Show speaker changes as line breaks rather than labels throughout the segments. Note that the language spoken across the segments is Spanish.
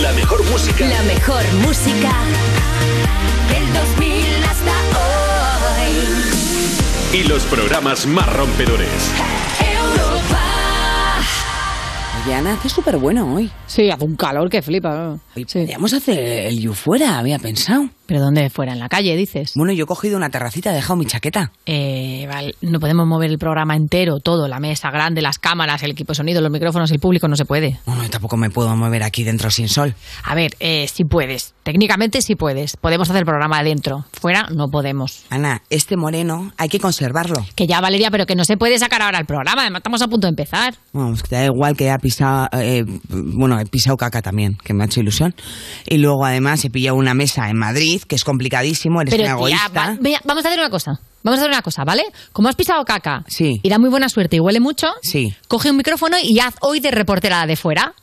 La mejor música.
La mejor música del 2000 hasta
Y los programas más rompedores.
hoy. Europa.
Oye, Ana, hace súper bueno hoy.
Sí, hace un calor que flipa. ¿no?
Hoy
Sí.
podríamos hacer el You Fuera, había pensado.
Pero ¿dónde fuera? ¿En la calle, dices?
Bueno, yo he cogido una terracita, he dejado mi chaqueta.
Eh, vale, no podemos mover el programa entero, todo, la mesa grande, las cámaras, el equipo de sonido, los micrófonos, el público, no se puede.
Bueno, yo tampoco me puedo mover aquí dentro sin sol.
A ver, eh, sí puedes. Técnicamente sí puedes. Podemos hacer el programa adentro. Fuera no podemos.
Ana, este moreno hay que conservarlo.
Que ya, Valeria, pero que no se puede sacar ahora el programa. Además, estamos a punto de empezar.
Vamos, que da igual que haya pisado, eh, bueno, he pisado caca también, que me ha hecho ilusión. Y luego además he pillado una mesa en Madrid, que es complicadísimo, eres
Pero,
una
tía,
egoísta.
va- mira, vamos a hacer una cosa. Vamos a hacer una cosa, ¿vale? Como has pisado caca
Sí.
y da muy buena suerte y huele mucho,
Sí.
coge un micrófono y haz hoy de reportera de fuera.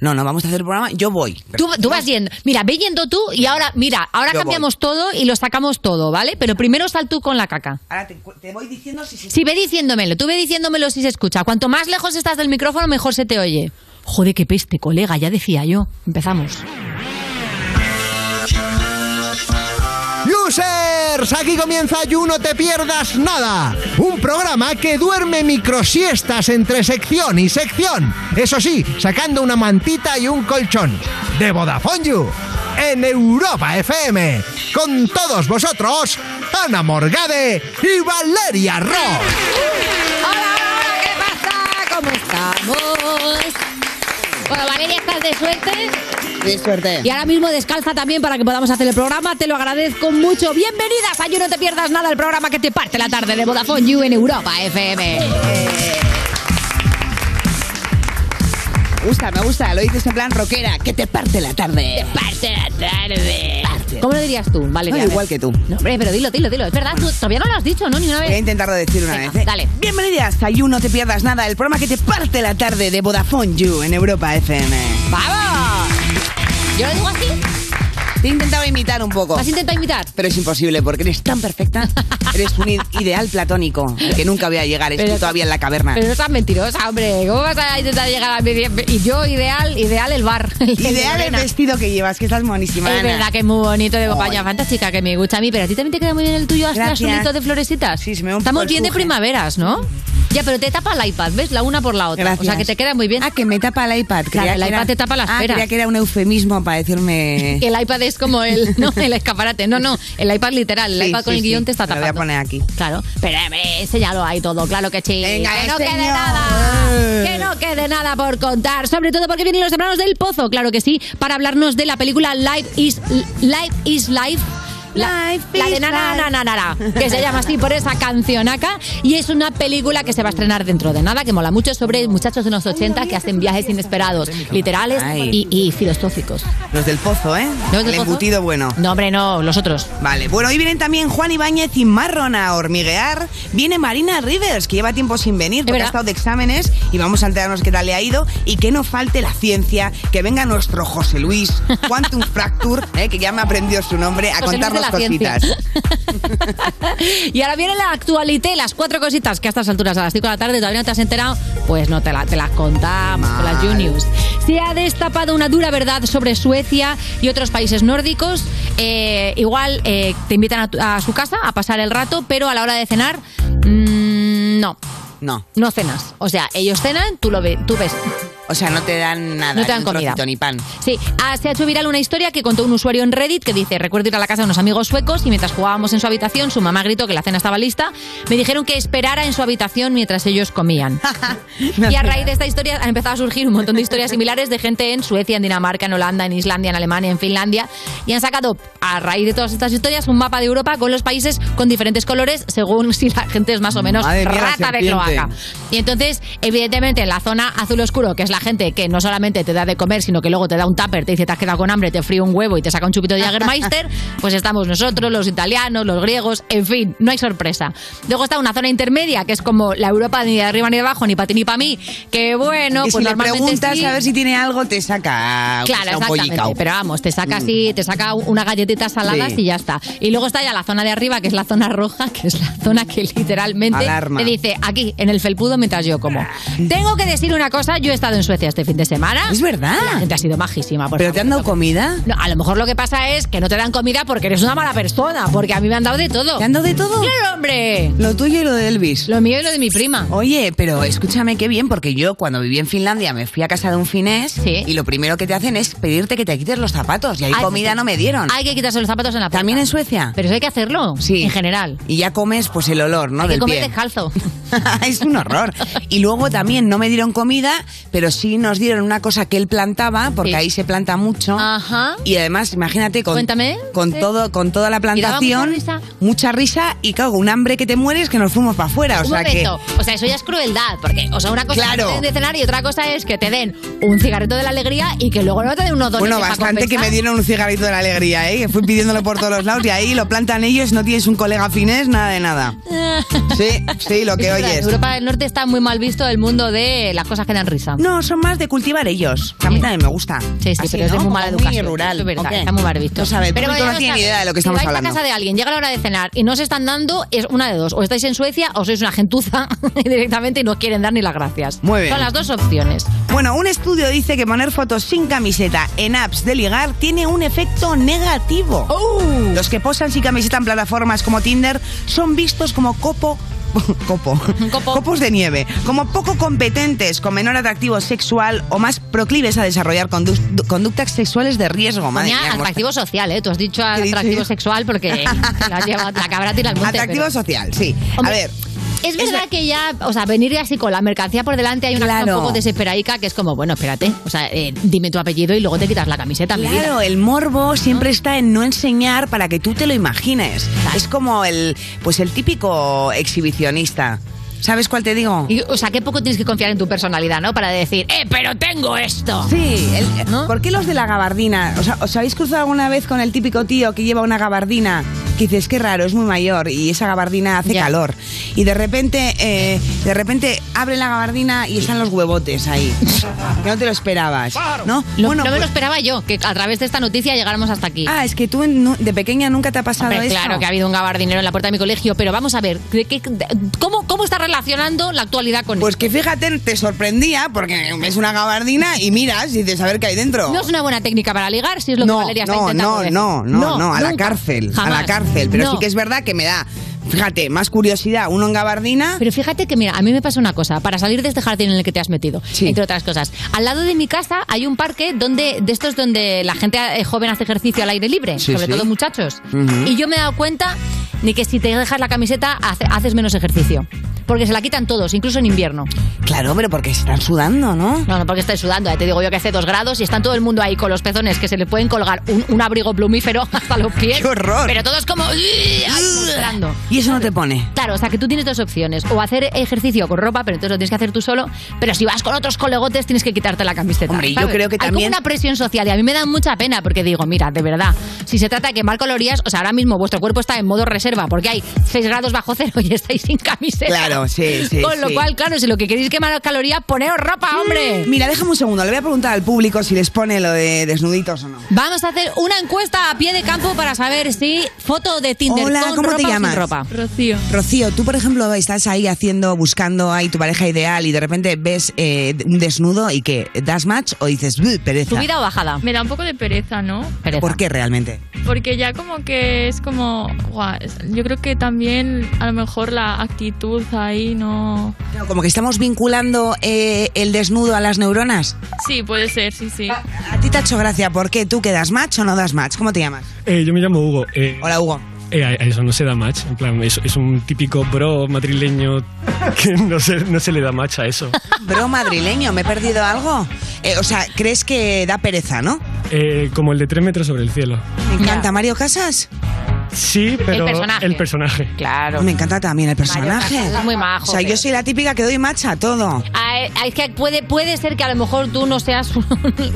No, no, vamos a hacer el programa, yo voy.
Tú, tú vas yendo. Mira, ve yendo tú y ahora, mira, ahora
Yo
cambiamos todo y lo sacamos todo, ¿vale? Pero primero sal tú con la caca.
Ahora te, cu- te voy diciendo si... si-
Sí, ve diciéndomelo. Tú ve diciéndomelo si se escucha. Cuanto más lejos estás del micrófono, mejor se te oye. Joder, qué peste, colega, ya decía yo. Empezamos.
Users, aquí comienza You No Te Pierdas Nada, un programa que duerme microsiestas entre sección y sección, eso sí, sacando una mantita y un colchón, de Vodafone You, en Europa FM, con todos vosotros, Ana Morgade y Valeria Ross.
¡Hola, hola! ¿Qué pasa? ¿Cómo estamos? Bueno, Valeria, estás de suerte.
Sí, suerte.
Y ahora mismo descalza también para que podamos hacer el programa. Te lo agradezco mucho. Bienvenidas a You No Te Pierdas Nada, el programa que te parte la tarde de Vodafone You en Europa FM.
Eh, Me gusta, me gusta, lo dices en plan rockera, que te parte la tarde.
Parte la tarde.
Parte.
¿Cómo lo dirías tú? Vale,
No,
a ver.
igual que tú.
No, hombre, pero dilo, dilo, dilo. Es verdad, tú todavía no lo has dicho, ¿no? Ni una
Voy a
vez.
intentarlo decir una
Venga,
vez. ¿eh?
dale.
Bienvenidas a You No Te Pierdas Nada, el programa que te parte la tarde de Vodafone You en Europa FM.
¡Vamos! Yo lo digo así.
Te he intentado imitar un poco.
¿Me has intentado imitar?
Pero es imposible porque eres tan perfecta. Eres un i- ideal platónico al que nunca voy a llegar. Estoy
Pero-
todavía en la caverna.
Pero no estás mentirosa, hombre. ¿Cómo vas a intentar llegar a mi... Y yo, ideal, ideal el bar. El de
ideal el
Lorena.
vestido que llevas, que estás monísima.
Es
Ana.
verdad que es muy bonito de compañía
Ay.
fantástica que me gusta a mí, pero a ti también te queda muy bien el tuyo así
Gracias.
azulito de florecitas.
Sí, se me ve un poco
Estamos
el
bien de
suje.
primaveras, ¿no? Ya, pero te tapa el iPad, ¿ves? La una por la otra. O sea
Gracias.
que te queda muy bien.
Ah, que me tapa el iPad.
Claro,
Creía
el
que
iPad te tapa las
ah,
peras.
Creía que era un eufemismo para decirme.
El iPad es como el, ¿no? el escaparate. No, no, el iPad literal. El
Sí,
iPad con
sí,
el guión
sí.
te está
Lo
tapando.
voy a poner aquí.
Claro. Pero eh, enséñalo ahí todo, claro que sí.
Venga,
que no
enseño.
quede nada.
Eh.
Ah, Que no quede nada por contar. Sobre todo porque vienen los hermanos del Pozo, claro que sí, para hablarnos de la película Life is, Life is Life. La,
Life
la de
is
na, na,
Life.
na, na, na, na, que se llama así por esa cancionaca y es una película que se va a estrenar dentro de nada que mola mucho sobre muchachos de los 80 que hacen viajes inesperados literales
Ay.
y, y filosóficos
Los del pozo, ¿eh?
¿No
el
es del pozo?
embutido bueno.
No, hombre, no, los otros.
Vale, bueno, hoy vienen también Juan Ibáñez y Marron a hormiguear. Viene Marina Rivers, que lleva tiempo sin venir porque
verdad.
ha estado de exámenes y vamos a enterarnos qué tal le ha ido y que no falte la ciencia, que venga nuestro José Luis Quantum Fracture, eh, que ya me ha aprendido su nombre, a
José Luis de
contarnos
la
cositas.
ciencia. y ahora viene la actualité, las cuatro cositas que a estas alturas, a las 5 de la tarde, todavía no te has enterado, pues no te, la- te las contamos, te las You
Mal.
News. Se ha destapado una dura verdad sobre Suecia y otros países nórdicos. Eh, igual eh, te invitan a tu- a, su casa a pasar el rato, pero a la hora de cenar, mm, no,
No,
no cenas. O sea, ellos cenan, tú, lo ve, tú ves
o sea, no te dan nada.
No te dan
ni un
comida.
trocito Ni pan.
Sí, ah, se ha hecho viral una historia que contó un usuario en Reddit que dice, recuerdo ir a la casa de unos amigos suecos y mientras jugábamos en su habitación, su mamá gritó que la cena estaba lista, me dijeron que esperara en su habitación mientras ellos comían. Y a raíz de esta historia han empezado a surgir un montón de historias similares de gente en Suecia, en Dinamarca, en Holanda, en Islandia, en Alemania, en Finlandia. Y han sacado, a raíz de todas estas historias, un mapa de Europa con los países con diferentes colores según si la gente es más o menos
Mm, Madre mía, la
rata de
serpiente.
cloaca. Y entonces, evidentemente, en la zona azul oscuro, que es la gente que no solamente te da de comer, sino que luego te da un tupper, te dice te has quedado con hambre, te frío un huevo y te saca un chupito de Jägermeister, pues estamos nosotros, los italianos, los griegos, en fin, no hay sorpresa. Luego está una zona intermedia, que es como la Europa ni de arriba ni de abajo, ni para ti ni para mí, que bueno,
y
pues
si le
normalmente
preguntas
sí.
a ver si tiene algo, te saca aunque
Claro,
sea un
exactamente.
pollicao.
Pero vamos, te saca así, te saca unas galletitas saladas
Sí.
y ya está. Y luego está ya la zona de arriba, que es la zona roja, que es la zona que literalmente
Alarma.
te dice aquí, en el felpudo, mientras yo como. Tengo que decir una cosa, yo he estado en Suecia este fin de semana.
Es verdad.
La gente ha sido majísima. por
¿Pero te han dado comida?
no, a lo mejor lo que pasa es que no te dan comida porque eres una mala persona, porque a mí me han dado de todo.
¿Te han dado de todo?
¡Claro, hombre!
Lo tuyo y lo de Elvis.
Lo mío y lo de mi prima.
Oye, pero escúchame qué bien, porque yo cuando viví en Finlandia me fui a casa de un finés
Sí.
y lo primero que te hacen es pedirte que te quites los zapatos y ahí
Ay,
comida no me dieron.
Hay que quitarse los zapatos en la puerta.
También en Suecia.
Pero eso hay que hacerlo.
Sí.
En general.
Y ya comes pues el olor, ¿no?
Hay que
Del
comer
pie.
descalzo. pues,
es un horror. Y luego también no me dieron comida, pero sí nos dieron una cosa que él plantaba, porque
Sí.
ahí se planta mucho.
Ajá.
Y además, imagínate, con,
Cuéntame.
con
Sí.
todo, con toda la
daba mucha
plantación,
risa?
mucha risa y claro, un hambre que te mueres que nos fuimos para afuera. O
un
sea que.
momento. O sea, eso ya es crueldad. Porque, o sea, una cosa
Claro.
es que te den de cenar y otra cosa es que te den un cigarrito de la alegría y que luego no te den unos dones
Bueno,
para
bastante que
compensar.
me dieron un cigarrito de la alegría, ¿eh? Que fui pidiéndolo por todos los lados y ahí lo plantan ellos, no tienes un colega finés, nada de nada. Sí, sí, lo que
Es verdad, En
oyes.
Europa del Norte está muy mal visto el mundo de las cosas que dan risa.
No, son más de cultivar ellos. A mí
Sí.
también me gusta.
Sí, sí,
Así,
pero es de
¿no?
muy mala
Como
educación.
Muy rural.
Eso es verdad,
¿o qué?
está muy mal visto.
No sabe, el
pero
público no
bueno, ya
tiene ni
sabes.
idea de lo que estamos
si vais
hablando.
a casa de alguien, llega la hora de cenar y no se están dando, es una de dos. O estáis en Suecia o sois una gentuza directamente y no os quieren dar ni las gracias.
Muy bien.
Son las dos opciones.
Bueno, un estudio dice que poner fotos sin camiseta en apps de ligar tiene un efecto negativo. Los que posan sin camiseta en plataformas como Tinder son vistos como copo. Copo.
Copo.
Copos de nieve. Como poco competentes, con menor atractivo sexual o más proclives a desarrollar condu- conductas sexuales de riesgo. Madre
Ponía
mía, cómo está-
atractivo social, ¿eh? Tú has dicho
he dicho
atractivo
yo?
sexual porque la, lleva, la cabra tira al monte.
Atractivo
pero-
social, sí.
Hombre,
a ver.
Es verdad
ver-
que ya, o sea, venir así con la mercancía por delante hay una cosa
Claro.
un poco desesperadica que es como, bueno, espérate, o sea, eh, dime tu apellido y luego te quitas la camiseta. mi vida.
Claro, el morbo siempre está en no enseñar para que tú te lo imagines. Es como el, pues el típico exhibicionista. ¿Sabes cuál te digo?
Y, o sea, qué poco tienes que confiar en tu personalidad, ¿no? Para decir, eh, pero tengo esto.
Sí, el-
¿No?
¿por qué los de la gabardina? O sea, ¿Os habéis cruzado alguna vez con el típico tío que lleva una gabardina? Que dices, qué raro, es muy mayor y esa gabardina hace
Ya.
calor. Y de repente, eh, de repente abre la gabardina y están los huevotes ahí. Que no te lo esperabas. ¿No?
Lo-
Bueno,
no me lo
pues-
esperaba yo, que a través de esta noticia llegáramos hasta aquí.
Ah, es que tú en- nu- de pequeña nunca te ha pasado
Hombre,
eso.
claro que ha habido un gabardinero en la puerta de mi colegio, pero vamos a ver, ¿de qué- de- ¿cómo, cómo está relacionando la actualidad con
Pues
esto?
que fíjate, te sorprendía porque ves una gabardina y miras y dices, a ver qué hay dentro.
No es una buena técnica para ligar, si es lo
no,
que Valeria está
no,
intentando
no,
decir.
no, no, no, a la
nunca,
cárcel, a
jamás.
la cárcel. Pero sí
No.
que es verdad que me da, fíjate, más curiosidad uno en gabardina.
Pero fíjate que, mira, a mí me pasa una cosa, para salir de este jardín en el que te has metido,
Sí.
entre otras cosas. Al lado de mi casa hay un parque donde de estos donde la gente eh, joven hace ejercicio al aire libre,
Sí,
sobre
sí.
todo muchachos. Y yo me he dado cuenta de que si te dejas la camiseta hace- haces menos ejercicio. Porque se la quitan todos, incluso en invierno.
Claro, pero porque están sudando, ¿no?
No, no, porque estáis sudando. ya Te digo yo que hace dos grados y están todo el mundo ahí con los pezones que se le pueden colgar un, un abrigo plumífero hasta los pies.
¡Qué horror!
Pero todos como... "Uy", ahí mostrando.
Y eso no te pone.
Claro, o sea que tú tienes dos opciones. O hacer ejercicio con ropa, pero entonces lo tienes que hacer tú solo. Pero si vas con otros colegotes, tienes que quitarte la camiseta.
Hombre, yo creo que
Hay como
también-
una presión social y a mí me da mucha pena porque digo, mira, de verdad, si se trata de quemar calorías, o sea, ahora mismo vuestro cuerpo está en modo reserva porque hay 6 grados bajo cero y estáis sin camiseta.
Claro, sí, sí,
Con lo
sí.
cual, claro, si lo que queréis quemar calorías, poneos ropa, Ah, hombre.
Mira, déjame un segundo, le voy a preguntar al público si les pone lo de desnuditos o no.
Vamos a hacer una encuesta a pie de campo para saber si foto de Tinder
Hola,
con
¿cómo
ropa
te
o sin
llamas?
ropa.
Rocío.
Rocío, tú por ejemplo estás ahí haciendo, buscando ahí tu pareja ideal y de repente ves eh, un desnudo y que das match o dices, "Buh, pereza.
¿Subida o bajada?
Me da un poco de pereza, ¿no?
Pereza.
¿Por qué realmente?
Porque ya como que es como... guau, es- yo creo que también a lo mejor la actitud ahí no...
Claro, como que estamos vinculando eh, el desnudo a las neuronas.
Sí, puede ser, sí, sí.
A ti te ha hecho gracia, ¿por qué? ¿Tú que das match o no das match? ¿Cómo te llamas?
Eh, yo me llamo Hugo. Eh,
Hola, Hugo.
eh, a- a eso no se da match. En plan, es, es un típico bro madrileño que no se, no se le da match a eso.
Bro madrileño, ¿me he perdido algo? Eh, o sea, ¿crees que da pereza, no?
Eh, como el de tres metros sobre el cielo.
Me encanta
Ya.
Mario Casas.
Sí, pero
personaje.
El personaje.
Claro.
Me encanta también el personaje.
Casas es muy majo,
O sea, yo
pero-
soy la típica que doy match a todo.
Ah, eh, Es que puede, puede ser que a lo mejor tú no seas un...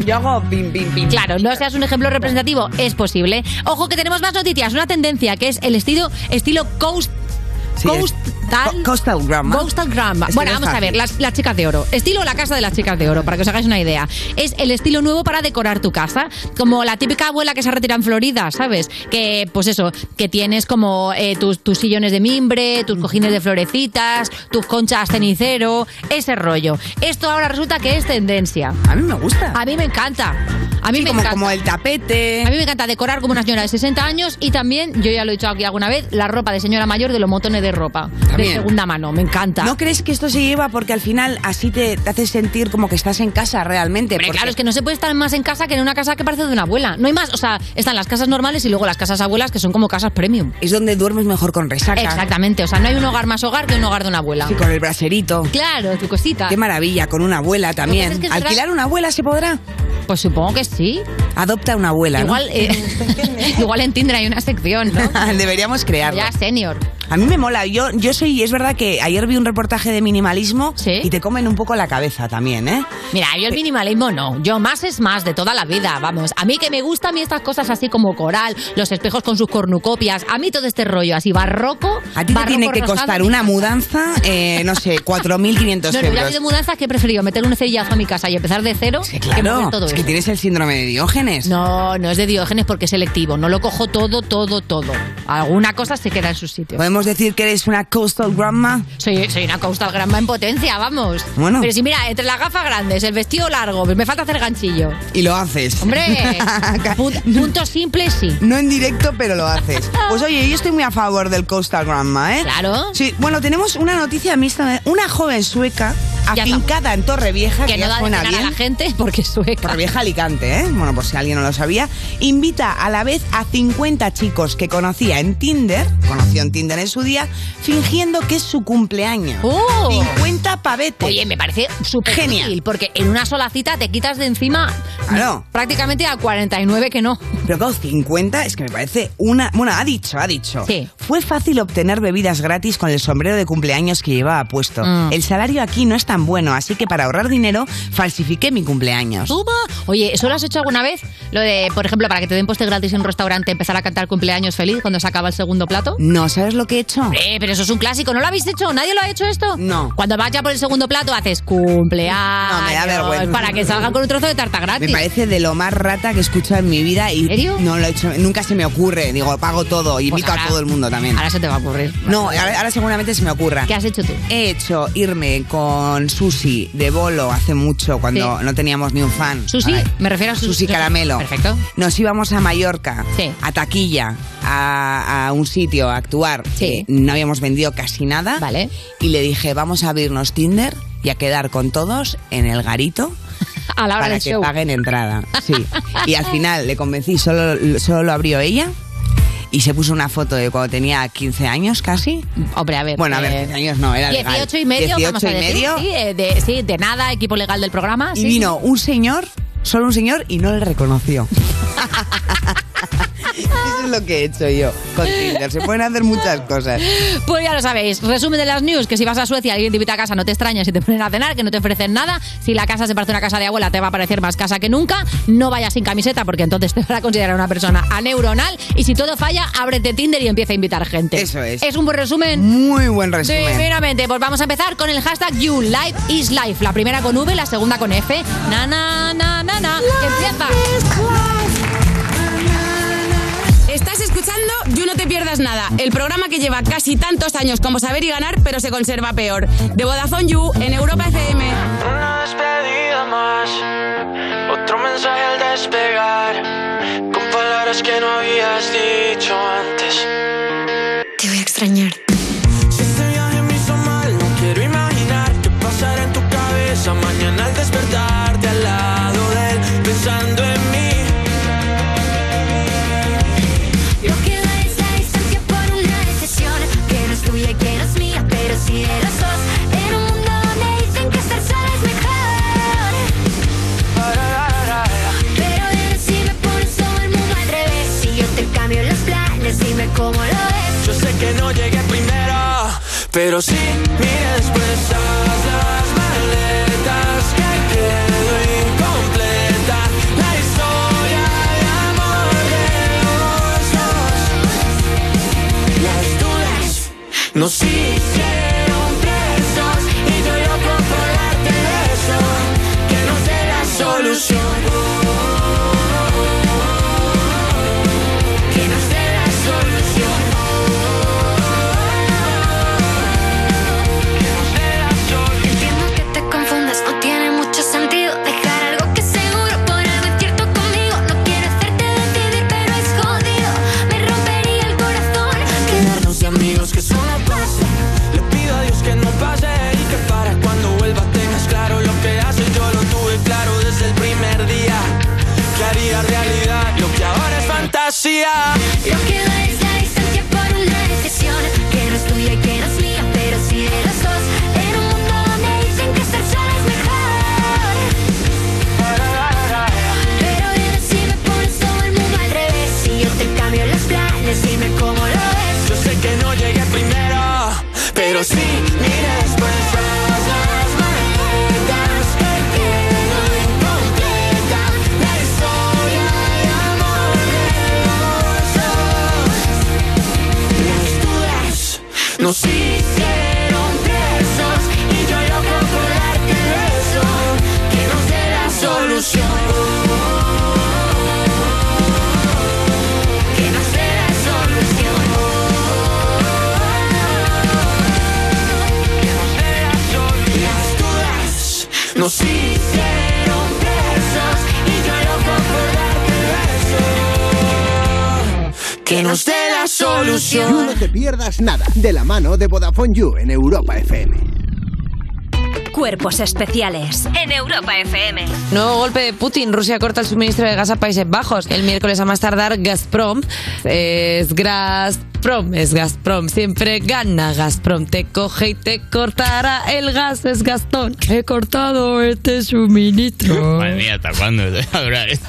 Yo hago pim, pim, pim.
Claro, no seas un ejemplo representativo, es posible. Ojo que tenemos más noticias, una tendencia que es el estilo, estilo coast
Sí, es-
Tal-
Coastal Grandma.
Coastal Grandma.
Es que
Bueno,
no es
vamos a
fácil.
ver, las, las chicas de oro. Estilo la casa de las chicas de oro, para que os hagáis una idea. Es el estilo nuevo para decorar tu casa. Como la típica abuela que se retira en Florida, ¿sabes? Que, pues eso, que tienes como eh, tus, tus sillones de mimbre, tus cojines de florecitas, tus conchas cenicero, ese rollo. Esto ahora resulta que es tendencia.
A mí me gusta.
A mí me encanta. A mí me
como-
encanta.
como el tapete.
A mí me encanta decorar como una señora de 60 años y también, yo ya lo he dicho aquí alguna vez, la ropa de señora mayor de los motones de ropa. De
También.
segunda mano. Me encanta.
¿No crees que esto se lleva porque al final así te, te haces sentir como que estás en casa realmente?
Hombre,
porque-
claro, es que no se puede estar más en casa que en una casa que parece de una abuela. No hay más. O sea, están las casas normales y luego las casas abuelas que son como casas premium.
es donde duermes mejor con resaca.
Exactamente. O sea, no hay un hogar más hogar que un hogar de una abuela.
Y con el braserito.
Claro, tu cosita.
Qué maravilla, con una abuela también.
es que es verdad-
¿Alquilar una abuela se podrá?
Pues supongo que sí.
Adopta una abuela, ¿no?
Igual, eh, igual en Tinder hay una sección, ¿no?
Deberíamos crearlo.
Ya senior.
A mí me mola. Yo, yo soy, es verdad que ayer vi un reportaje de minimalismo
Sí.
y te comen un poco la cabeza también, ¿eh?
Mira, yo el minimalismo no. Yo más es más de toda la vida, vamos. A mí que me gustan a mí estas cosas así como coral, los espejos con sus cornucopias, a mí todo este rollo así barroco.
A ti te
barroco
tiene que
rosado,
costar
me
una mudanza, eh, no sé, 4.500
No, no, yo
euros.
hablo de mudanzas que he preferido meter un cerillazo a mi casa y empezar de cero
Sí,
que
claro,
mover todo
es que
eso.
tienes el síndrome de Diógenes.
No, no es de Diógenes porque es selectivo. No lo cojo todo, todo, todo. Alguna cosa se queda en su sitio.
¿Podemos decir que eres una coastal grandma?
Soy, soy una coastal grandma en potencia, vamos.
Bueno.
Pero si mira, entre las gafas grandes, el vestido largo, pues me falta hacer ganchillo.
Y lo haces.
Hombre, pun- punto simple sí.
No en directo, pero lo haces. Pues oye, yo estoy muy a favor del Coastal Grandma, ¿eh?
Claro.
Sí, bueno, tenemos una noticia mixta. Una joven sueca
Ya
afincada en Torrevieja, que,
Que no
ya
da de
suena
cenar a
bien.
la gente porque es sueca.
Torrevieja Alicante, ¿eh? Bueno, por si alguien no lo sabía, invita a la vez a 50 chicos que conocía en Tinder, conoció en Tinder en su día, fingiendo que es su cumpleaños.
¡Oh!
50 pavetes.
Oye, me parece súper
Genial.
útil, porque en una sola cita te quitas de encima
Claro.
prácticamente a 49 que no.
Pero claro, 50 es que me parece una... Bueno, ha dicho, ha dicho.
Sí.
Fue fácil obtener bebidas gratis con el sombrero de cumpleaños que llevaba puesto.
Mm.
El salario aquí no es tan bueno, así que para ahorrar dinero falsifiqué mi cumpleaños.
Toma. Oye, ¿eso lo has hecho alguna vez? Lo de, por ejemplo, para que te den postre gratis en un restaurante, empezar a cantar cumpleaños feliz cuando se acaba el segundo plato.
No, ¿sabes lo que he hecho?
Eh, pero eso es un clásico, ¿no lo habéis hecho? ¿Nadie lo ha hecho esto?
No.
Cuando vas ya por el segundo plato haces cumpleaños.
No, me da vergüenza.
Para que salgan con un trozo de tarta
Me
gratis.
parece de lo más rata que he escuchado en mi vida y
¿En serio?
no lo he hecho, nunca se me ocurre. Digo, pago todo y
Pues
invito a
ahora-
todo el mundo también.
Ahora se te va a ocurrir.
No, ahora, ahora seguramente se me ocurra.
¿Qué has hecho tú?
He hecho irme con Susi de bolo hace mucho, cuando
Sí.
no teníamos ni un fan.
Susi,
Ay.
me refiero a Susi.
Susi Caramelo.
Perfecto.
Nos íbamos a Mallorca,
Sí.
a Taquilla, a, a un sitio a actuar.
Sí.
Eh, No habíamos vendido casi nada.
Vale.
Y le dije, vamos a abrirnos Tinder y a quedar con todos en el garito
A la hora
para
del
que
show.
paguen entrada. Sí. Y al final le convencí, solo, solo lo abrió ella y se puso una foto de cuando tenía 15 años casi.
Hombre, a ver.
Bueno, a ver,
eh,
15 años no, era legal.
18 y medio,
18
vamos a
y
decir.
medio.
Sí, eh, de, sí, de nada, equipo legal del programa.
Y
sí,
vino un señor, solo un señor, y no le reconoció. Eso es lo que he hecho yo con Tinder. Se pueden hacer muchas cosas.
Pues ya lo sabéis. Resumen de las news, que si vas a Suecia y alguien te invita a casa, no te extrañas si te ponen a cenar, que no te ofrecen nada. Si la casa se parece a una casa de abuela, te va a parecer más casa que nunca. No vayas sin camiseta, porque entonces te van a considerar una persona aneuronal. Y si todo falla, ábrete Tinder y empieza a invitar gente.
Eso es.
Es un buen resumen.
Muy buen resumen.
Primeramente, pues vamos a empezar con el hashtag YouLifeIsLife. La primera con V, la segunda con F. Na, na, na, na, na. Que empieza.
Estás escuchando You No Te Pierdas Nada, el programa que lleva casi tantos años como saber y ganar, pero se conserva peor. De Vodafone You en Europa FM.
Una despedida más, otro mensaje al despegar, con palabras que no habías dicho antes.
Te voy a extrañar.
Si este viaje me hizo mal, no quiero imaginar qué pasará en tu cabeza mañana al despertarte al lado de él, pensando en mí.
Lo que va es la distancia por una decisión Que no es tuya y que no es mía, pero sí de los dos En un mundo donde dicen que estar sola es mejor Pero dime si me pones todo el mundo al revés Si yo te cambio los planes, dime cómo lo ves
Yo sé que no llegué primero, pero sí mires puestas las maletas que quedó incompleta la historia de amor de los dos. Las dudas
Nos hicieron presos y yo loco por darte beso, que nos dé la solución. Que nos dé la solución.
Entiendo que te confundas, no tiene mucho sentido Dejar algo que es seguro por algo incierto conmigo No quiero hacerte decidir, pero es jodido Me rompería el corazón
Quedarnos de amigos que solo pasen. Le pido a Dios que no pase y que para cuando vuelva tengas claro lo que haces. Yo lo tuve claro desde el primer día. Que haría realidad lo que ahora es fantasía.
Lo que da es la distancia por una decisión Que no es tuya y que no es mía, pero sí de los dos En un mundo donde dicen que estar sola es mejor Pero dime si me pones todo el mundo al revés Si yo te cambio los planes, dime cómo lo ves
Yo sé que no llegué primero, pero sí, mira después. Todas las maletas que quedo incompleta, la historia de amor de los dos. Las dudas nos hicieron presos y yo loco por darte beso que nos dé la solución. Que nos dé la solución. Las dudas nos hicieron presos y yo loco por darte beso que nos dé la solución.
You no te pierdas nada de la mano de Vodafone You en Europa FM.
Cuerpos especiales en Europa FM.
Nuevo golpe de Putin. Rusia corta el suministro de gas a Países Bajos. El miércoles a más tardar, Gazprom. Es Gazprom, es Gazprom. Siempre gana Gazprom. Te coge y te cortará el gas. Es Gastón. He cortado este suministro.
Madre mía, ¿hasta cuándo va a durar esto?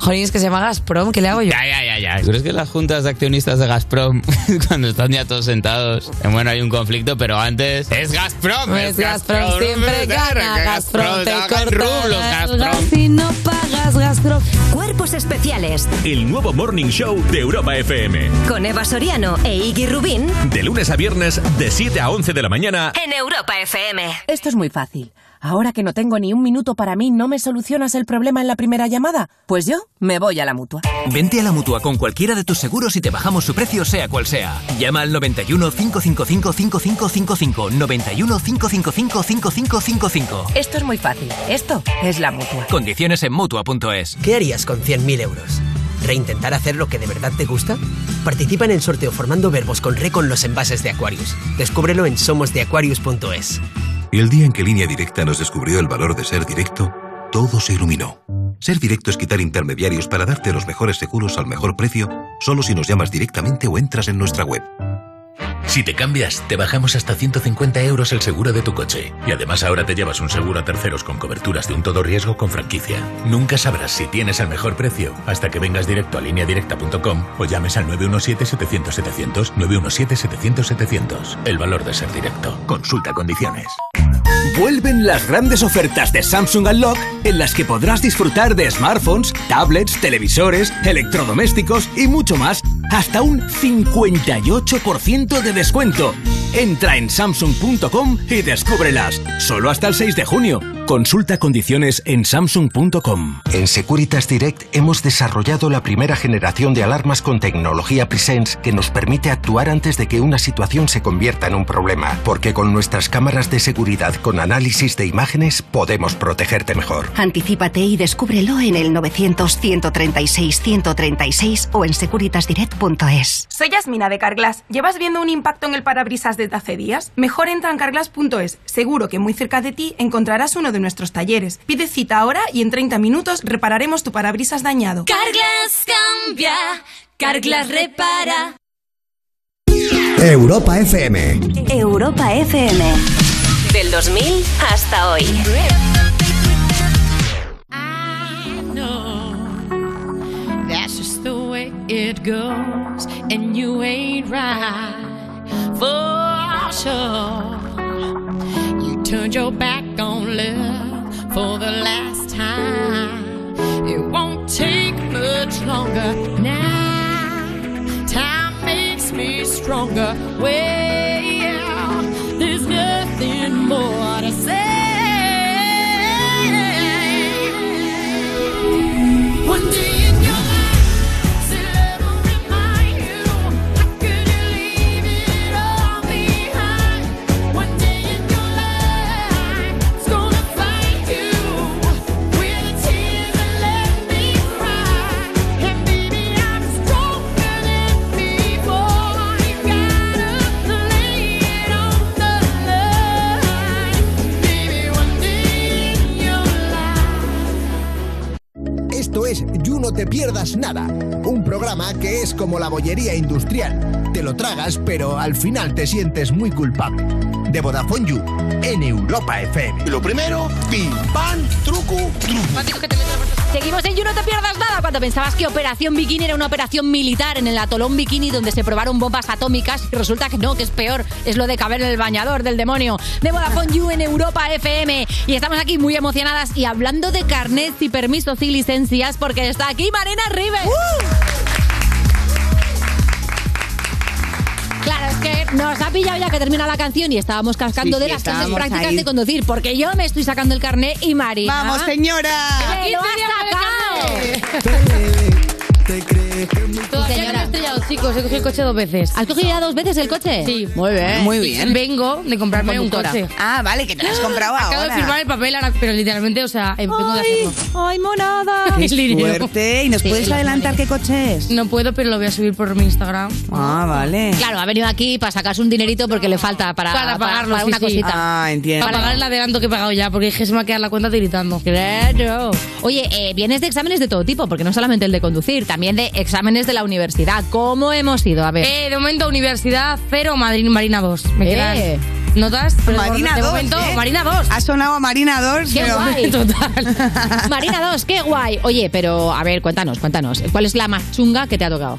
Jolín, es que se llama Gazprom. ¿Qué le hago yo?
Ya, ya, ya, ya. ¿Tú crees que las juntas de accionistas de Gazprom, cuando están ya todos sentados, eh, bueno, hay un conflicto, pero antes es Gazprom?
Es Gazprom, siempre gana Gazprom. Te
hagan rublos,
cortará el
Gazprom.
gas y no pagas Gazprom.
Cuerpos especiales
El nuevo Morning Show de Europa FM.
con Eva Soriano e Iggy Rubín
De lunes a viernes, de 7 a 11 de la mañana.
en Europa FM.
Esto es muy fácil. Ahora que no tengo ni un minuto para mí, ¿no me solucionas el problema en la primera llamada? Pues yo me voy a la mutua.
Vente a la mutua con cualquiera de tus seguros y te bajamos su precio, sea cual sea. Llama al 91 555 5555. 91 555 5555.
Esto es muy fácil. Esto es la mutua.
Condiciones en mutua.es.
¿Qué harías con 100.000 euros? ¿Reintentar hacer lo que de verdad te gusta? Participa en el sorteo formando verbos con re con los envases de Aquarius. Descúbrelo en somosdeaquarius.es.
El día en que Línea Directa nos descubrió el valor de ser directo, todo se iluminó. Ser directo es quitar intermediarios para darte los mejores seguros al mejor precio, solo si nos llamas directamente o entras en nuestra web.
Si te cambias, te bajamos hasta 150 euros el seguro de tu coche. Y además ahora te llevas un seguro a terceros con coberturas de un todo riesgo con franquicia. Nunca sabrás si tienes el mejor precio hasta que vengas directo a lineadirecta.com o llames al 917-700-700, 917-700-700. El valor de ser directo. Consulta condiciones.
Vuelven las grandes ofertas de Samsung Unlock en las que podrás disfrutar de smartphones, tablets, televisores, electrodomésticos y mucho más hasta un 58% de descuento. Entra en samsung.com y descúbrelas. Solo hasta el 6 de junio. Consulta condiciones en samsung.com.
En Securitas Direct hemos desarrollado la primera generación de alarmas con tecnología Presence que nos permite actuar antes de que una situación se convierta en un problema, porque con nuestras cámaras de seguridad con análisis de imágenes podemos protegerte mejor.
Anticípate y descúbrelo en el 900-136-136 o en securitasdirect.es.
Soy Yasmina de Carglass. ¿Llevas viendo un impacto en el parabrisas desde hace días? Mejor entra en carglass.es. Seguro que muy cerca de ti encontrarás uno de nuestros talleres. Pide cita ahora y en 30 minutos repararemos tu parabrisas dañado.
Carglass cambia, Carglass repara
Europa FM.
Europa FM. Del 2000 hasta hoy.
know that's just the way it goes, and you ain't right for sure. You turned your back on love for the last time. It won't take much longer now. Time makes me stronger. Wait.
Esto es You No Te Pierdas Nada, un programa que es como la bollería industrial. Te lo tragas, pero al final te sientes muy culpable. De Vodafone You, en Europa FM. Lo primero, pim, pan, truco, truco.
Seguimos en You No Te Pierdas Nada cuando pensabas que Operación Bikini era una operación militar en el atolón Bikini donde se probaron bombas atómicas y resulta que no, que es peor, es lo de caber en el bañador del demonio. De Vodafone You en Europa FM y estamos aquí muy emocionadas y hablando de carnets y permisos y licencias porque está aquí Marina Rives. Claro, es que nos ha pillado ya que termina la canción y estábamos cascando
Sí,
de
sí,
las clases
estábamos
prácticas
ahí.
de conducir, porque yo me estoy sacando el carnet y Marina.
¡Vamos, señora!
¡Que lo ha sacado!
Todavía no me he estrellado, chicos. He cogido el coche dos veces.
¿Has cogido ya dos veces el coche?
Sí.
Muy bien.
Muy bien. Vengo de comprarme un
Conductora.
coche.
Ah, vale, que te lo has comprado
Acabo
ahora.
de firmar el papel, ahora- pero literalmente, o sea, eh, vengo de hacerlo.
¡Ay, monada!
¡Qué
El dinero.
suerte! ¿Y nos
Sí,
puedes
el
adelantar qué coche es?
No puedo, pero lo voy a subir por mi Instagram.
Ah, vale.
Claro, ha venido aquí para sacarse un dinerito porque le falta para,
Para pagarlo,
para una
sí, sí.
cosita.
Ah, entiendo.
Para pagar el adelanto que he pagado ya, porque es que se me va a quedar la cuenta tiritando.
Claro. Oye, eh, vienes de exámenes de todo tipo, porque no solamente el de conducir, también de exámenes de la universidad. ¿Cómo hemos ido? A ver.
Eh, de momento, Universidad 0, Madrid, Marina 2. Me
Eh.
quedan notas. pero de-
Marina eh.
de
2.
momento, Marina 2.
Ha sonado a Marina 2.
¡Qué
pero...
guay! Marina 2, qué guay. Oye, pero a ver, cuéntanos, cuéntanos. ¿Cuál es la más chunga que te ha tocado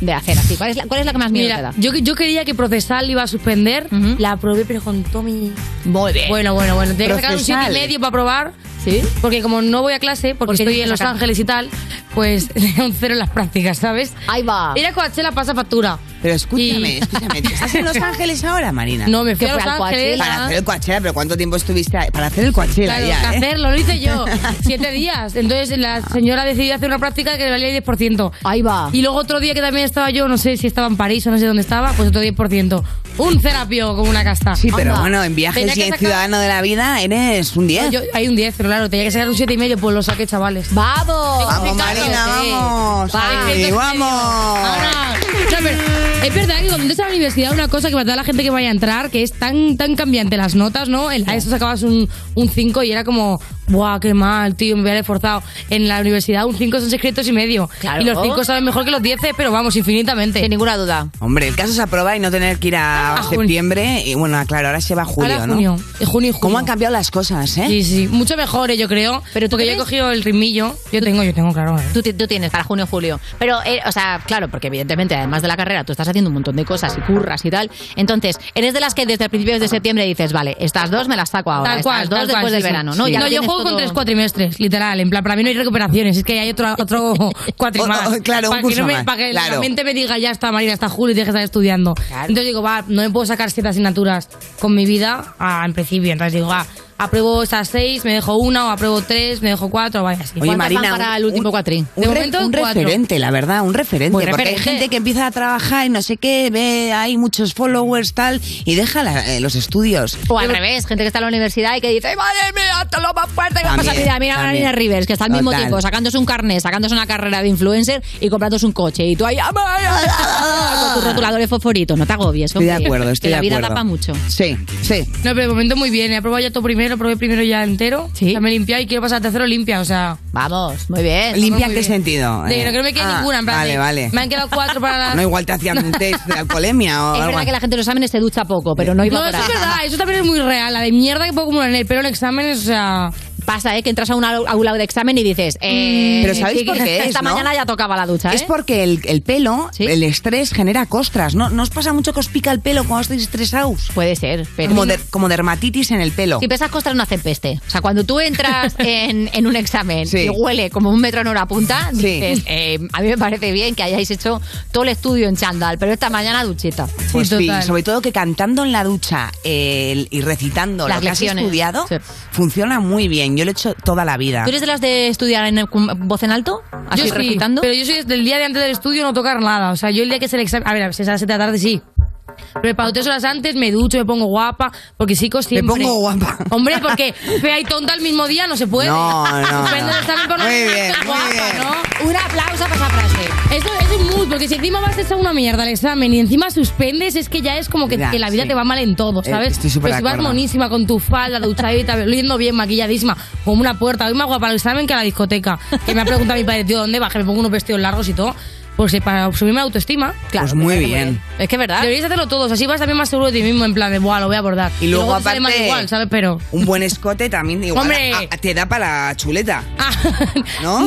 de hacer así? ¿Cuál es la, cuál es la que más miedo te da?
Mira, yo, yo quería que procesal iba a suspender, la aprobé, pero con Tommy.
Muy bien.
Bueno, bueno, bueno. Tenía que sacar un 7
Procesal.
y medio para probar.
Sí.
Porque como no voy a clase, porque
Porque
estoy
tienes
en
que
Los
sacar.
Ángeles y tal, pues un cero en las prácticas, ¿sabes?
Ahí va.
Ir a Coachella pasa factura.
Pero escúchame, escúchame. ¿tú ¿Estás en Los Ángeles ahora, Marina?
No, me fui
Que
a Los
fue al
Ángeles.
Coachella. Para hacer el Coachella, pero ¿cuánto tiempo estuviste ahí? Para hacer el Coachella
Claro,
ya, ¿eh?
que hacerlo, lo hice yo. Siete días. Entonces la señora decidió hacer una práctica que le valía el 10%.
Ahí va.
Y luego otro día que también estaba yo, no sé si estaba en París o no sé dónde estaba, pues otro 10%. Un terapio como una casta.
Sí, pero bueno, en viajes
Tenía
y
que
en
sacar-
Ciudadano de la Vida eres un 10.
No, yo- hay un 10, pero claro, tenía que sacar un 7 y medio, pues lo saqué, chavales.
¡Vamos!
Vamos, Marina, vamos. Sí, vamos.
O sea, pero es verdad que cuando entras a la universidad una cosa que para toda la gente que vaya a entrar, que es tan tan cambiante las notas, ¿no? En la ESO sacabas un un 5 y era como, ¡buah, qué mal, tío, me hubiera esforzado! En la universidad un 5 son secretos y medio.
Claro.
Y los 5 saben mejor que los 10, pero vamos, infinitamente.
Sin ninguna duda.
Hombre, el caso se aprueba y no tener que ir a septiembre. Y bueno, claro, ahora se va a julio,
Ah, Ahora
¿no?
junio. Y junio, y junio.
¿Cómo han cambiado las cosas, eh?
Sí, sí, mucho mejor, eh, yo creo. Pero porque yo he cogido el ritmillo. Yo tengo, yo tengo, claro. eh.
Tú, ti- tú tienes para junio julio. Pero, eh, o sea, claro, porque evidentemente, además de la carrera, tú estás haciendo un montón de cosas y curras y tal. Entonces, eres de las que desde principios de septiembre dices, vale, estas dos me las saco ahora.
Tal
estas
cual,
dos
tal
después
cual,
del
sí, sí.
verano, ¿no? Ya
no,
lo
yo
tienes
juego con
todo-
tres cuatrimestres, literal. En plan, para mí no hay recuperaciones, es que hay otro, otro cuatri
O- o-
más.
claro, un
para
curso
que, no me-
más,
para que
claro.
la mente me diga, ya está, Marina, está Julio y tienes que estar estudiando. Entonces digo, va, no me puedo sacar siete asignaturas con mi vida ah, en principio. Entonces digo, va, apruebo esas seis, me dejo una, o apruebo tres, me dejo cuatro, vaya así.
Oye, Marina, un- un-
De
un, re-
momento,
un
cuatro.
referente, la verdad, un referente.
Muy
porque
referente.
hay gente que empieza a trabajar y no sé qué, ve, hay muchos followers, tal, y deja la- eh, los estudios.
O al revés, gente que está en la universidad y que dice, madre mía, esto es lo más fuerte que me ha pasado en mi vida". Mira a
También,
Marina Rivers, que está al mismo
total.
tiempo sacándose un carnet, sacándose una carrera de influencer y comprándose un coche. Y tú ahí, "Ama, ama, ama", con tus rotuladores fosforitos. No te agobies,
Estoy de
hombre,
acuerdo, estoy
que la
de
vida
acuerdo.
da para mucho.
Sí, sí.
No, pero de momento muy bien. He aprobado ya todo primero, probé primero ya entero. Sí. me he limpiado y quiero pasar a tercero limpia, o sea.
Vamos, muy bien.
¿Limpia
Muy
en qué
bien.
sentido?
De que
Eh,
no creo que me quede
ah,
ninguna, en plan.
Vale,
de-
vale.
Me han quedado cuatro para la.
No, igual te hacían un test de alcoholemia o
Es
algo
verdad que la gente lo sabe en este ducha poco, pero no
No,
iba por
eso
ahí.
es verdad, eso también es muy real. La de mierda que puedo acumular en el pelo en exámenes, o sea.
Pasa, ¿eh? Que entras a un au- aula de examen y dices, eh,
Mm. Pero ¿sabéis por qué
Esta
es, no?
mañana ya tocaba la ducha, ¿eh?
Es porque el, el pelo, el estrés genera costras. ¿No, ¿No os pasa mucho que os pica el pelo cuando estáis estresados?
Puede ser, pero...
Como, der- como dermatitis en el pelo.
Si pesas costas no hacen peste. O sea, cuando tú entras en, en un examen y huele como un metro en hora punta, dices, eh, a mí me parece bien que hayáis hecho todo el estudio en chándal, pero esta mañana duchita.
Pues sí, sobre todo que cantando en la ducha eh, el- y recitando
Las
lo que has
lecciones,
estudiado funciona muy bien. Yo lo he hecho toda la vida.
¿Tú eres de las de estudiar en el- con voz en alto? ¿Así
yo sí,
recitando?
Pero yo soy del día de antes del estudio no tocar nada. O sea, yo el día que es el examen. A ver, a ver, si es a las 7 de la tarde sí. Preparo tres horas antes, me ducho, me pongo guapa, porque chicos siempre...
pongo guapa.
Hombre, porque fea y tonta al mismo día no se puede.
No, no,
Estupendo
no.
también por
Muy
nosotros,
bien,
que
muy
guapa,
bien.
¿no? Un aplauso para esa frase. Eso, eso es muy, porque si encima vas hecha una mierda al examen y encima suspendes, es que ya es como que,
Ya,
que la vida
sí.
te va mal en todo,
Eh,
¿sabes?
estoy súper
Pero
de
si vas
acuerdo.
monísima con tu falda, duchadita, oliendo bien, maquilladísima, como una puerta. Hoy más guapa para el examen que a la discoteca. Que me ha preguntado mi padre, tío, ¿dónde vas? Que me pongo unos vestidos largos y todo. Pues eh, para subirme la autoestima. Claro.
Pues muy bien.
Es que es verdad. Deberías hacerlo todos, así vas también más seguro de ti mismo, en plan de, buah, lo voy a abordar.
Y luego,
te
aparte,
sale mal igual, ¿sabes? Pero...
un buen escote también igual
Hombre.
a- a- te da para la chuleta.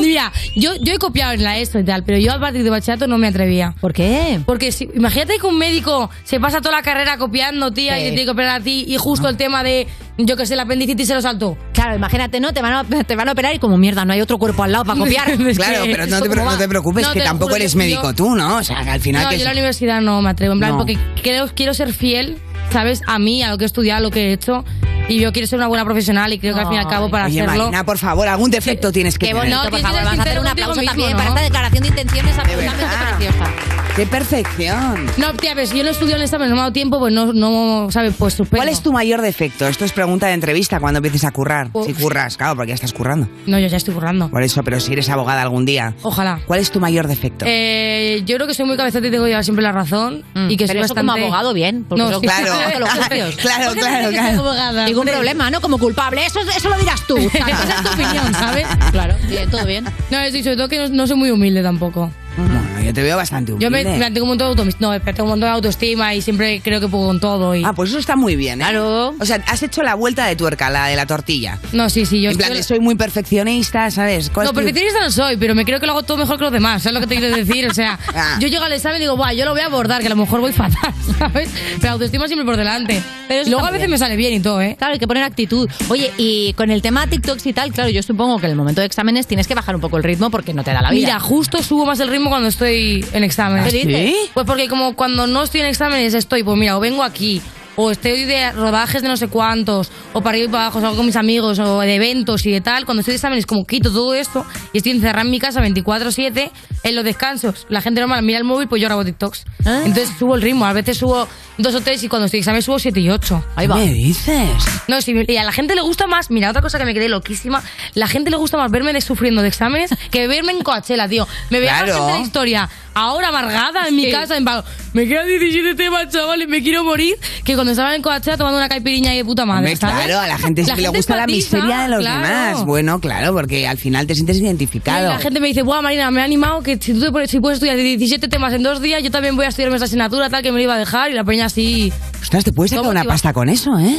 Mira, yo, yo he copiado en la ESO y tal, pero yo al partir de bachillerato no me atrevía. ¿Por qué? Porque si, imagínate que un médico se pasa toda la carrera copiando, tía,
Sí. Ah.
y te tiene que operar a ti, y justo el tema de, yo que sé, la apendicitis se lo saltó.
Claro, imagínate, ¿no? Te van, a, te van a operar y como mierda, no hay otro cuerpo al lado para copiar.
Claro, pero no te, pre-
¿Cómo va?
no te preocupes,
No,
que
te lo
tampoco
juro que
eres
yo-
médico tú, ¿no? O sea, que al final
no,
que
yo
es-
en la universidad no me atrevo, en plan,
No.
porque creo, quiero ser fiel, ¿sabes? A mí, a lo que he estudiado, a lo que he hecho, y yo quiero ser una buena profesional y creo que al fin y al cabo para
Oye,
hacerlo... Eh,
Marina, por favor, algún defecto tienes que
Qué
tener.
bonito, por favor. Vamos a hacer un aplauso
contigo
también
mismo,
para
¿no?
esta declaración de intenciones absolutamente preciosa.
¡Qué perfección!
No, tía, ves, yo no estudio en esta, pero no me ha dado tiempo, pues no, no ¿sabes? Pues suspendo.
¿Cuál es tu mayor defecto? Esto es pregunta de entrevista cuando empieces a currar.
Uf.
Si curras, claro, porque ya estás currando.
No, yo ya estoy currando.
Por eso, pero si eres abogada algún día.
Ojalá.
¿Cuál es tu mayor defecto?
Oh. Eh, yo creo que soy muy cabezota y tengo que llevar siempre la razón. y que
Mm. pero
soy
eso como
bastante-
abogado, bien, porque eso-
sí.
Claro. Claro,
¿Por qué no dices
claro,
que
claro.
soy abogada?
Ningún
Hombre.
problema, ¿no? Como culpable. Eso, eso lo dirás tú.
Esa es tu opinión, ¿sabes?
Claro, bien, todo bien.
No, eso, y sobre todo que no, no soy muy humilde tampoco.
Bueno, yo te veo bastante humilde.
Yo me, me tengo un montón de autoestima, no, pero tengo un montón de autoestima y siempre creo que puedo con todo. Y...
Ah, pues eso está muy bien, ¿eh?
Claro.
O sea, has hecho la vuelta de tuerca, la de la tortilla.
No, Ah, sí, sí, yo
en plan,
yo-
de soy muy perfeccionista, ¿sabes? ¿Cuál
No,
es tu-
perfeccionista no soy, pero me creo que lo hago todo mejor que los demás, ¿sabes lo que te quiero decir? O sea, yo llego al examen y digo, guau, yo lo voy a abordar, que a lo mejor voy fatal, ¿sabes? Pero autoestima siempre por delante. Pero luego a veces me sale bien y todo, ¿eh?
Claro, hay que poner actitud. Oye, y con el tema TikToks y tal, claro, yo supongo que en el momento de exámenes tienes que bajar un poco el ritmo porque no te da la vida.
Mira, justo subo más el ritmo cuando estoy en exámenes.
¿Qué dices? ¿Sí?
Pues porque como cuando no estoy en exámenes estoy, pues mira, o vengo aquí, o estoy de rodajes de no sé cuántos, o para ir para abajo, salgo con mis amigos, o de eventos y de tal. Cuando estoy de exámenes, como quito todo esto y estoy encerrada en mi casa 24-7, en los descansos, la gente normal mira el móvil, pues yo grabo TikToks.
Ah.
Entonces subo el ritmo, a veces subo dos o tres y cuando estoy de examen subo siete y ocho. Ahí va.
¿Qué dices?
No, sí, y a la gente le gusta más. Mira, otra cosa que me quedé loquísima. La gente le gusta más verme de- sufriendo de exámenes que verme en Coachella, tío. Me veía más
Claro.
gente de la historia. Ahora amargada en mi casa, en plan, me quedan 17 temas, chavales, me quiero morir. Que cuando estaba en Coachella tomando una caipiriña ahí de puta madre.
Hombre,
¿sabes?
claro, a la gente sí que le gusta la
empatiza,
miseria de los
claro.
demás. Bueno, claro, porque al final te sientes
Y
identificado.
La gente me dice, guau, Marina, me ha animado que si tú te pones, si puedes estudiar 17 temas en dos días, yo también voy a estudiarme esa asignatura, tal, que me lo iba a dejar. Y la peña así.
Ostras, te puedes sacar una pasta con eso, ¿eh?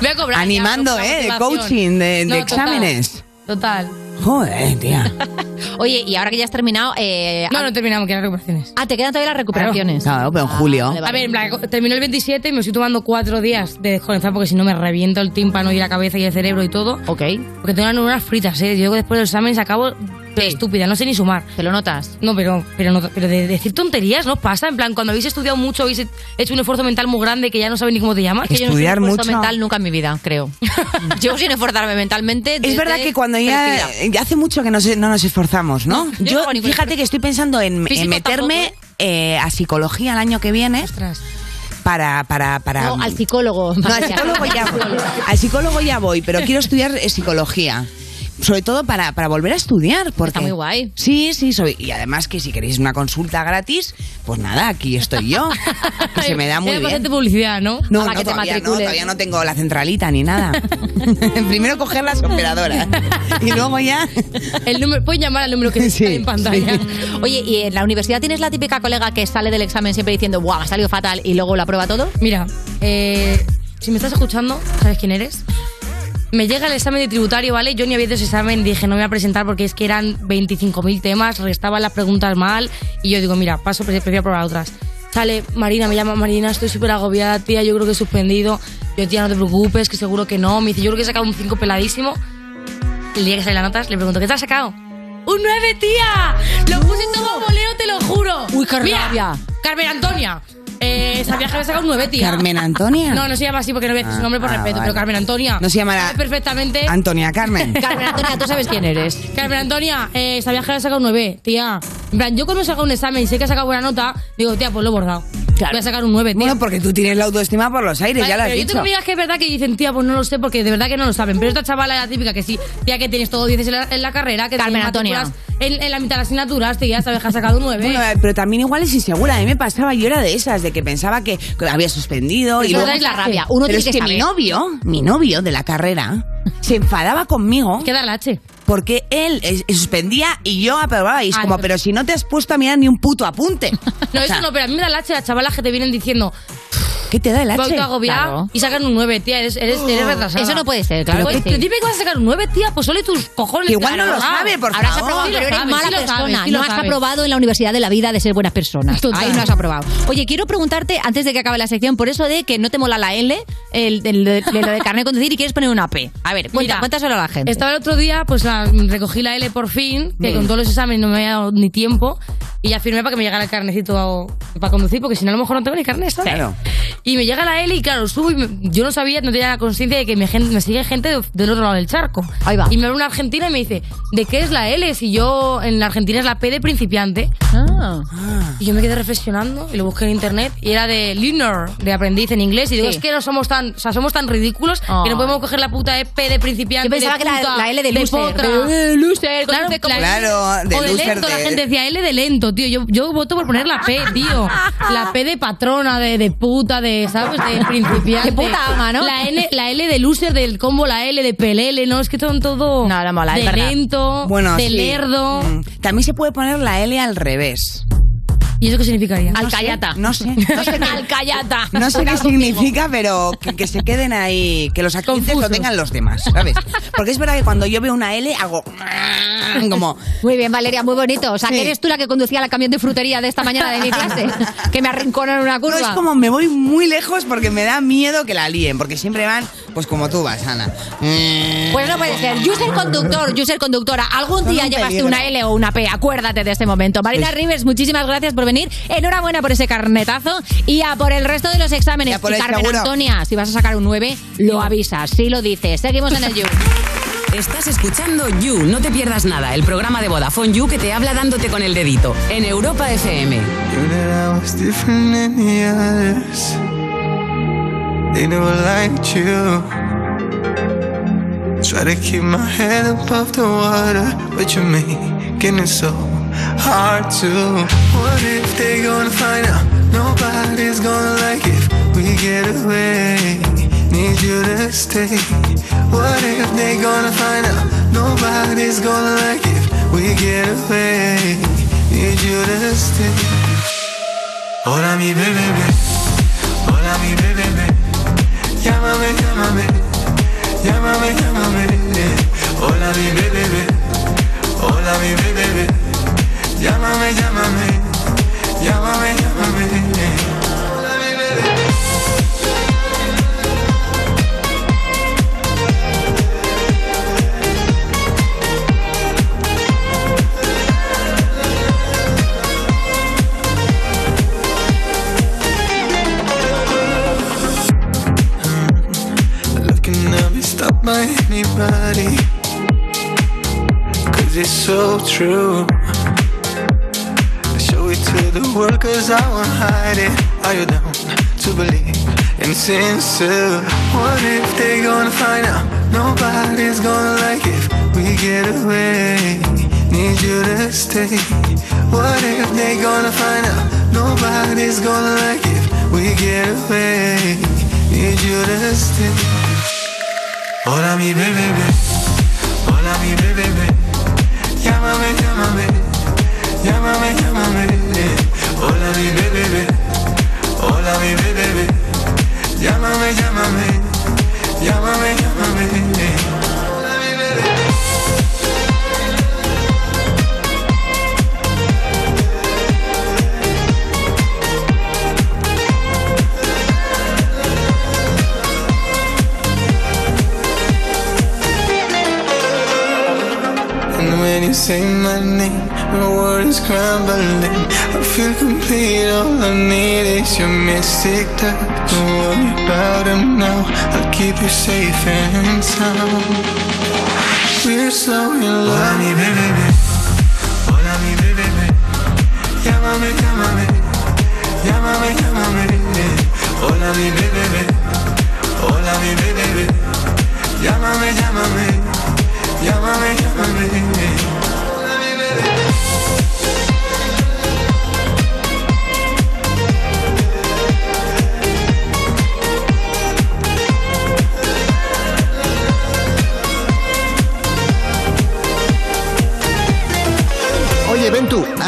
Voy a cobrar. ya,
Animando,
una
¿eh? De
motivación.
coaching, de, de
No, total,
exámenes.
Total.
Joder, tía.
Oye, y ahora que ya has terminado. Eh,
No, no terminamos, que las recuperaciones.
Ah, te quedan todavía las recuperaciones.
Claro,
Ah,
pero en julio.
A ver, en plan, termino el 27 y me estoy tomando cuatro días de desconectar porque si no me reviento el tímpano y la cabeza y el cerebro y todo.
Ok.
Porque tengo las neuronas fritas, ¿eh? Yo después de los exámenes acabo de estúpida, no sé ni sumar.
¿Te lo notas?
No, pero, pero, no, pero de decir tonterías no pasa. En plan, cuando habéis estudiado mucho, habéis hecho un esfuerzo mental muy grande que ya no sabéis ni cómo te llamas.
Que yo no soy un esfuerzo mental nunca en mi vida, creo. yo sin esforzarme mentalmente.
Es
desde
verdad que cuando ya,
felicidad.
ya hace mucho que no, se- no nos esforzamos, ¿no?
No, yo no
yo,
hago ningún
fíjate que estoy pensando en, en
Físico
meterme eh, a psicología el año que viene. Para, para, para.
No, al psicólogo.
No, al psicólogo ya voy. Al psicólogo ya voy, pero quiero estudiar eh, psicología. Sobre todo para, para volver a estudiar. Porque,
muy guay.
Sí, sí, soy. Y además que si queréis una consulta gratis, pues nada, aquí estoy yo. Que se me da muy
Era
bien.
para hacerte publicidad, ¿no?
No, no, todavía no, todavía no tengo la centralita ni nada. Primero coger las operadoras. Y luego ya.
El número, pueden llamar al número que está en pantalla.
Oye, ¿y en la universidad tienes la típica colega que sale del examen siempre diciendo, ¡guau, me ha salido fatal! y luego lo aprueba todo?
Mira, eh, si me estás escuchando, ¿sabes quién eres? Me llega el examen de tributario, ¿vale? Yo ni había hecho ese examen, dije, no me voy a presentar porque es que eran 25.000 temas, restaban las preguntas mal, y yo digo, mira, paso, pre- prefiero probar otras. Sale, Marina, me llama Marina, estoy súper agobiada, tía, yo creo que he suspendido. Yo, tía, no te preocupes, que seguro que no. Me dice, yo creo que he sacado un 5 peladísimo. El día que sale las notas, le pregunto, ¿qué te has sacado? ¡Un 9, tía! ¡Lo puse todo bolero, te lo juro! ¡Uy, qué
rabia.
Carmen Antonia, eh, sabía que había sacado un 9, tía.
Carmen Antonia.
No, no se llama así porque no voy a decir su
Ah,
nombre por
ah,
respeto,
vale.
pero Carmen Antonia.
No se llamará-
sabe perfectamente.
Antonia Carmen.
Carmen Antonia, tú sabes quién eres. Carmen Antonia, eh, sabías que había sacado un 9, tía. En plan, yo cuando saco un examen y sé que he sacado buena nota, digo, tía, pues lo he bordado. Voy a sacar un 9,
Bueno, porque tú tienes la autoestima por los aires,
Vale,
ya lo has
pero yo
dicho.
tengo amigas que es verdad que dicen, tía, pues no lo sé, porque de verdad que no lo saben. Pero esta chavala es la típica que sí, tía, que tienes todo 10 en la, en la carrera, que
Carmen
tienes
Antonia.
matriculas En, en la mitad de las asignaturas, tía, sabes que has sacado un 9.
Bueno, eh, pero también igual es insegura. A mí me pasaba, yo era de esas, de que pensaba que había suspendido.
Pero
y
eso
luego,
es la rabia. Uno
Pero
tiene
es
que
que, mi
saber.
novio, mi novio de la carrera, se enfadaba conmigo.
¿Qué da la H?
Porque él eh, suspendía y yo aprobaba. Y es
Ah,
como,
no.
pero si no te has puesto a mirar ni un puto apunte.
No, eso no, pero a mí me da la H las chavalas que te vienen diciendo,
¿Qué te da el
Voy
H?
a agobiar
Claro.
y sacan un 9, tía, eres, eres, eres
Oh.
retrasada.
Eso no puede ser, claro
Pues,
que sí.
Dime que vas a sacar un 9, tía, pues solo tus cojones.
Que igual
Claro,
no lo
claro.
sabe, por Habrás favor. aprobado,
Sí lo
pero eres
sabes,
mala
sí lo
persona,
sabes, sí
no
lo
has
sabes.
aprobado en la universidad de la vida de ser buenas personas.
Total.
Ahí no has aprobado. Oye, quiero preguntarte, antes de que acabe la sección, por eso de que no te mola la L, el, el- de- de lo de carnet con decir y quieres poner una P. A ver, cuenta,
Mira,
cuéntaselo a la gente.
Estaba el otro día, pues la- recogí la L por fin, que
Mm.
con todos los exámenes no me había dado ni tiempo, y ya firmé para que me llegara el carnecito a- para conducir, porque si no a lo mejor no tengo ni carnet, ¿sabes?
Claro.
Y me llega la L y claro, subo y me- yo no sabía, no tenía la conciencia de que me, gen- me sigue gente de- del otro lado del charco. Ahí va. Y me habla una argentina y me dice, ¿de qué es la L? Si yo en la Argentina es la P de principiante.
Ah.
Y yo me quedé reflexionando y lo busqué en internet y era de learner, de aprendiz en inglés. Y digo,
Sí.
es que no somos tan, o sea, somos tan ridículos
Ah.
que no podemos coger la puta E P de principiante.
Yo pensaba
de
que la-
puta,
la L de loser,
potra.
de, eh, loser,
claro,
conoce como-
la-
Claro, de
este o de
loser
lento, la
de-
gente decía L de lento, tío. Yo, yo voto por poner la P, tío. La P de patrona, de, de puta, de, ¿sabes? De principiante.
De puta ama, ¿no?
La L, la L de loser del combo, la L de pelele, ¿no? Es que son todo. No, la
mola,
De
es verdad.
lento,
Bueno,
de
sí.
lerdo.
Mm. También se puede poner la L al revés.
¿Y eso qué significaría?
Alcayata.
No sé. No sé,
Alcayata.
no sé qué significa, pero que, que se queden ahí, que los accidentes lo tengan los demás, ¿sabes? Porque es verdad que cuando yo veo una L hago como
Muy bien, Valeria, muy bonito. O sea,
Sí.
que eres tú la que conducía la camión de frutería de esta mañana de mi clase, que me arrinconó en una
No,
curva.
es como me voy muy lejos porque me da miedo que la líen, porque siempre van, pues como tú vas, Ana. Mm.
Pues no puede ser. User conductor, user conductora. Algún
Son
día
un
llevaste
peligro.
una L o una P. Acuérdate de este momento. Marina
Pues-
Rivers, muchísimas gracias por venir. Enhorabuena por ese carnetazo y a por el resto de los exámenes.
Y a por
Y
el
Carmen
seguro.
Antonia, si vas a sacar un 9, lo avisas. Sí lo dices. Seguimos en el You.
Estás escuchando You, no te pierdas nada, el programa de Vodafone You que te habla dándote con el dedito en Europa FM.
Knew that I was different than the others. They never liked you. Try to keep my head above the water, but you're making it so hard to. What if they gonna find out? Nobody's gonna like if we get away. Need you to stay. What if they gonna find out? Nobody's gonna like if we get away. Need you to stay. Hola mi bebé, hola mi bebé, llámame, llámame, llámame, llámame. Hola mi bebé, hola mi bebé, llámame, llámame, llámame, llámame. Hola mi bebé. Love cannot be stopped by anybody. Cause it's so true. I show it to the world cause I won't hide it. Are you down to believe in sincere? What if they gonna find out? Nobody's gonna like if we get away. Need you to stay. What if they gonna find out? Nobody's gonna like if we get away. Need you to stay. Hola mi bebé, hola mi bebé, llámame, llámame, llámame, llámame. Hola mi bebé, hola mi bebé, llámame, llámame, llámame, llámame. Hola mi bebé. And when you say my name, my world is crumbling. I feel complete, all I need is your mystic touch. Don't worry about him now, I'll keep you safe and sound. We're so in love. Hola mi bebé, hola mi bebé, llámame, llámame, llámame. Llámame, llámame. Hola, mi bebé. Hola, mi bebé. Llámame, llámame. Llámame, llámame. Hola, mi bebé.
Oye, Ventu,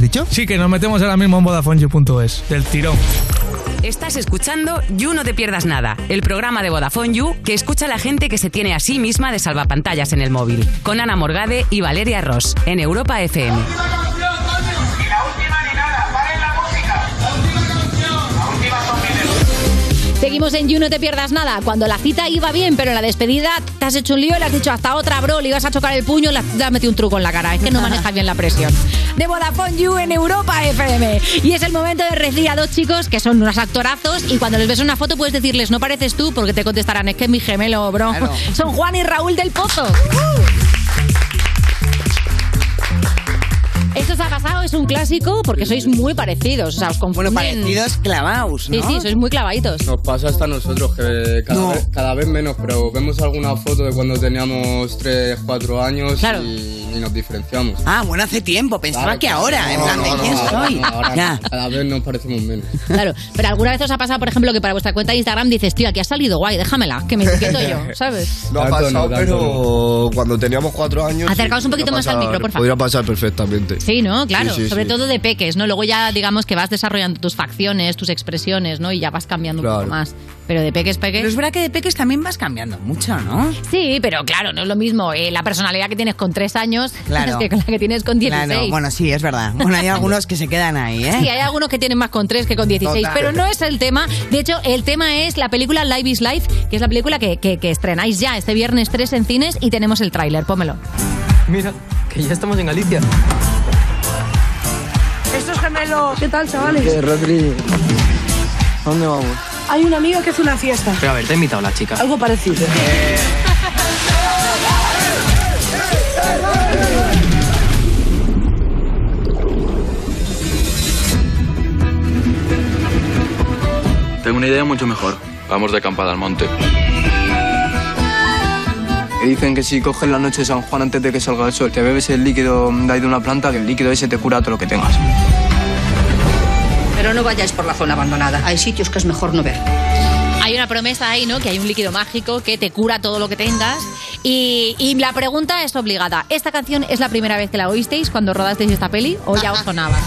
dicho?
Sí, que nos metemos ahora mismo en VodafoneYou.es, del tirón.
Estás escuchando You No Te Pierdas Nada, el programa de Vodafone You que escucha a la gente que se tiene a sí misma de salvapantallas en el móvil. Con Ana Morgade y Valeria Ross, en Europa FM.
Seguimos en You, no te pierdas nada. Cuando la cita iba bien, pero en la despedida te has hecho un lío y le has dicho hasta otra, bro, le ibas a chocar el puño y le has le has metido un truco en la cara. Es que no manejas bien la presión. De Vodafone You en Europa FM. Y es el momento de recibir a dos chicos que son unos actorazos y cuando les ves una foto puedes decirles, no pareces tú, porque te contestarán, es que es mi gemelo, bro.
Claro.
Son Juan y Raúl del Pozo.
Uh-huh.
Esto os ha pasado, es un clásico porque sois muy parecidos. O sea, os confunden.
parecidos clavaos, ¿no?
Sí, sí, sois muy clavaditos.
Nos pasa hasta a nosotros que cada, vez, cada vez menos, pero vemos alguna foto de cuando teníamos 3, 4 años
Claro.
y, y nos diferenciamos. Ah, bueno, hace tiempo, pensaba Claro, que claro. ahora, en No, plan, no, ¿de quién no, ahora soy? no, ahora Ya. Cada vez nos parecemos menos.
Claro, pero alguna vez os ha pasado, por ejemplo, que para vuestra cuenta de Instagram dices, tío, aquí ha salido guay, déjamela, que me etiqueto yo, ¿sabes?
No ha
Tanto
pasado,
no, tanto
pero cuando teníamos cuatro años.
Acercaos un
podría
poquito más al
pasar-
micro, por favor.
Podría pasar perfectamente.
Sí, ¿no? Claro,
Sí, sí,
sobre
sí.
todo de peques, ¿no? Luego ya digamos que vas desarrollando tus facciones, tus expresiones, ¿no? Y ya vas cambiando un
Claro.
poco más. Pero de peques, peques... Pero es
verdad que de peques también vas cambiando mucho, ¿no?
Sí, pero claro, no es lo mismo eh, la personalidad que tienes con tres años
Claro.
que con la que tienes con 16.
Claro, bueno, sí, es verdad. Bueno, hay algunos que se quedan ahí, ¿eh?
Sí, hay algunos que tienen más con 3 que con 16,
Total.
pero no es el tema. De hecho, el tema es la película Live is Life, que es la película que, que- que estrenáis ya este viernes 3 en cines y tenemos el tráiler, pómelo.
Mira, que ya estamos en Galicia.
Estos gemelos. ¿Qué tal, chavales?
Eh, Rodri? ¿A dónde vamos?
Hay un amigo que hace una fiesta.
Pero a ver, te he invitado la chica.
Algo parecido.
Tengo una idea mucho mejor. Vamos de acampada al monte.
Que Dicen que si coges la noche de San Juan antes de que salga el sol, te bebes el líquido de ahí de una planta, que el líquido ese te cura todo lo que tengas.
Pero no vayáis por la zona abandonada. Hay sitios que es mejor no ver.
Hay una promesa ahí, ¿no? Que hay un líquido mágico que te cura todo lo que tengas. Y, y la pregunta es obligada. ¿Esta canción es la primera vez que la oísteis cuando rodasteis esta peli o ya os sonaba?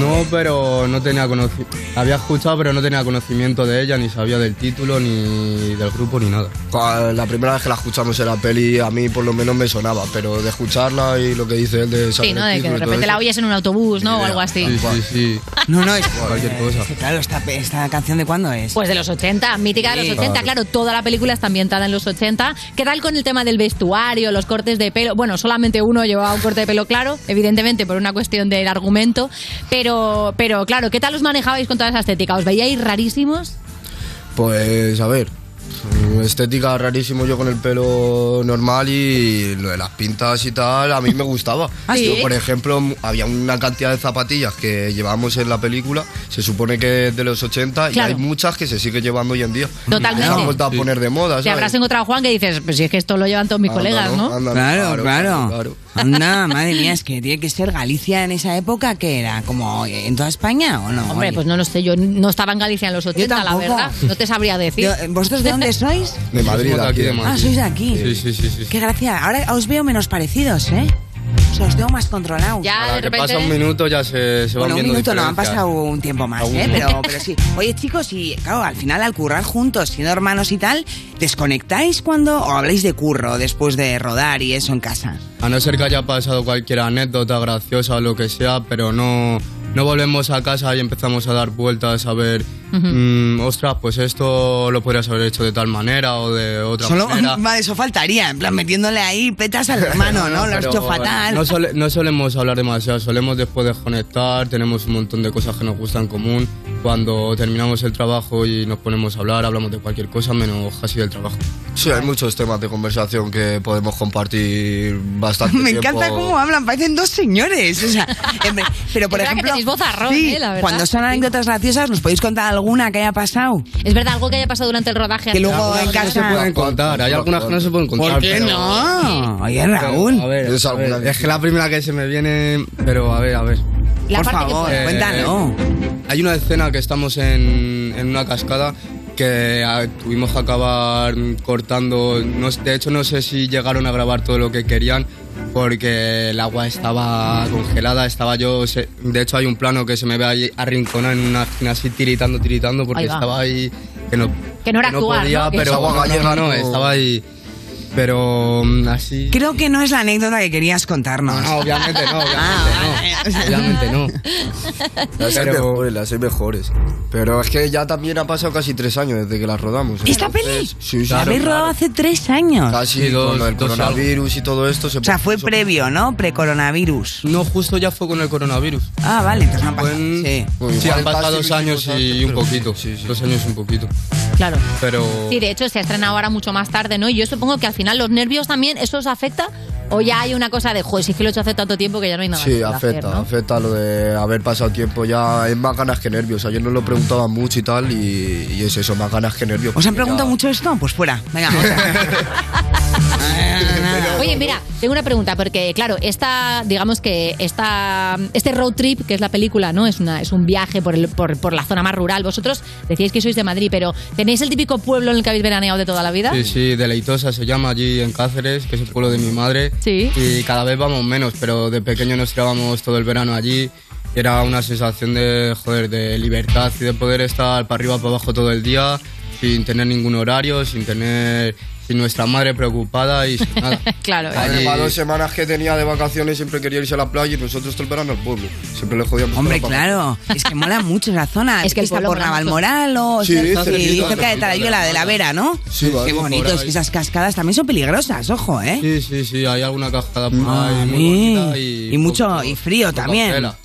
No, pero no tenía conocimiento. Había escuchado, pero no tenía conocimiento de ella, ni sabía del título, ni del grupo, ni nada.
Cua- La primera vez que la escuchamos en la peli, a mí por lo menos me sonaba, pero de escucharla y lo que dice él de
Sí,
saber
¿no? De que
el título
de
y todo
repente la
eso.
oyes en un autobús, ¿no? O algo así.
sí,
sí.
No, no, es
cualquier cosa.
eh,
claro, esta, esta canción de cuándo es.
Pues de los 80, mítica de
Sí.
los 80, claro, toda la película está ambientada en los 80. ¿Qué tal con el tema del vestuario, los cortes de pelo? Bueno, solamente uno llevaba un corte de pelo claro, evidentemente por una cuestión del argumento, pero, pero claro, ¿qué tal os manejabais con toda esa estética? ¿Os veíais rarísimos?
Pues a ver, estética rarísimo yo con el pelo normal y lo de las pintas y tal, a mí me gustaba.
¿Ah, sí?
Yo, por ejemplo, había una cantidad de zapatillas que llevábamos en la película, se supone que es de los 80
Claro.
y hay muchas que se sigue llevando hoy en día.
Totalmente.
Se han vuelto a poner de moda,
Te habrás
¿sabes?
encontrado, Juan, que dices, pues si es que esto lo llevan todos mis
Ah,
colegas, ¿no?
Anda,
Claro,
claro,
claro.
claro.
Anda, madre mía, es que tiene que ser Galicia en esa época que era como en toda España o no.
Hombre, pues no lo sé, yo no estaba en Galicia en los 80, la
tampoco.
verdad. No te sabría decir.
eh,
Yo- ¿Vosotros de dónde sois?
De Madrid,
Ah, sois de aquí. Sí, sí, sí, Qué gracia. Ahora os veo menos parecidos, ¿eh?
O sea, os tengo más controlados.
Ya,
A la que pasa un minuto ya se, se
Bueno,
van
un
viendo
minuto no, han
diferencias.
pasado un tiempo más,
Aún
¿eh?
no.
Pero, pero sí. Oye, chicos, y claro, al final al currar juntos, siendo hermanos y tal, ¿desconectáis cuando o habláis de curro después de rodar y eso en casa?
A no ser que haya pasado cualquier anécdota graciosa o lo que sea, pero no, no volvemos a casa y empezamos a dar vueltas a ver,
Ujú.
mm, ostras, pues esto lo podrías haber hecho de tal manera o de otra
Solo,
manera.
va, eso faltaría, en plan metiéndole ahí petas al hermano, ¿no? Lo has
Pero
hecho fatal.
No, sole- no solemos hablar demasiado, solemos después desconectar, tenemos un montón de cosas que nos gustan en común. Cuando terminamos el trabajo y nos ponemos a hablar, hablamos de cualquier cosa menos casi del trabajo.
Sí, hay muchos temas de conversación que podemos compartir bastante
Me
tiempo.
encanta cómo hablan, parecen dos señores. O sea, en vez- pero por
Es verdad que
ejemplo,
tenéis vozarrón,
sí,
eh, la verdad.
cuando son anécdotas graciosas, ¿nos podéis contar alguna que haya pasado?
Es verdad, algo que haya pasado durante el rodaje.
Que luego en casa
se pueden contar, hay algunas que no se pueden contar.
¿Por qué
pero-
no? Oye, Raúl.
A ver,
Es
a ver,
alguna que
es que la primera que se me viene, pero a ver, a ver.
La Por parte que favor, fue. cuéntalo.
eh, Hay una escena que estamos en, en una cascada que ah, tuvimos que acabar cortando. No, sé- de hecho, no sé si llegaron a grabar todo lo que querían porque el agua estaba congelada, estaba yo... se- de hecho, hay un plano que se me ve ahí arrinconado en una esquina así tiritando, tiritando porque
Ahí va.
estaba ahí... Que no,
Que no era actuar,
podía,
¿no? Que
pero
es agua
no, no,
gallega,
no,
¿no?
estaba ahí... Pero mm, así...
Creo que no es la anécdota que querías contarnos. Ah,
No, Ah, obviamente no, obviamente no. Obviamente no.
Las hay
Pero-
mejores, las hay mejores. Pero es que ya también ha pasado casi tres años desde que las rodamos. ¿eh?
¿Esta peli?
Entonces, Sí, sí,
La habéis
sí.
rodado hace tres años.
Casi
dos-
con el
dos algo.
coronavirus y todo esto. Se
O sea, fue previo, ¿no? Pre-coronavirus.
No, justo ya fue con el coronavirus.
Ah, vale, entonces no ha pasado. Sí.
Sí, han pasado
Fantástico
dos años y un poquito. Dos años y un poquito.
Claro.
Pero.
Sí, de hecho se ha estrenado ahora mucho más tarde, ¿no? Y yo supongo que al final los nervios también, ¿eso os afecta? ¿O ya hay una cosa de, joder, si es que lo he hecho hace tanto tiempo que ya no hay nada
Sí,
que hacer,
afecta,
¿no?
afecta lo de haber pasado tiempo ya. Es más ganas que nervios. Ayer nos lo preguntaban mucho y tal, y, y es eso, más ganas que nervios.
¿Os han preguntado mucho esto? Pues fuera. Venga,
Oye, mira, tengo una pregunta, porque claro, esta, digamos que esta, este road trip, que es la película, ¿no? Es, una, es un viaje por, el- por, por la zona más rural. Vosotros decíais que sois de Madrid, pero ¿tenéis el típico pueblo en el que habéis veraneado de toda la vida?
Sí, sí, Deleitosa se llama allí en Cáceres, que es el pueblo de mi madre.
Sí.
Y cada vez vamos menos, pero de pequeño nos tirábamos todo el verano allí. Y era una sensación de, joder, de libertad y de poder estar para arriba, para abajo todo el día, sin tener ningún horario, sin tener. sin nuestra madre preocupada y sin nada.
eh.
claro.
Madre,
Allí-
para dos semanas que tenía de vacaciones siempre quería irse a la playa y nosotros todo el verano al pueblo. Siempre le jodíamos.
Hombre, claro. Es que mola mucho esa zona. Es que
el
está
pueblo
por
mola mucho.
Navalmoral o
Sí,
cerca-
cerquita,
sí, cerca de
cerquita,
Tarayuela, de la Vera, ¿no?
Sí,
Qué
vale,
bonito.
por
Es
ahí.
que esas cascadas también son peligrosas, ojo, ¿eh?
Sí, sí, sí, hay alguna cascada por ahí muy
Mami.
bonita y,
Y mucho, y frío también.
cautela.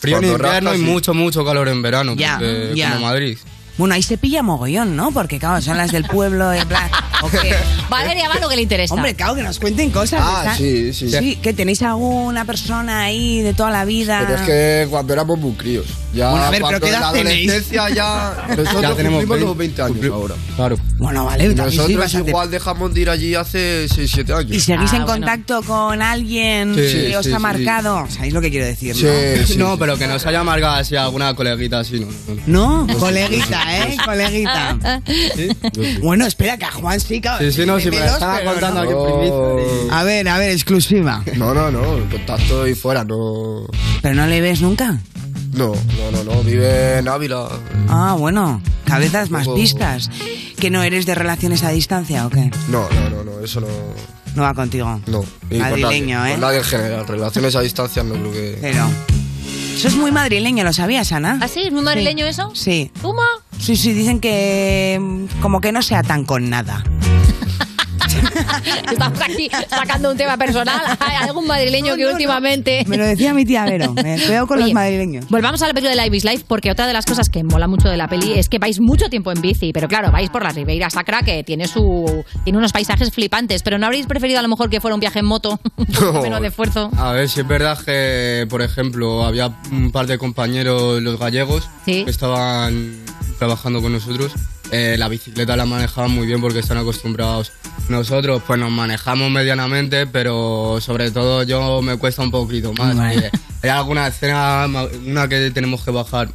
Frío en
Cuando
invierno
rascas,
y
sí.
mucho, mucho calor en verano,
Ya,
porque-
ya.
como Madrid.
Bueno, ahí se pilla mogollón, ¿no? Porque, claro, son las del pueblo, en plan... ¿o qué?
Valeria va lo que le interesa.
Hombre, claro, que nos cuenten cosas.
Ah,
¿verdad?
sí, sí.
Sí, que tenéis alguna persona ahí de toda la vida.
Pero es que cuando éramos muy críos. Ya
Ah. Bueno, a ver,
cuando
pero ¿qué
en la
edad tenéis?
adolescencia ya. Nosotros
Ya tenemos
cumplimos los
20,
20 años
cumplimos-
ahora.
Claro.
Bueno, vale, también sí,
Nosotros
bastante.
igual dejamos de ir allí hace 6-7 años.
¿Y seguís en contacto con alguien
Sí,
que
sí,
os
sí,
ha
sí.
marcado? ¿Sabéis lo que quiero decir? no?
no, pero que nos haya amargado así alguna coleguita así, no. Pues
No, coleguita, ¿eh? Coleguita. Bueno, espera, que a Juan sí, cabrón.
Sí, sí, no, sí, me
Dímelos,
estaba
pero
contando
no.
aquí primicia.
A ver, a ver, exclusiva.
No, no, no, el contacto y fuera, no.
¿Pero no le ves nunca?
No, no, no, no, vive en Ávila.
Ah, bueno, cabezas más
Oh.
Ojo.
pistas. ¿Que no eres de relaciones a distancia o qué?
No, no, no, no, eso no.
No va contigo.
No, ni con
Madrileño,
nadie,
¿eh?
con nadie en general, relaciones a distancia no creo que.
Pero. Eso es muy madrileño, ¿lo sabías, Ana?
¿Ah, sí? ¿Es muy madrileño eso?
Sí.
¿Toma?
Sí, sí, dicen que mm, como que no se atan con nada.
Estamos aquí sacando un tema personal. Hay algún madrileño que últimamente...
Me lo decía mi tía Vero. Me cuidado con los
Oye,
madrileños.
Volvamos a la película de Live is Life porque otra de las cosas que mola mucho de la peli es que vais mucho tiempo en bici, pero claro, vais por la Ribeira Sacra que tiene su tiene unos paisajes flipantes, pero no habréis preferido a lo mejor que fuera un viaje en moto, un poco menos de esfuerzo.
A ver, si es verdad que, por ejemplo, había un par de compañeros, los gallegos,
Sí.
que estaban trabajando con nosotros. Eh, la bicicleta la manejaban muy bien porque están acostumbrados. Nosotros, pues nos manejamos medianamente, pero sobre todo yo me cuesta un poquito más.
Vale.
Eh, hay alguna escena, ma- una que tenemos que bajar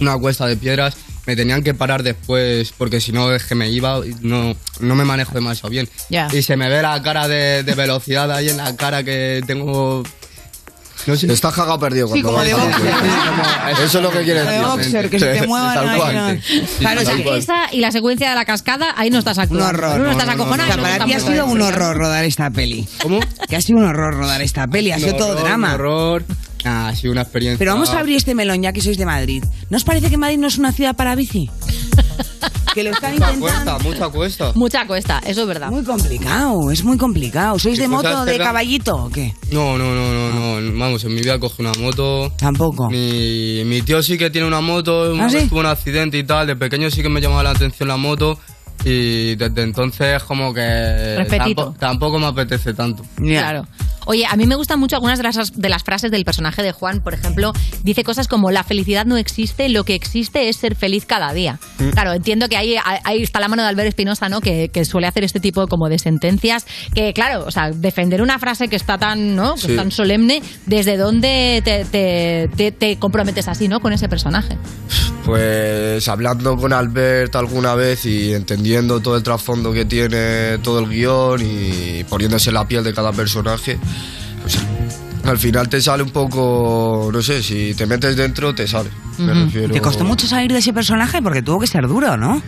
una cuesta de piedras me tenían que parar después porque si no es que me iba, no, no me manejo demasiado bien.
Ya.
Y se me ve la cara de, de velocidad ahí en la cara que tengo... No sé. Estás cagado perdido.
cuando como vas de manejando. Eso es lo que quieres
De
decir.
boxer, que se te muevan
Tal
ahí,
cual.
no.
Claro, o sea,
Tal cual.
esa y la secuencia de la cascada, ahí no estás actuando. Un horror. No, estás acojonado.
O sea, para ti ha sido un horror rodar esta peli.
¿Cómo?
Que ha sido un horror rodar esta peli, ha
Un
sido todo
horror,
drama.
Un horror. Ah, ha sido una experiencia.
Pero vamos a abrir este melón ya que sois de Madrid. ¿No os parece que Madrid no es una ciudad para bici? Que lo están
Mucha cuesta, mucha cuesta.
Mucha cuesta, eso es verdad.
Muy complicado, es muy complicado. ¿Sois de
Sí, pues,
moto,
¿sabes
de
qué? No.
caballito o qué?
No, no, no, no, no. Vamos, en mi vida cojo una moto.
Ah. Tampoco.
Mi, mi tío sí que tiene una moto, una
¿Ah,
vez
sí?
tuvo un accidente y tal. De pequeño sí que me llamaba la atención la moto. Y desde entonces como que
Respetito.
tampo- tampoco me apetece tanto.
Claro. Oye, a mí me gustan mucho algunas de las, de las frases del personaje de Juan. Por ejemplo, dice cosas como la felicidad no existe, lo que existe es ser feliz cada día.
Mm.
Claro, entiendo que ahí, ahí está la mano de Albert Espinosa, ¿no? Que, que suele hacer este tipo como de sentencias. Que claro, o sea, defender una frase que está tan, ¿no? Que
Sí.
es tan solemne, ¿desde dónde te, te- te- te comprometes así, ¿no? Con ese personaje.
Pues hablando con Albert alguna vez y entendiendo todo el trasfondo que tiene todo el guión y poniéndose en la piel de cada personaje, pues al final te sale un poco, no sé, si te metes dentro te sale.
Mm.
Me
Ujú.
refiero-
¿Te costó mucho salir de ese personaje? Porque tuvo que ser duro, ¿no?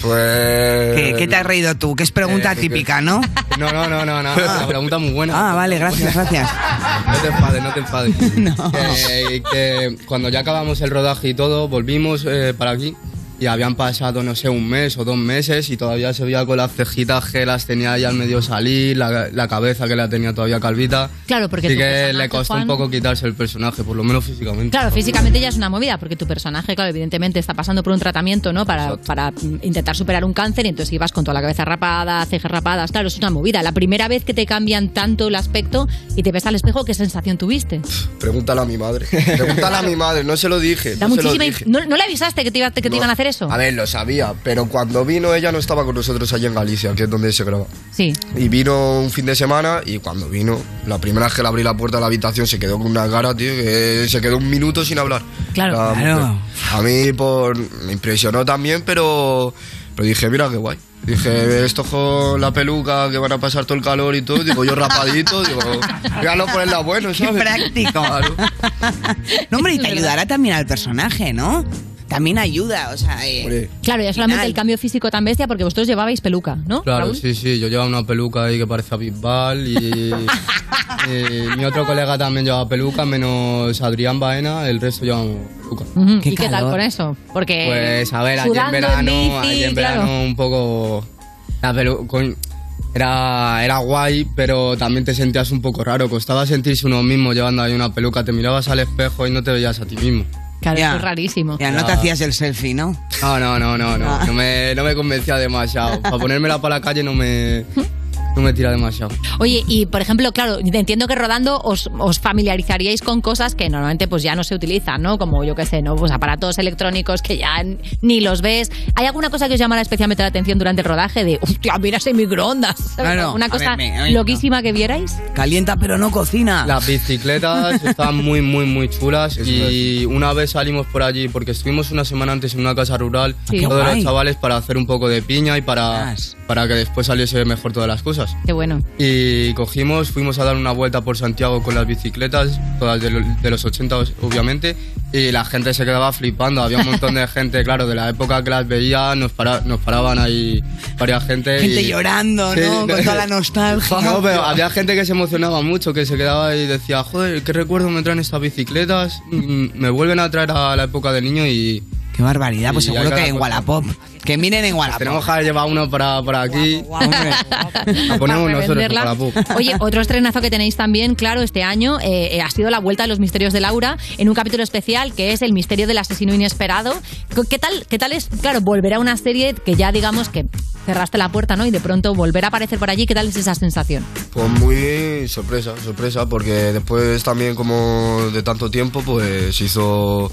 Pues...
¿Qué, qué te has reído tú? Que es pregunta
Eh, que-
típica, ¿no?
No, no, no, no, no. La pregunta muy buena.
Ah, vale, gracias, gracias.
No te enfades, no te enfades. Que, que cuando ya acabamos el rodaje y todo, volvimos eh, para aquí y habían pasado, no sé, un mes o dos meses y todavía se veía con las cejitas que las tenía ya al medio salir, la, la cabeza que la tenía todavía calvita.
Claro, porque
Así
tu
que
personaje,
le costó
Juan-
un poco quitarse el personaje, por lo menos físicamente.
Claro, físicamente ya es una movida, porque tu personaje, claro, evidentemente está pasando por un tratamiento, ¿no? Para, para intentar superar un cáncer y entonces ibas con toda la cabeza rapada, cejas rapadas, claro, es una movida. La primera vez que te cambian tanto el aspecto y te ves al espejo, ¿qué sensación tuviste?
Pregúntale a mi madre. Pregúntale a mi madre, no se lo dije.
Da
no se lo
muchísima
dije.
inf- ¿No, no le avisaste que te, iba- que te
No.
iban a hacer eso?
A ver, lo sabía, pero cuando vino ella no estaba con nosotros allí en Galicia, que es donde se graba.
Sí.
Y vino un fin de semana y cuando vino, la primera vez que le abrí la puerta de la habitación se quedó con una cara, tío, que se quedó un minuto sin hablar.
Claro.
La
Claro.
mujer. A mí por, me impresionó también, pero, pero dije, mira qué guay. Dije, esto con la peluca, que van a pasar todo el calor y todo. Digo, yo rapadito, digo, ya no ponerla bueno, ¿sabes?
práctico.
Claro.
No, hombre, y te ayudará también al personaje, ¿no? También ayuda, o sea... eh,
Claro, ya solamente el cambio físico tan bestia, porque vosotros llevabais peluca, ¿no?
Claro,
Raúl?
sí, sí, yo llevaba una peluca ahí que parece a Bisbal y, y mi otro colega también llevaba peluca, menos Adrián Baena, el resto llevamos peluca.
Ujú, ¿Y qué tal con eso? Porque
Pues a ver, allí en
sudando
verano,
bici,
allí en
claro.
verano un poco... la pelu- coño, era, era guay, pero también te sentías un poco raro, costaba sentirse uno mismo llevando ahí una peluca, te mirabas al espejo y no te veías a ti mismo.
Claro,
Ya.
eso es rarísimo.
Ya, no te hacías
el selfie, ¿no?
No, no, no, no, no,
Ah.
no, me, no me convencía demasiado. Para ponérmela para la calle no me, no me tira demasiado.
Oye, y por ejemplo, claro, entiendo que rodando os, os familiarizaríais con cosas que normalmente pues ya no se utilizan, ¿no? Como yo qué sé, ¿no? Pues aparatos electrónicos que ya n- ni los ves. ¿Hay alguna cosa que os llamara especialmente la atención durante el rodaje? De, hostia, mira ese microondas. ¿sabes?
Claro.
Una
A
cosa
ver, me- a mí no.
loquísima que vierais.
Calienta pero no cocina.
Las bicicletas están muy, muy, muy chulas. Y una vez salimos por allí, porque estuvimos una semana antes en una casa rural,
Ah,
Sí. Qué
todos
guay.
los chavales para hacer un poco de piña y para, para que después saliese mejor todas las cosas.
Qué bueno.
Y cogimos, fuimos a dar una vuelta por Santiago con las bicicletas, todas de, lo- de los 80 obviamente, y la gente se quedaba flipando. Había un montón de gente, claro, de la época que las veía, nos, para- nos paraban ahí varias gente.
Gente
y-
llorando,
Sí,
¿no? Con toda la nostalgia.
no, pero había gente que se emocionaba mucho, que se quedaba y decía, joder, qué recuerdo me traen estas bicicletas, Mm, me vuelven a traer a la época del niño y...
Qué barbaridad, pues seguro que en
Wallapop,
que miren en Wallapop.
Tenemos que llevar uno para, para aquí, la ponemos
Para
nosotros en
venderla.
Wallapop.
Oye, otro estrenazo que tenéis también, claro, este año eh, eh, ha sido la vuelta de los misterios de Laura en un capítulo especial que es el misterio del asesino inesperado. Co- ¿Qué tal, qué tal es, claro, volver a una serie que ya digamos que cerraste la puerta, ¿no? Y de pronto volver a aparecer por allí, ¿qué tal es esa sensación?
Pues muy sorpresa, sorpresa, porque después también como de tanto tiempo, pues se hizo,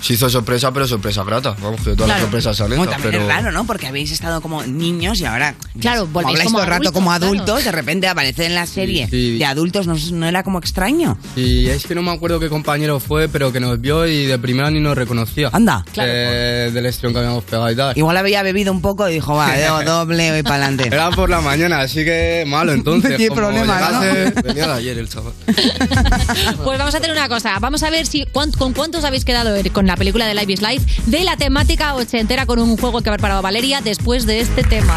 se hizo sorpresa, pero sorpresa grata. Vamos, que todas las
Claro.
sorpresas son
Bueno,
estas,
también
pero...
es
raro, ¿no? Porque habéis estado como niños y ahora.
Claro,
como
volvéis
habláis
como
todo el rato
adultos,
como
claro.
adultos, de repente aparecer en la serie
Sí, sí.
de adultos no, no era como extraño.
Y es que no me acuerdo qué compañero fue, pero que nos vio y de primera ni nos reconocía. Eh,
Anda.
del estrión que habíamos pegado y tal.
Igual había bebido un poco y dijo, va, debo doble, voy para adelante.
Era por la mañana, así que malo entonces.
No tiene
como
problema, ¿no?
llegase- Venía de ayer el chaval.
Pues vamos a hacer una cosa. Vamos a ver si cuán- con cuántos habéis quedado er- con la película de Live is Life de la temática ochentera con un juego que ha preparado Valeria después de este tema.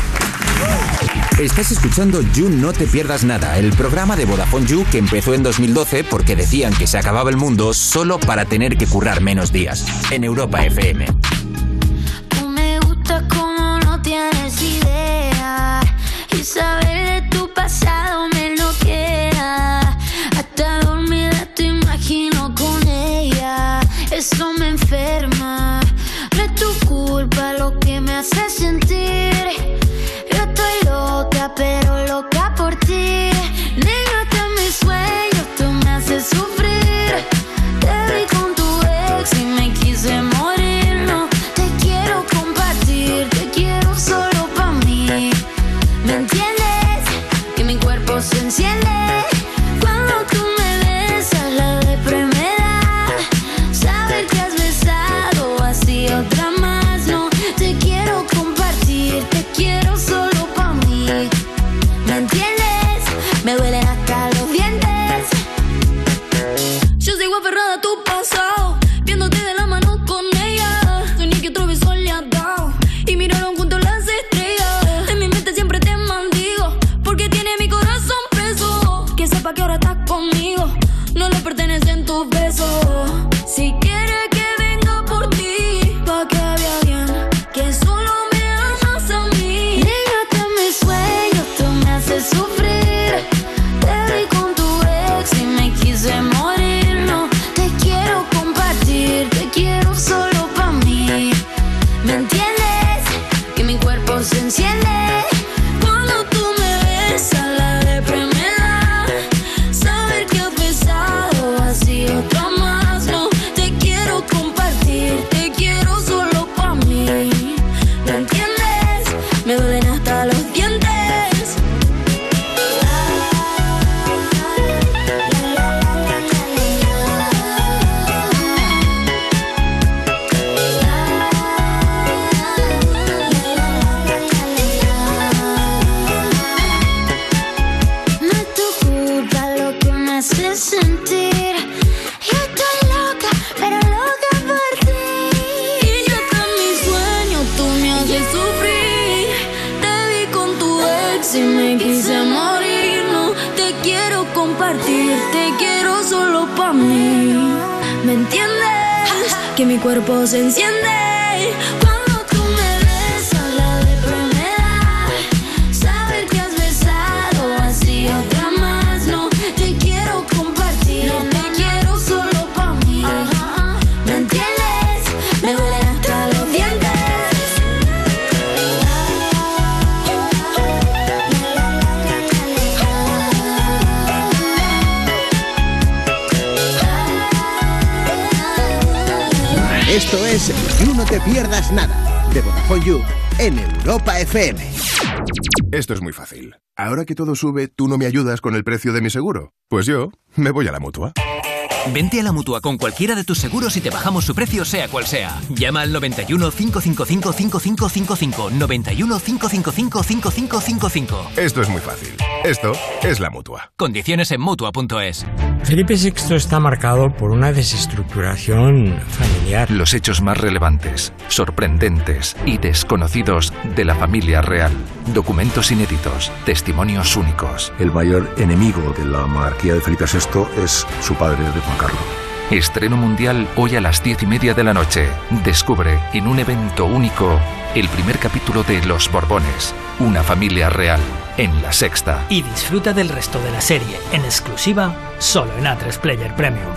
Estás escuchando You No Te Pierdas Nada, el programa de Vodafone You que empezó en 2012 porque decían que se acababa el mundo solo para tener que currar menos días. En Europa FM.
Tú me gustas como no tienes idea. Y saber de tu pasado me lo queda. Hasta dormida te imagino con ella. Eso me enferma. No es tu culpa lo que me hace sentir. Yo estoy loca, pero loca por ti. Negate a mis sueños, tú me haces sufrir. Te vi con tu ex y me quise morir. No te quiero compartir, te quiero solo para mí. ¿Me entiendes? Que mi cuerpo se enciende. Cuando tú me besas, la depre me da.
Ah.
Saber que has besado así otra más. No te quiero compartir, te quiero solo para mí. ¿Me entiendes? Me duelen hasta los dientes. Yo sigo aferrada a tu pasado, viéndote de la mano con ella. Soñé que otro beso le has dado y miraron juntos las estrellas. En mi mente siempre te mandigo, porque tiene mi corazón preso. Que sepa que ahora estás conmigo, no le pertenecen tus besos. Si quieres que venga por ti, pa' que vea bien, que solo me amas a mí. Negate a mis sueños, tú me haces sufrir. Te vi con tu ex y me quise morir. No te quiero compartir, te quiero solo para mí. ¿Me entiendes? Que mi cuerpo se enciende cuando tú me besas. La depre me da. Saber que has besado así otra más. No te quiero compartir, te quiero solo para mí. ¿Me entiendes? Me duelen hasta los dientes. No es tu culpa lo que me hace sentir. Yo estoy loca, pero loca por ti. Y yo con mis sueños, tú me haces sufrir. Te vi con tu ex y me quise morir. No te quiero compartir, te quiero solo para mí. ¿Me entiendes? Que mi cuerpo se enciende. Cuando tú me besas, la deprimida. Saber que has besado así otra más No te quiero compartir No te quiero solo para mí ¿Me entiendes? Me duelen hasta los dientes
Esto es You No Te Pierdas Nada de Vodafone You en Europa FM.
Esto es muy fácil. Ahora que todo sube, ¿tú no me ayudas con el precio de mi seguro? Pues yo me voy a la mutua.
Vente a la mutua con cualquiera de tus seguros y te bajamos su precio, sea cual sea. Llama al 91 555 5555. 91 555 5555.
Esto es muy fácil. Esto es la mutua.
Condiciones en mutua.es.
Felipe VI está marcado por una desestructuración familiar.
Los hechos más relevantes, sorprendentes y desconocidos de la familia real. Documentos inéditos, testimonios únicos.
El mayor enemigo de la monarquía de Felipe VI es su padre, de Juan Carlos.
Estreno mundial hoy a las 10 y media de la noche. Descubre en un evento único el primer capítulo de Los Borbones, una familia real, en la sexta.
y disfruta del resto de la serie en exclusiva solo en A3 Player Premium.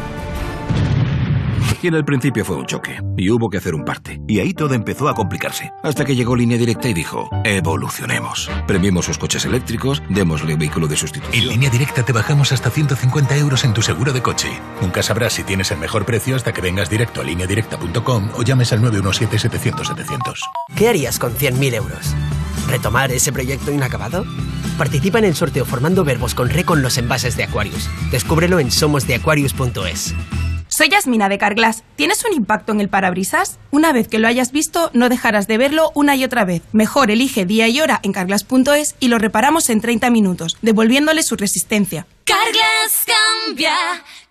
Y en el principio fue un choque. Y hubo que hacer un parte. Y ahí todo empezó a complicarse. Hasta que llegó Línea Directa y dijo, evolucionemos. Premiemos sus coches eléctricos, démosle vehículo de sustitución.
En línea directa te bajamos hasta 150 euros en tu seguro de coche. Nunca sabrás si tienes el mejor precio hasta que vengas directo a lineadirecta.com o llames al 917-700-700.
¿Qué harías con 100.000 euros? ¿Retomar ese proyecto inacabado? Participa en el sorteo formando verbos con re con los envases de Aquarius. Descúbrelo en somosdeaquarius.es.
Soy Yasmina de Carglass. ¿Tienes un impacto en el parabrisas? Una vez que lo hayas visto, no dejarás de verlo una y otra vez. Mejor elige día y hora en carglass.es y lo reparamos en 30 minutos, devolviéndole su resistencia.
Carglass cambia,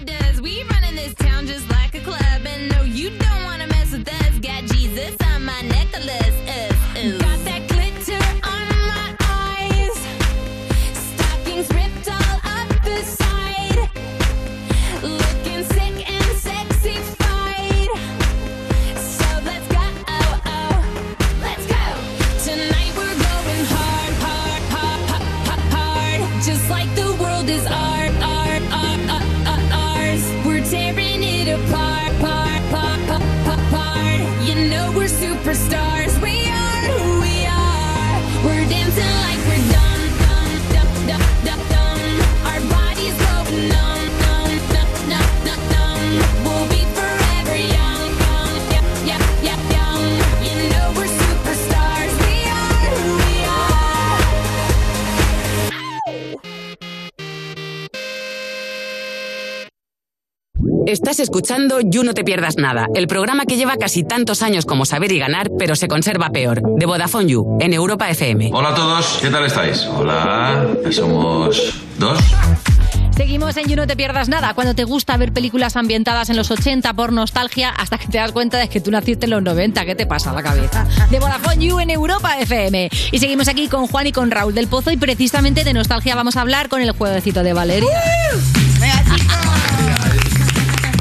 does. We running this town just like a club, and no, you don't wanna mess with us. Got Jesus on my necklace, us, us. Got that glitter on my eyes, stockings ripped all up the side, looking sick and sexified. So let's go, oh oh, let's go. Tonight we're going hard, hard, hard, hard, hard, hard. just like the world is art, art, art, art, art, ours. We're tearing it apart, part, part, part, part, part. You know we're superstars. We are who we are. We're dancing like we're dumb, dumb, dumb, dumb, dumb, dumb. Our bodies go numb, numb, numb, numb, numb, numb. We'll be forever young, young, young, young, young, young. You know we're superstars. We are who we are.
Estás escuchando You No Te Pierdas Nada, el programa que lleva casi tantos años como Saber y Ganar, pero se conserva peor, de Vodafone You, en Europa FM.
Hola a todos, ¿qué tal estáis? Hola, somos dos.
Seguimos en You No Te Pierdas Nada. Cuando te gusta ver películas ambientadas en los 80 por nostalgia, hasta que te das cuenta de que tú naciste en los 90, ¿qué te pasa a la cabeza? De Vodafone You en Europa FM. Y seguimos aquí con Juan y con Raúl del Pozo, y precisamente de nostalgia vamos a hablar con el jueguecito de Valeria.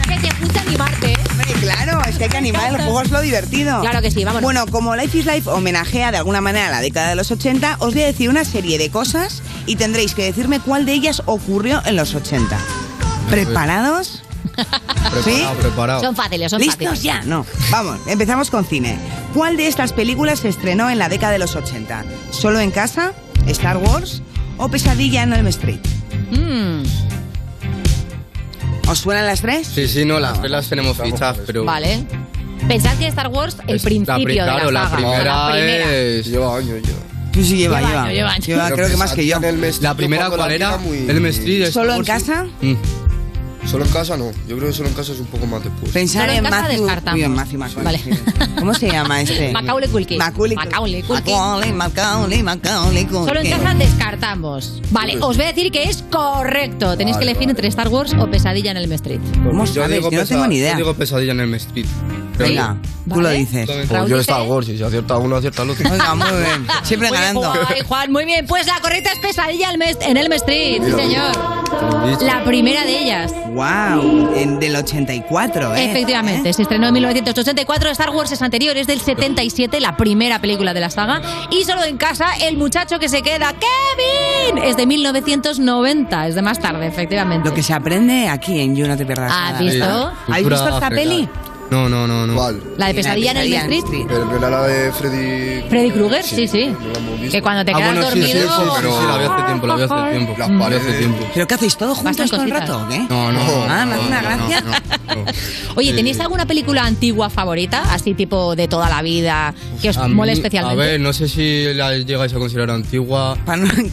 que te gusta animarte, ¿eh?
Claro, es que hay que animar, el juego es lo divertido. Claro que sí, vamos. Bueno, como Life is Life homenajea de alguna manera la década de los 80, os voy a decir una serie de cosas y tendréis que decirme cuál de ellas ocurrió en los 80. ¿Preparados?
Preparado, preparado.
Son fáciles, son
¿Listos
fáciles.
ya? No. Vamos, empezamos con cine. ¿Cuál de estas películas se estrenó en la década de los 80? ¿Solo en casa? ¿Star Wars? ¿O Pesadilla en Elm Street?
Hmm.
¿Os suenan las tres?
Sí, sí, no, las velas tenemos fichas, pero...
Vale. Pensad que Star Wars, el
Uh. La
principio
pri-
de la
claro, la,
saga.
primera
La primera.
es... Lleva años, lleva.
Tú sí
lleva, Lleva lleva. años, lleva años. Lleva, creo que más que yo.
La primera, ¿cuál era? El Mestri.
¿Solo en casa?
Mm. Solo en casa no. Yo creo que solo en casa es un poco más después.
Pensar
Solo en
en,
casa
Matthew-
descartamos.
Uy, en Matthew McConaughey.
Vale.
¿Cómo se llama este?
Macaulay Culkin.
Macaulay
Macaulay Culkin.
Macaulay, Macaulay, Macaulay Culkin.
Solo en casa descartamos. Vale, os voy a decir que es correcto. Tenéis que
Vale,
elegir entre Star Wars o Pesadilla en el Street.
Yo
sabes? Yo no tengo ni idea.
Yo digo pesadilla en el Mestri.
Venga, tú lo dices.
Pues yo Star Wars, si se acierta uno, acierta el otro.
Venga, muy bien. Siempre ganando.
Ay, Juan, muy bien. Pues la correcta es Pesadilla en Elm- en Elm Street, sí,
Mira.
señor. La primera de ellas.
¡Wow! En, del 84, ¿eh?
Efectivamente, se estrenó en 1984. Star Wars es anterior, es del 77, la primera película de la saga. Y solo en casa, el muchacho que se queda, ¡Kevin! Es de 1990, es de más tarde, efectivamente.
Lo que se aprende aquí en You No Te Pierdas
¿Has
Nada.
visto?
¿Habéis visto esta peli?
No, no, no, no.
La de Pesadilla en el
Pesadilla en
Street.
Pero que era la de Freddy...
Freddy Krueger, sí, sí. Que cuando te
Ah,
quedas
bueno, sí,
dormido. Ah,
sí, sí, sí, pero sí, la vi hace tiempo, la vi hace tiempo. La vi hace tiempo.
¿Pero qué hacéis todos juntos todo el
cositas.
rato o qué?
No, no, no,
Ah, me hace
no,
una
no,
gracia.
Oye, ¿tenéis alguna película antigua favorita? Así tipo de toda la vida, que os
A
mole
mí-
especialmente.
A ver, no sé si la llegáis a considerar antigua.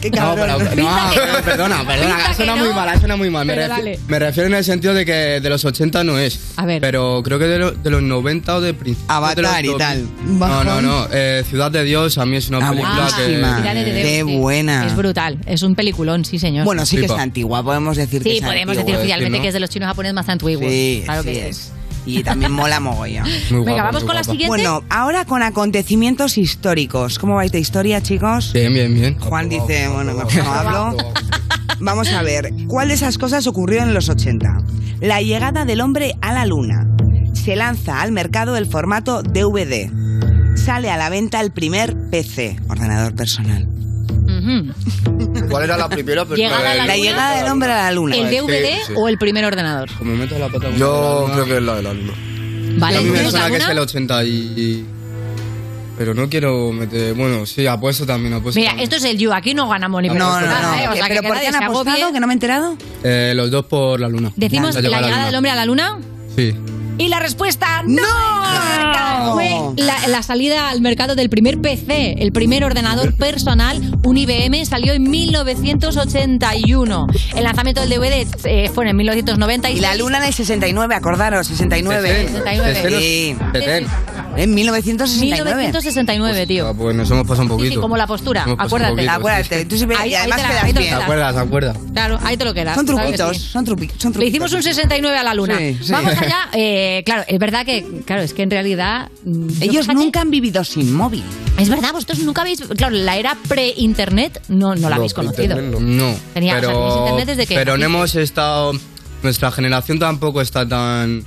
¿Qué
cabrón? No, pero- no, pero- perdona, perdona. Suena muy mal, suena muy mal. Me,
Pero
refi-
dale.
me refiero en el sentido de que de los 80 no es.
A ver.
Pero creo que de creo, de los 90 o de principios.
Avatar
de los
y tal.
2000. No, no, no. eh, Ciudad de Dios, a mí es una
Ah,
película
buenísima.
que.
Ciudad de Dios, sí.
buena.
Es brutal, es un peliculón, sí, señor.
Bueno, sí que
Flipa.
es antigua, podemos decir que
Sí,
es
podemos decir
antigua.
oficialmente que es de los chinos japoneses más antiguos.
Sí,
claro que
sí
sí.
es. Y también mola mogollón.
Muy guapa,
vamos muy con la guapa. siguiente.
Bueno, ahora con acontecimientos históricos. ¿Cómo vais de historia, chicos?
Bien, bien, bien.
Juan dice, bueno, mejor no hablo. Vamos a ver, ¿cuál de esas cosas ocurrió en los 80? La llegada del hombre a la luna. Se lanza al mercado el formato DVD. Sale a la venta el primer PC, ordenador personal.
¿Cuál era la primera?
Llegada a la, luna,
llegada del hombre a la luna.
¿El DVD
Sí, sí.
o el primer ordenador?
Como me metas la pata Yo creo que es la de la luna.
Vale,
a mí me
¿tenemos
suena que es
alguna?
el 80 y. y- Pero no quiero meter. Bueno, sí, apuesto también, apuesto.
Mira,
también.
esto es el You, aquí no ganamos ni
No,
por
no,
esto
no,
nada,
no.
¿eh? O
Eh,
sea,
¿Pero
que
por qué
nadie
han
se
apostado?
agobie.
¿Que no me he enterado?
Eh, los dos por la luna.
Decimos la
a
llegada,
luna.
del hombre a la luna
Sí.
y la respuesta no. Fue la, la salida al mercado del primer PC, el primer ordenador personal, un IBM, salió en 1981. El lanzamiento del DVD eh, fue en 1996.
Y la luna en el 69, acordaros, 69.
69.
Sí.
Petén.
En 1969.
1969, tío.
Ah, pues nos hemos pasado un
Sí,
poquito.
sí, como la postura,
Nos hemos pasado un
acuérdate.
poquito,
Acuérdate, tú siempre-
Ahí-
y además
ahí te la-
quedas
ahí te la-
¿Te
bien.
acuerdas? ¿Te acuerdas?
Claro, ahí te lo quedas.
Son
claro que
truquitos,
sí.
son, truqui- son truquitos.
Le hicimos un 69 a la luna.
Sí, sí.
Vamos allá. eh, claro, es verdad que, claro, es que en realidad. mm,
Ellos nunca han vivido sin móvil.
Es verdad, vosotros nunca habéis. Claro, la era pre-internet no, no la habéis conocido.
internet No. No.
Tenía- o sea,
pero,
tenéis internet desde que
pero no
naciste.
hemos estado. Nuestra generación tampoco está tan.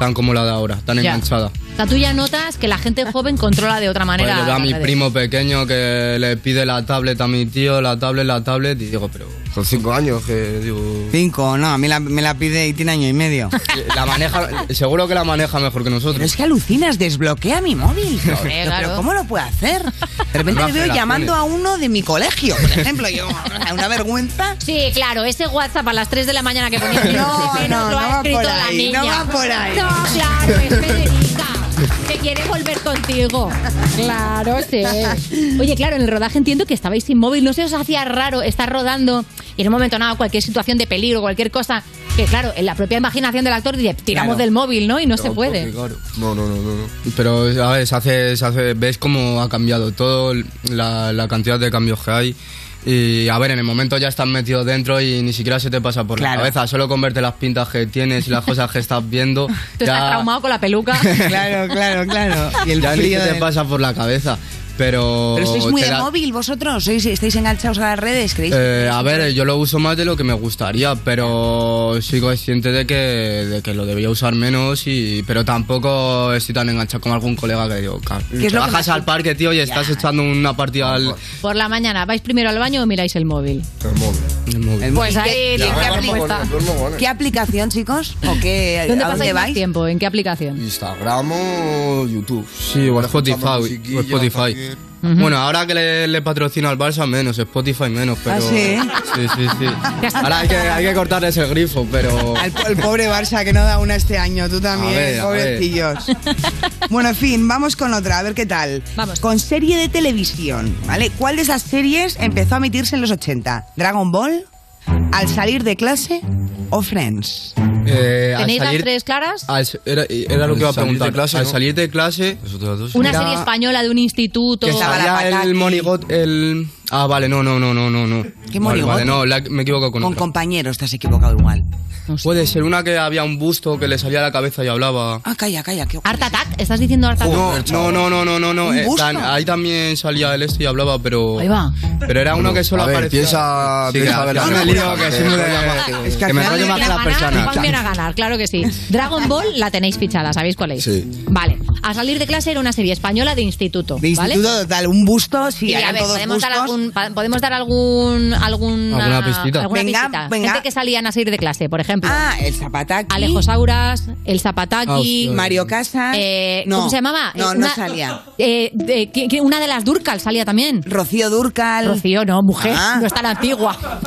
tan como la de ahora, tan
Ya.
enganchada.
O sea, tú ya notas que la gente joven controla de otra manera.
Pues le veo a
las
mi
redes.
primo pequeño que le pide la tablet a mi tío, la tablet, la tablet, y digo, pero son cinco años que digo. Eh,
Cinco, no, a mí la- me la pide y tiene año y medio.
La maneja, seguro que la maneja mejor que nosotros.
Pero es que alucinas, desbloquea mi móvil.
Joder,
Pero,
claro.
¿cómo lo puede hacer? De repente
Nuevas
le veo
generaciones.
llamando a uno de mi colegio, por ejemplo. Yo, una vergüenza.
Sí, claro, ese WhatsApp a las 3 de la mañana que ponía.
No, no,
lo ha
no va
escrito
por
la
ahí,
niña.
no va por ahí.
No, claro, es Federica, que quiere volver contigo. Claro, sí. Oye, claro, en el rodaje entiendo que estabais sin móvil, no se os hacía raro estar rodando y en un momento nada, cualquier situación de peligro, cualquier cosa, que claro, en la propia imaginación del actor dice, tiramos
Claro.
del móvil, ¿no? Y no se
Pero
puede.
porque, claro, No, no, no, no. no. Pero, a ver, se hace, se hace- ves cómo ha cambiado todo, la, la cantidad de cambios que hay. Y, a ver, en el momento ya estás metido dentro y ni siquiera se te pasa por la
Claro.
cabeza. Solo con verte las pintas que tienes y las cosas que estás viendo.
Tú estás traumado con la peluca.
Claro, claro, claro. Y el
ya ni
frío
se te
del-
pasa por la cabeza. Pero.
Pero sois muy
te
de
da-
móvil vosotros, sois, estáis enganchados a las redes, ¿creéis?
Eh, a ver, yo lo uso más de lo que me gustaría, pero soy consciente de que, de que lo debería usar menos, y, pero tampoco estoy tan enganchado como algún colega que digo, "Car-
¿Qué es lo que
bajas
más-
al parque, tío, y estás echando una partida al...
Por la mañana, ¿vais primero al baño o miráis el móvil?
El móvil.
Pues ahí
¿Qué,
tiene que aplicar.
¿Qué aplicación, chicos? ¿O qué,
¿Dónde
a
pasáis
dónde
más
vais?
tiempo? ¿En qué aplicación?
Instagram o YouTube. Sí, o Spotify. o Spotify.
Ujú.
Bueno, ahora que le, le patrocino al Barça menos, Spotify menos, pero...
¿Ah, sí?
Sí, sí, sí. Ahora hay que, hay que cortar ese grifo, pero...
Al po- el pobre Barça que no da una este año, tú también,
A ver, a ver.
pobrecillos. Bueno, en fin, vamos con otra, a ver qué tal. Vamos. Con serie de televisión, ¿vale? ¿Cuál de esas series empezó a emitirse en los 80? ¿Dragon Ball? ¿Al salir de clase? ¿O Friends?
Eh, al
¿Tenéis las
salir-
tres claras?
Al s- era, era lo que iba a
Salir de
preguntar.
clase,
al
¿no?
salir de clase.
Una
era
serie española de un instituto.
Pues Que salía el monigot. El... Ah, vale, no, no, no, no, no. no.
¿Qué
vale,
monigote?
vale, no, la- me equivoco con,
Con
otra.
compañeros, te has equivocado igual.
Puede ser una que había un busto que le salía a la cabeza y hablaba.
Ah, calla, calla. qué-
Art Attack, ¿estás diciendo Art Attack?
No, no, no, no, no, no, no.
¿Un
eh,
busto?
tan- ahí también salía el este y hablaba, pero.
Ahí va.
Pero era uno que solo
a ver,
aparecía.
piensa-
Sí,
piensa
que
ver la
yo me
película,
lío, que
que
soy muy
soy
de-
más-
que me enrollo más que las personas.
Van bien a ganar, claro que sí. Dragon Ball la tenéis fichada, ¿sabéis cuál es?
Sí.
Vale. A salir de clase era una serie española de instituto.
De
¿vale?
instituto total, un busto, sí,
Y a
eran
ver,
todos
podemos dar,
bustos.
algún, pa- podemos dar algún, alguna,
Alguna pistita.
alguna
Venga,
pistita.
venga.
Gente que salían a salir de clase, por ejemplo.
Ah, el Zapataki.
Alejo Sauras, el Zapataki.
Ah, Mario Casas.
Eh,
No.
¿Cómo se llamaba?
No,
Eh,
no salía.
eh, de- que- que una de las Durcal salía también.
Rocío Durcal.
Rocío, no, mujer.
Ah.
No es tan antigua.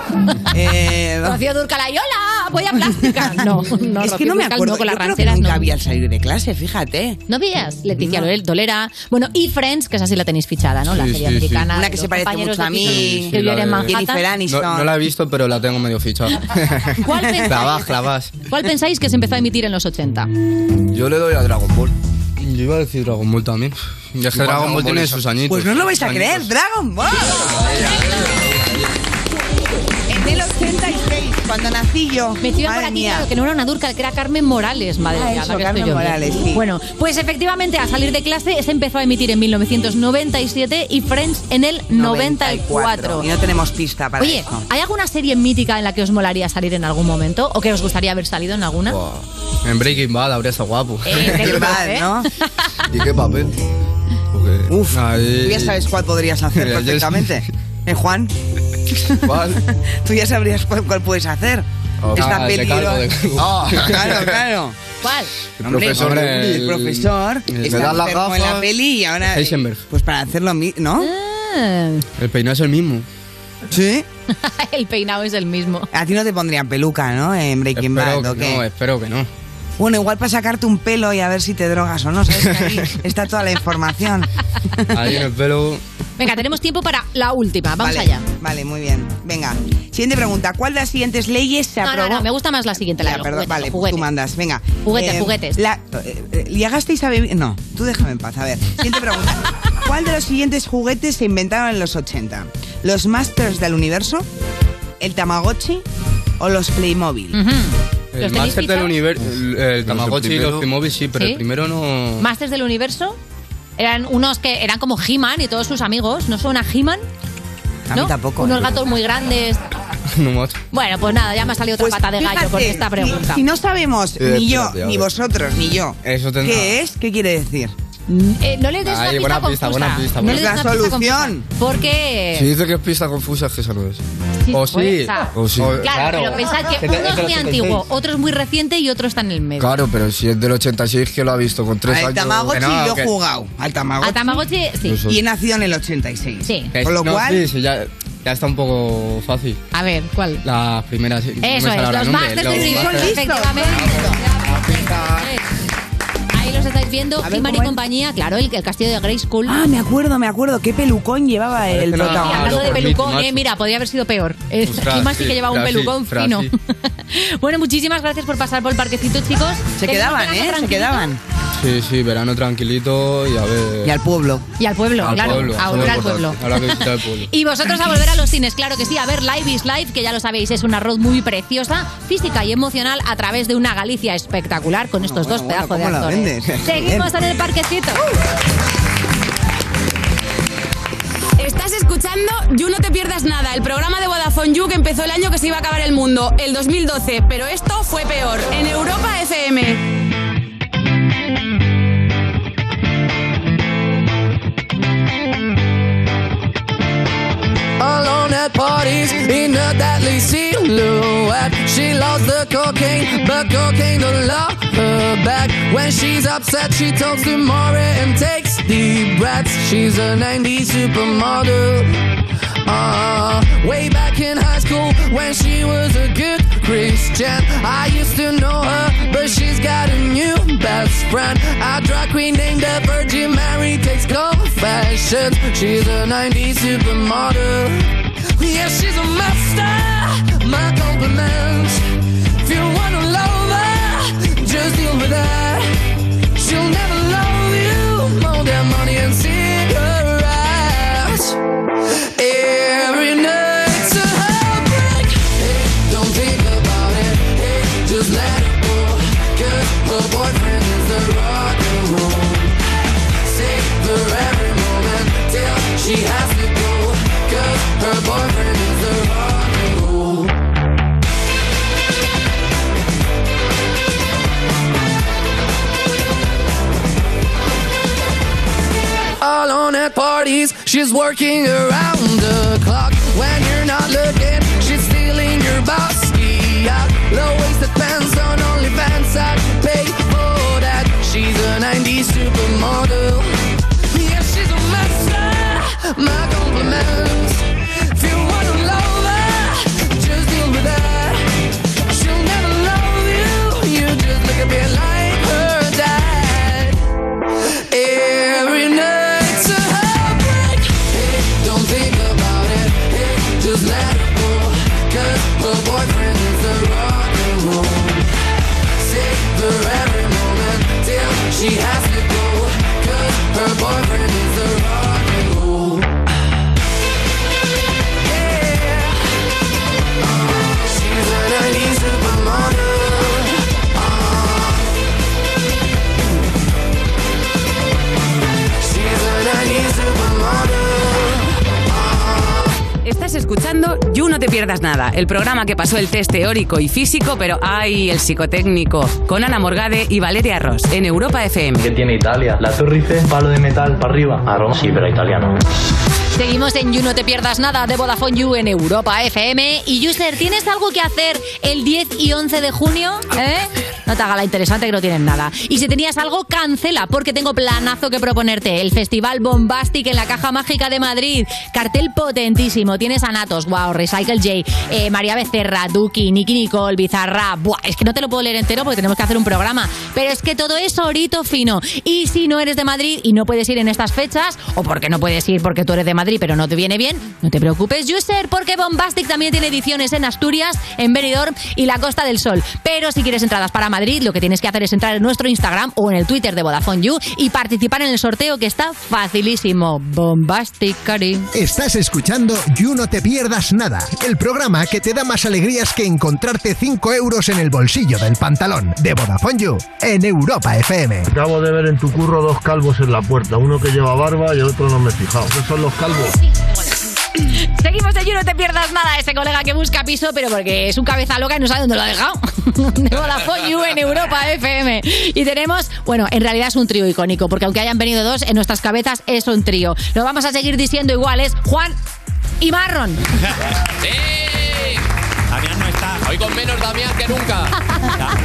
Eh,
Rocío Durcal, ahí, hola, huella plástica. No, no,
es que no me
Fiscal,
acuerdo.
con las
yo creo que
ranceras
nunca
no.
había al salir de clase, fíjate.
¿No veías? Leticia Dolera- Dolera. Bueno, y Friends, que esa sí la tenéis fichada, ¿no? La
Mm. Sí,
serie
sí, sí.
americana.
Una
de
que
los
se parece
compañeros
mucho a
de
mí.
piso
Sí,
Que
sí, la
viven en
de-
Manhattan.
No, no la he visto, pero la tengo medio fichada.
¿Cuál pensáis?
La vas, la vas.
¿Cuál pensáis que se empezó a emitir en los 80?
Yo le doy a Dragon Ball. Yo iba a decir Dragon Ball también. Y es que
Igual
Dragon Ball
Dragon Ball
tiene
es-
sus añitos.
Pues no os lo vais a
Añitos.
creer, Dragon Ball. En el 86, cuando nací yo.
Me estoy por
Madre
aquí,
mía.
claro, que no era una durca, que era Carmen Morales, madre
Ah,
mía. la
eso,
que estoy
Carmen
yo.
Morales, sí.
Bueno, pues efectivamente, al salir de clase se empezó a emitir en 1997 y Friends en el 94.
Y no tenemos pista para
Oye,
eso.
¿hay alguna serie mítica en la que os molaría salir en algún momento? ¿O que os gustaría haber salido en alguna?
En Breaking Bad habría estado guapo.
Breaking Bad,
¿Eh?
¿no?
¿Y qué papel? Porque-
Uf,
Ahí-
Tú ya sabes cuál podrías hacer
Mira, yo-
perfectamente. ¿Eh, Juan?
¿Cuál?
Tú ya sabrías cuál, cuál puedes hacer.
Ah,
Esta
el de
peli-
calvo, de calvo.
Ah, claro, claro.
¿Cuál?
El profesor,
hombre, el,
el-
profesor
el que
está
da las
enfermo en
gafas.
la peli y ahora eh,
Heisenberg.
pues para hacerlo mi- ¿no?
El peinado es el mismo.
Sí.
Ah. el peinado es el mismo.
A ti no te pondrían peluca, ¿no? En Breaking
Espero
Bad, ¿o
que
qué?
no, eh. espero que no.
Bueno, igual para sacarte un pelo y a ver si te drogas o no, ¿sabes? Que ahí está toda la información.
Ahí en el pelo.
Venga, tenemos tiempo para la última. Vamos
Vale,
allá.
Vale, muy bien. Venga. Siguiente pregunta. ¿Cuál de las siguientes leyes se
No,
aprobó?
no, no, me gusta más la siguiente, la de los
Perdón,
juguetes,
vale,
los juguetes.
tú mandas. Venga.
Juguetes, juguetes.
la- eh, eh, ¿Llegasteis a beber? No, tú déjame en paz. A ver, siguiente pregunta. ¿Cuál de los siguientes juguetes se inventaron en los 80? ¿Los Masters del Universo? ¿El Tamagotchi? ¿O los Playmobil?
El Master del Universo. El, el Tamagotchi y
primero-
los Playmobil sí, pero
¿Sí?
el primero no.
Masters del Universo. Eran unos que eran como He-Man y todos sus amigos. ¿No suena He-Man?
A
¿No?
mí tampoco,
Unos
eh.
gatos muy grandes.
No macho.
Bueno, pues nada, ya me ha salido otra pata de gallo con
Fíjate,
esta
si-
pregunta.
Eh, Si, no sabemos,
Eh,
ni yo,
espérate, a
ni
ver.
vosotros, ni yo,
Eso tendrá.
¿qué es? ¿Qué quiere decir?
Eh, no le des
Ay,
una
buena
pista
pista,
confusa.
buena pista,
No
buena
le des
pista.
una
La
pista confusa, Porque...
Si dice que es pista confusa, es que esa no es.
Sí,
o
pues,
sí.
está.
O sí.
Claro, pero pensad que uno es muy antiguo, otro es muy reciente y otro está en el medio.
Claro, pero si es del 86 que lo ha visto con tres
Al
años.
Tamagotchi
Que no,
lo
que-
he jugado. Al Tamagotchi.
A Tamagotchi, sí.
Eso.
Y he nacido en el 86.
Sí.
que-
Con lo
no,
cual,
sí, sí, ya, ya está un poco fácil.
A ver, ¿cuál?
Las primeras. no me
Eso
sale
es,
ahora
los
el nombre,
Masters
los
del Universo,
Masters.
efectivamente. Ahí los estáis viendo, He-Man y compañía, claro, el, el castillo de Grey School.
Ah, me acuerdo, me acuerdo. Qué pelucón llevaba el
Sí, hablando
protagonista.
de pelucón, eh, mira, podría haber sido peor. Eh,
Ostras,
He-Man sí
sí,
que llevaba un
ostras, sí,
pelucón
ostras,
fino.
sí.
bueno, muchísimas gracias por pasar por el parquecito, chicos.
Se
Tenemos
quedaban,
verano
¿eh? Se
tranquilito.
quedaban.
Sí, sí, verano tranquilito y a ver.
Y al pueblo.
Y al pueblo,
Al
claro.
pueblo,
a
eso
volver
es
al
importante.
pueblo.
Habrá que visitar el pueblo.
Y vosotros a volver a los cines, claro que sí, a ver Live is Live, que ya lo sabéis, es una road muy preciosa, física y emocional a través de una Galicia espectacular con estos dos
bueno,
pedazos
¿cómo la
de actores.
vendes?
Seguimos en el parquecito.
Estás escuchando You No Te Pierdas Nada, el programa de Vodafone You que empezó el año que se iba a acabar el mundo, el 2012, pero esto fue peor, en Europa FM.
Alone at parties in a deadly silhouette. She loves the cocaine, but cocaine don't love her back. When she's upset, she talks to Maury and takes deep breaths. She's a 90s supermodel. Uh, way back in high school, when she was a good Christian, I used to know her, but she's got a new best friend. A drag queen named the Virgin Mary takes confessions. She's a 90s supermodel. Yeah, she's a master. My compliments. If you wanna love her, just deal with her. She'll never love you more than money and cigarettes. Every night's a heartbreak. Don't think about it. Hey, Just let it go. 'Cause her boyfriend is the rock and roll. Savor every moment till she has to go. 'Cause her boyfriend is the rock and roll. alone at parties. She's working around the clock. When you're not looking, she's stealing your bossy out. Low waisted pants on OnlyFans, I pay for that. She's a 90s supermodel. Yeah, she's a master. My compliments. If you wanna love her, just deal with that. She'll never Cause the boyfriend's the rock and roll. Savor every moment till she has to go. Cause her boyfriend is the rock and roll. Yeah. Uh, she's a 90s supermodel. She's a 90s supermodel.
Estás escuchando You No Te Pierdas Nada, el programa que pasó el test teórico y físico, pero ¡ay! el psicotécnico, con Ana Morgade y Valeria Ross, en Europa FM.
¿Qué tiene Italia? La Torre Eiffel, palo de metal para arriba. A Roma. Sí, pero italiano.
Seguimos en You No Te Pierdas Nada de Vodafone You en Europa FM. Y User, ¿tienes algo que hacer el 10 y 11 de junio? ¿Eh? No te haga la interesante que no tienes nada. Y si tenías algo, cancela, porque tengo planazo que proponerte. El Festival Bombastic en la Caja Mágica de Madrid. Cartel potentísimo. Tienes a Natos, wow, Recycle J, eh, María Becerra, Duki, Nicky Nicole, Bizarra. Buah, es que no te lo puedo leer entero porque tenemos que hacer un programa. Pero es que todo es orito fino. Y si no eres de Madrid y no puedes ir en estas fechas, o porque no puedes ir porque tú eres de Madrid pero no te viene bien, no te preocupes, User, porque Bombastic también tiene ediciones en Asturias, en Benidorm y la Costa del Sol. Pero si quieres entradas para Madrid, lo que tienes que hacer es entrar en nuestro Instagram o en el Twitter de Vodafone You y participar en el sorteo que está facilísimo. Bombastic, Cari.
Estás escuchando You No Te Pierdas Nada, el programa que te da más alegrías que encontrarte 5 euros en el bolsillo del pantalón de Vodafone You en Europa FM.
Acabo de ver en tu curro dos calvos en la puerta, uno que lleva barba y el otro no me he fijado. ¿Qué son los calvos?
Seguimos de You, no te pierdas nada ese colega que busca piso, pero porque es un cabeza loca y no sabe dónde lo ha dejado. De Vodafone You en Europa FM. Y tenemos, bueno, en realidad es un trío icónico, porque aunque hayan venido dos, en nuestras cabezas es un trío. Lo vamos a seguir diciendo igual, es Juan y Marron.
Damián no está. Hoy con menos Damián que nunca.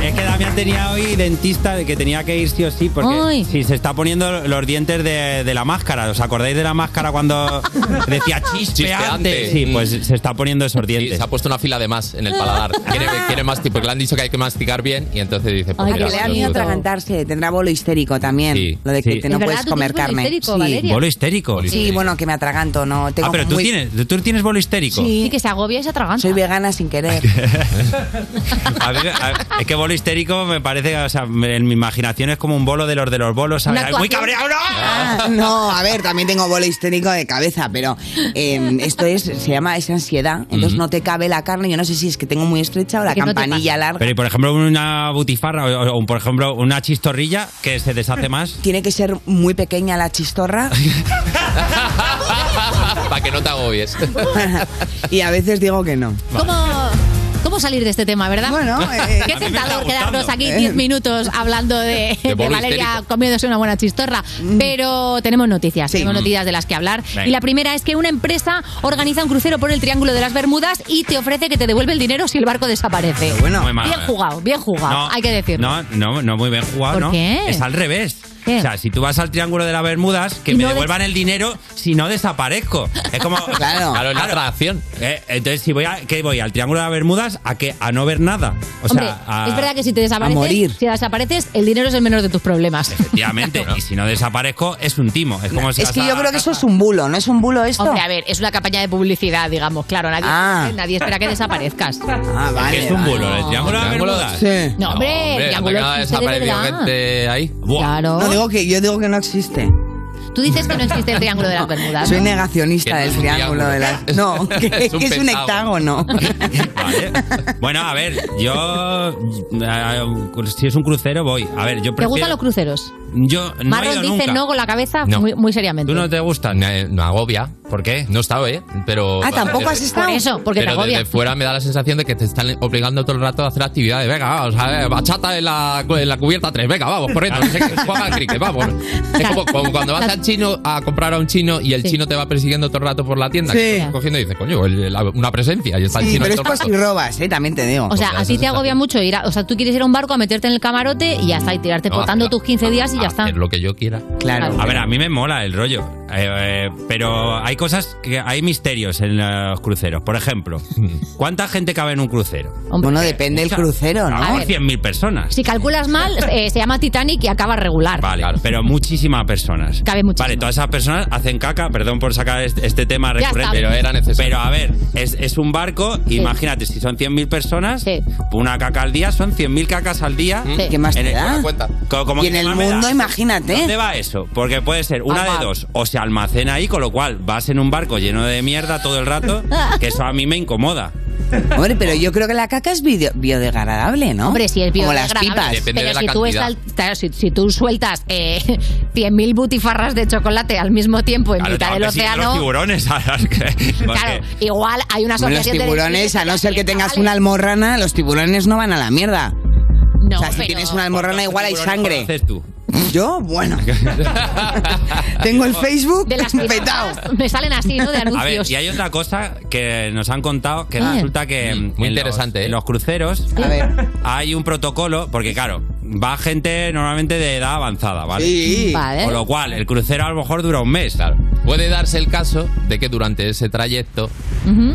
Es que Damián tenía hoy dentista de que tenía que ir sí o sí, porque si se está poniendo los dientes de, de la máscara. ¿Os acordáis de la máscara cuando decía chispeante?
Chispeante.
Sí, pues se está poniendo esos dientes.
Se ha puesto una fila de más en el paladar. Quiere, quiere más tipo, que le han dicho que hay que masticar bien y entonces dice, pues
A que
mira,
le da
yo
miedo
dudo.
atragantarse, tendrá bolo histérico también. Lo de que
Sí.
te no
¿Es verdad?
puedes
¿Tú
comer
tienes bolo
carne.
histérico, Valeria? Bolo histérico.
Sí, bueno, que me atraganto, no. Tengo
Ah, pero tú
muy-
tienes, tú tienes bolo histérico.
Sí,
que se agobia y se atraganta.
Soy vegana sin querer.
A ver, a- es que bolo histérico me parece, o sea, me- en mi imaginación es como un bolo de los de los bolos, ¿sabes?
Una
Muy
actuación.
cabreado, ¿no?
Ah, no, a ver, también tengo bolo histérico de cabeza, pero eh, esto es, se llama es ansiedad. Entonces
Ujú.
no te cabe la carne. Yo no sé si es que tengo muy estrecha o la
Que no te
campanilla larga.
Pero, ¿y por ejemplo, una butifarra o, o, por ejemplo, una chistorrilla que se deshace más.
Tiene que ser muy pequeña la chistorra.
Para que no te agobies.
y a veces digo que no.
¿Cómo, cómo salir de este tema, verdad?
Bueno, eh,
qué
a mí me
tentador
está
quedarnos
gustando.
aquí 10 minutos hablando de,
De
de
bolo
Valeria
histérico.
comiéndose una buena chistorra. Pero tenemos noticias, tenemos
Mm.
noticias de las que hablar.
Venga.
Y la primera es que una empresa organiza un crucero por el Triángulo de las Bermudas y te ofrece que te devuelve el dinero si el barco desaparece.
bueno. Muy mal.
bien jugado, bien jugado,
No,
hay que decirlo.
No, no, no muy bien jugado,
¿Por
¿no?
qué?
Es al revés.
¿Qué?
O sea, si tú vas al Triángulo de las Bermudas, que
Y
me
no
devuelvan
des-
el dinero si no desaparezco. Es como...
Claro.
Claro, es la atracción. entonces, si voy a, ¿qué voy? ¿Al Triángulo de las Bermudas? ¿A qué? ¿A no ver nada? O
Hombre,
sea, a...
es verdad que si te desapareces,
a morir.
si desapareces, el dinero es el menor de tus problemas.
Efectivamente. y si no desaparezco, es un timo. Es como si
Es
vas
que
a-
yo creo que eso es un bulo, ¿no es un bulo esto?
Hombre, a ver, es una campaña de publicidad, digamos, claro, nadie,
Ah.
nadie espera que desaparezcas.
Ah,
Que es un bulo, el triángulo de las
Triángulo-
Bermudas.
Sí.
No, hombre,
Hombre,
ya
¿dónde
voló
queda
el chiste de
desaparecido
verdad.
gente ahí?
Claro.
No, digo que, yo digo que no existe.
Tú dices que no existe el Triángulo de las Bermudas.
Soy
¿no?
negacionista del triángulo de las. No, que que
Es
es
un
un, hectágono.
Bueno, a ver, yo. eh, si es un crucero, voy. A ver, yo
¿Te
prefiero.
gustan los cruceros?
Yo no he
Marron
ido
dice
nunca.
no con la cabeza
No.
muy, muy seriamente.
¿Tú no te gusta? Me, me agobia. ¿Por qué? No he estado, ¿eh?
Ah,
Pero,
Por eso, porque te
pero
agobia.
desde fuera me da la sensación de que te están obligando todo el rato a hacer actividades. Venga, vamos, a ver, bachata en la, en la cubierta 3. Venga, vamos, corriendo. No sé qué, juega al cricket, vamos. Es como, como cuando vas al chino a comprar a un chino y el
Sí.
chino te va persiguiendo todo el rato por la tienda.
Sí.
que estás cogiendo y dices, coño, el- la- una presencia. Y está el
Sí,
chino
pero es
todo el
por si
rato.
robas, ¿eh? también te digo.
O sea, a ti te agobia mucho ir a, O sea, tú quieres ir a un barco a meterte en el camarote y ya está, y tirarte
No,
potando
hacerla-
tus 15 días y ya está.
lo que yo quiera.
Claro.
A ver, a mí me mola el rollo. Eh, eh, pero hay cosas que hay misterios en los cruceros. Por ejemplo, ¿cuánta gente cabe en un crucero?
Bueno, depende del crucero, ¿no?
A
No,
ver.
100.000 personas.
Si calculas mal, eh, se llama Titanic y acaba regular.
Vale, pero muchísimas personas.
Cabe muchísimo.
Vale, todas esas personas hacen caca, perdón por sacar este, este tema
Ya
recurrente.
está. Pero era
necesario.
Pero a ver, es, es un barco, imagínate, si son 100.000 personas, una caca al día son 100.000 cacas al día.
Sí. ¿Qué más
En
te
el-
da?
Co- como
y
que
en el
más me da.
mundo, imagínate.
¿Dónde va eso? Porque puede ser una de dos, o se almacena ahí, con lo cual vas en un barco lleno de mierda todo el rato, que eso a mí me incomoda.
Hombre, pero yo creo que la caca es video- biodegradable, ¿no?
Hombre, si es
Como las
biodegradable.
pipas.
pero si, tú estás- claro, si, si tú sueltas eh, 100.000 butifarras de chocolate al mismo tiempo en
Claro,
mitad
te
del
van persiguiendo Los
océano,
tiburones. a las que- porque-
igual hay una
Bueno, los
asociación
tiburones, a no ser que tengas una almorrana, los tiburones no van a la mierda.
No,
o sea, si
pero-
tienes una almorrana, igual hay
tiburones
sangre.
conoces tú?
Yo, bueno.
Tengo el
Facebook
de las pipas, me salen así, ¿no? De
A ver,
anuncios.
y hay otra cosa que nos han contado que
Ah.
resulta que muy interesante, ¿eh? los, en los cruceros hay un protocolo, porque claro, va gente normalmente de edad avanzada, Ah, ¿vale?
Sí. Vale.
Con lo cual, el crucero a lo mejor dura un mes.
Puede darse el caso de que durante ese trayecto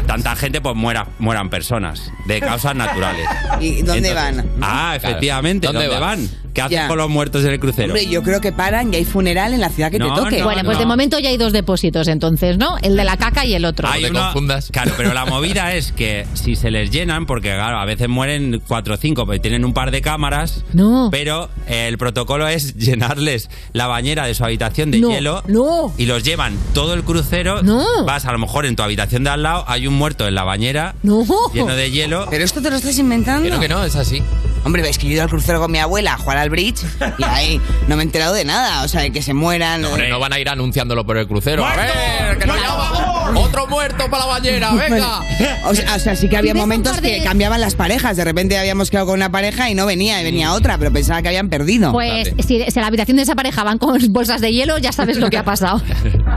tanta gente pues muera, mueran personas de causas naturales.
¿Y dónde
Entonces-
van?
Ah, efectivamente,
¿Dónde
¿dónde,
van?
van? ¿Qué hacen
Ya.
con los muertos en el crucero?
Hombre, yo creo que paran y hay funeral en la ciudad que
No,
te toque.
no,
bueno, pues de momento ya hay dos depósitos entonces, ¿no? El de la caca y el otro.
Hay una- Claro, pero la movida es que si se les llenan, porque claro, a veces mueren cuatro o cinco, pero tienen un par de cámaras.
No.
Pero eh, el protocolo es llenarles la bañera de su habitación de
No,
hielo.
no.
Y los llevan todo el crucero. Vas a lo mejor en tu habitación de al lado, hay un muerto en la bañera
No.
lleno de hielo.
Pero esto te lo estás inventando.
Creo que
no, es así.
Hombre, ves que yo he ido al crucero con mi abuela a jugar al bridge y ahí no me he enterado de nada. O sea, de que se mueran.
Hombre, no van a ir anunciándolo por el crucero. A ver, que no llamamos. Otro muerto para la bañera, venga.
O sea, o sea, sí que había momentos que cambiaban las parejas. De repente habíamos quedado con una pareja y no venía, y
Mm.
venía otra, pero pensaba que habían perdido.
Pues si, si a la habitación de esa pareja van con bolsas de hielo, ya sabes lo que ha pasado.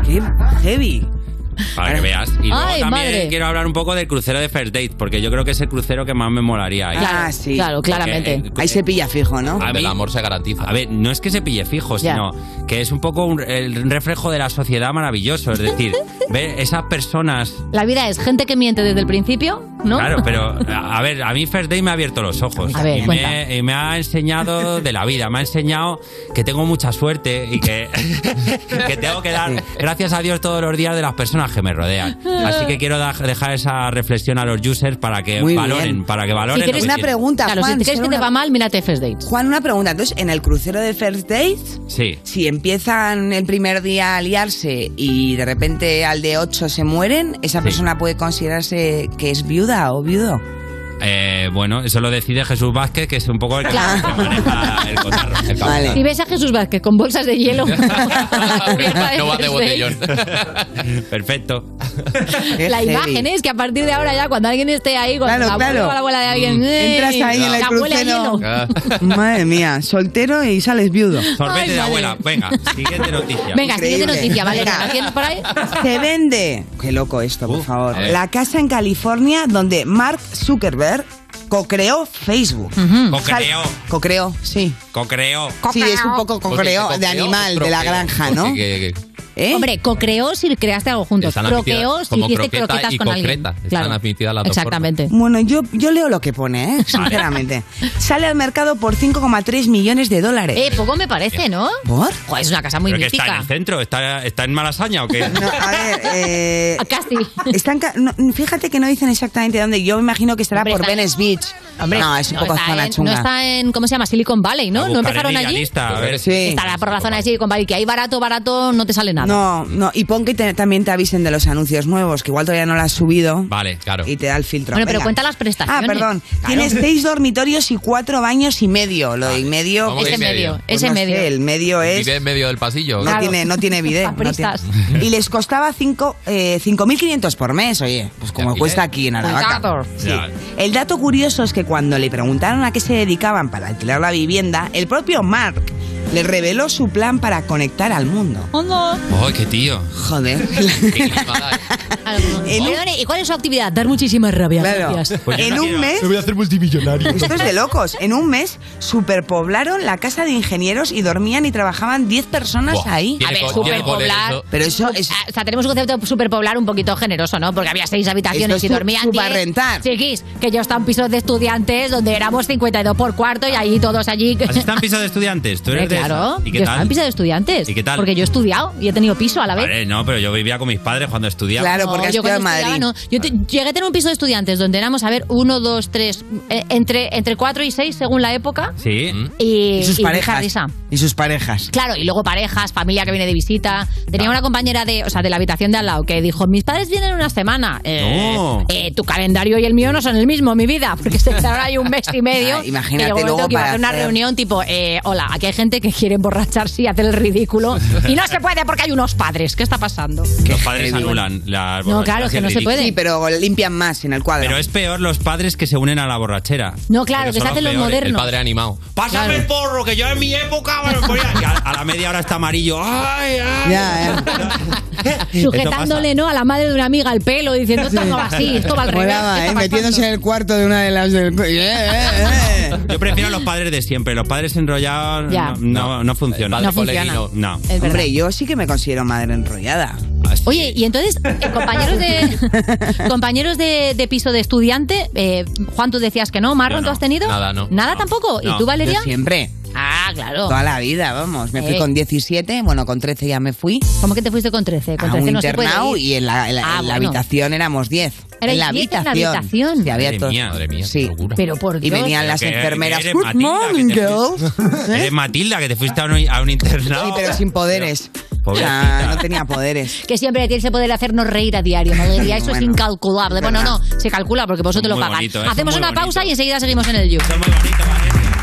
Qué heavy.
Para que veas. Y luego
Ay,
también
madre.
quiero hablar un poco del crucero de First Date, porque yo creo que es el crucero que más me molaría. ir.
ah, sí.
claro,
Porque,
claramente.
eh,
Ahí se pilla fijo, ¿no?
A mí-
amor se garantiza.
A ver, no es que se pille fijo,
Ya.
sino que es un poco un, el reflejo de la sociedad maravilloso. Es decir, ver esas personas.
La vida es gente que miente desde el principio, ¿no?
Claro, pero a ver, a mí First Day me ha abierto los ojos.
A ver,
y,
cuenta.
me, y me ha enseñado de la vida, me ha enseñado que tengo mucha suerte y que, que tengo que dar gracias a Dios todos los días de las personas que me rodean. Así que quiero da- dejar esa reflexión a los users para que
Muy
valoren,
bien.
para que valoren. lo que
una
tienen.
pregunta,
Claro, si
Juan.
te crees que te va mal, mírate First Dates.
Juan, una pregunta. Entonces, en el crucero de First Dates,
Sí.
si empiezan el primer día a liarse y de repente al de 8 se mueren, ¿esa persona puede considerarse que es viuda o viudo?
Eh, bueno, eso lo decide Jesús Vázquez, que es un poco el que
Claro.
maneja el cotarro.
Si ves a Jesús Vázquez con bolsas de hielo,
No
va de botellón.
Perfecto.
la imagen es que a partir de ahora ya cuando alguien esté ahí con
Claro,
la abuela
claro.
o la abuela de alguien,
Mm.
¡ey!
Entras ahí en el
la abuela de
crucero. Ah.
hielo.
Madre mía, soltero y sales viudo.
Sorbete de abuela. Venga, siguiente noticia.
Venga, siguiente
Increíble.
noticia, vale,
Venga.
¿la tienes por ahí?
Se vende. Qué loco esto, por favor.
a ver.
La casa en California donde Mark Zuckerberg co-creó Facebook.
Co-creó.
Sal- Co-creó, sí.
Cocreo.
Sí, es un poco co-creó de animal, de la granja, ¿no? ¿Eh?
Hombre, co-creó si creaste algo juntos.
Están admitidas
Croqueó si
como
hiciste
croqueta
croquetas
y
con alguien.
concreta. Están
Claro.
admitidas las dos
Exactamente.
Bueno, yo, yo leo lo que pone, ¿eh? sinceramente. Sale al mercado por 5,3 millones de dólares.
Eh, poco me parece, ¿no?
¿Por?
Joder, es una casa muy
¿Pero que está en
mítica.
el centro? ¿Está, está en Malasaña o qué?
No, a ver, eh, están ca- no, fíjate que no dicen exactamente dónde. Yo me imagino que estará por Venice Beach. no, es un poco
está
zona
en,
chunga.
No está en, ¿cómo se llama? Silicon Valley, ¿no?
buscar
¿No
en
empezaron allí?
Idealista, a ver.
Estará por la zona de Silicon Valley, que ahí barato, barato, no te sale nada.
No, no, y pon que te- también te avisen de los anuncios nuevos, que igual todavía no lo has subido.
Vale, claro.
Y te da el filtro.
Bueno, pero
Venga.
cuenta las prestaciones.
Ah, perdón.
Claro.
Tienes seis dormitorios y cuatro baños y medio. Lo de y medio.
¿Cómo que Ese y medio? medio,
Pues
ese
no sé,
medio.
el medio es.
Vive en medio del pasillo.
No, tiene, no tiene bidet, no tiene- Y les costaba cinco, eh, 5.500 por mes, oye. Pues como cuesta aquí en Aravaca. Sí. El dato curioso es que cuando le preguntaron a qué se dedicaban para alquilar la vivienda, el propio Mark
le reveló su plan para conectar al mundo.
Oh, no.
¡Oh, qué tío!
Joder.
Leone, ¿Y cuál es su actividad? Dar muchísima rabia. Gracias.
en un mes.
Me voy a hacer multimillonario.
Esto es de locos. En un mes superpoblaron la casa de ingenieros y dormían y trabajaban 10 personas
Buah,
ahí.
tiene A ver, co- tiene superpoblar. poder eso.
Pero eso es.
O sea, tenemos un concepto de superpoblar un poquito generoso, ¿no? Porque había seis habitaciones
Esto es
y
su-
dormían diez.
subarrentar.
Chiquis, que yo estaba en pisos de estudiantes donde éramos 52 por cuarto y ahí todos allí.
Has estado en piso de estudiantes, tú eres
Eh,
de
claro,
esas. ¿Y qué
yo
tal?
estaba en piso de estudiantes.
¿Y qué tal?
Porque yo he estudiado y he tenido piso a la vez.
Vale, no, pero yo vivía con mis padres cuando estudiaba.
No, yo cuando estudiaba, no. Yo te- llegué a tener un piso de estudiantes donde éramos, a ver, uno, dos, tres, eh, entre, entre cuatro y seis según la época.
Sí.
Y,
Y sus
Eh, y mucha
parejas.
risa.
Y sus parejas.
Claro, y luego parejas, familia que viene de visita. Tenía una compañera de, o sea, de la habitación de al lado que dijo, mis padres vienen una semana. Eh,
No.
eh, tu calendario y el mío no son el mismo, mi vida, porque se echaron ahí un mes y medio.
Ah, imagínate
Y llegó un momento
luego
que iba a
para
hacer una
hacer-
reunión tipo, eh, hola, aquí hay gente que quiere emborracharse y hacer el ridículo. Y no se puede porque hay unos padres. ¿Qué está pasando?
Los padres anulan la
Sí, pero limpian más en el cuadro.
Pero es peor los padres que se unen a la borrachera.
No, claro, que se hacen los modernos.
¿eh? padre animado. ¡Pásame el porro! Que yo en mi época me lo ponía. Y a, a la media hora está amarillo. ¡Ay, ay!
Sujetándole, ¿no? A la madre de una amiga el pelo, diciendo, esto no va así, esto va al revés.
Molaba,
esto
¿eh?
va así".
Metiéndose en el cuarto de una de las del... Eh, eh, eh.
Yo prefiero los padres de siempre. Los padres enrollados
Ya.
no, no, no funcionan.
No funciona.
No.
Hombre, yo sí que me considero madre enrollada.
Oye, y entonces, eh, compañeros de compañeros de, de piso de estudiante, eh, Juan, tú decías que no, Marlon,
Yo no.
¿tú has tenido?
Nada, no.
¿Nada tampoco? ¿Y tú, Valeria?
Yo siempre.
Ah, claro.
Toda la vida, vamos. Me fui
Eh.
con 17, bueno, con 13 ya me fui.
¿Cómo que te fuiste con 13? Con
a
13
un
no se puede
internado
ir.
y en la, en la-
Ah,
en la
bueno.
habitación éramos 10.
Erais
En la
10 en la
habitación.
habitación.
Sí, había
Madre
todos.
mía, madre mía,
Sí.
Pero por
Y
Dios.
venían
Pero
las
que- que
enfermeras.
eres
Good
Matilda, que
morning,
te
girls.
Eres Matilda, que te fuiste a un, a un internado.
Sí, pero sin poderes. O sea,
Ah.
Pobrecita.
no tenía poderes.
Que siempre tienes el poder de hacernos reír a diario, Valeria. Eso es
Bueno,
incalculable. Bueno,
¿verdad?
no, se calcula porque vosotros lo
Muy
pagáis.
bonito, ¿eh?
Hacemos
Muy
una
bonito.
pausa y enseguida seguimos en el You.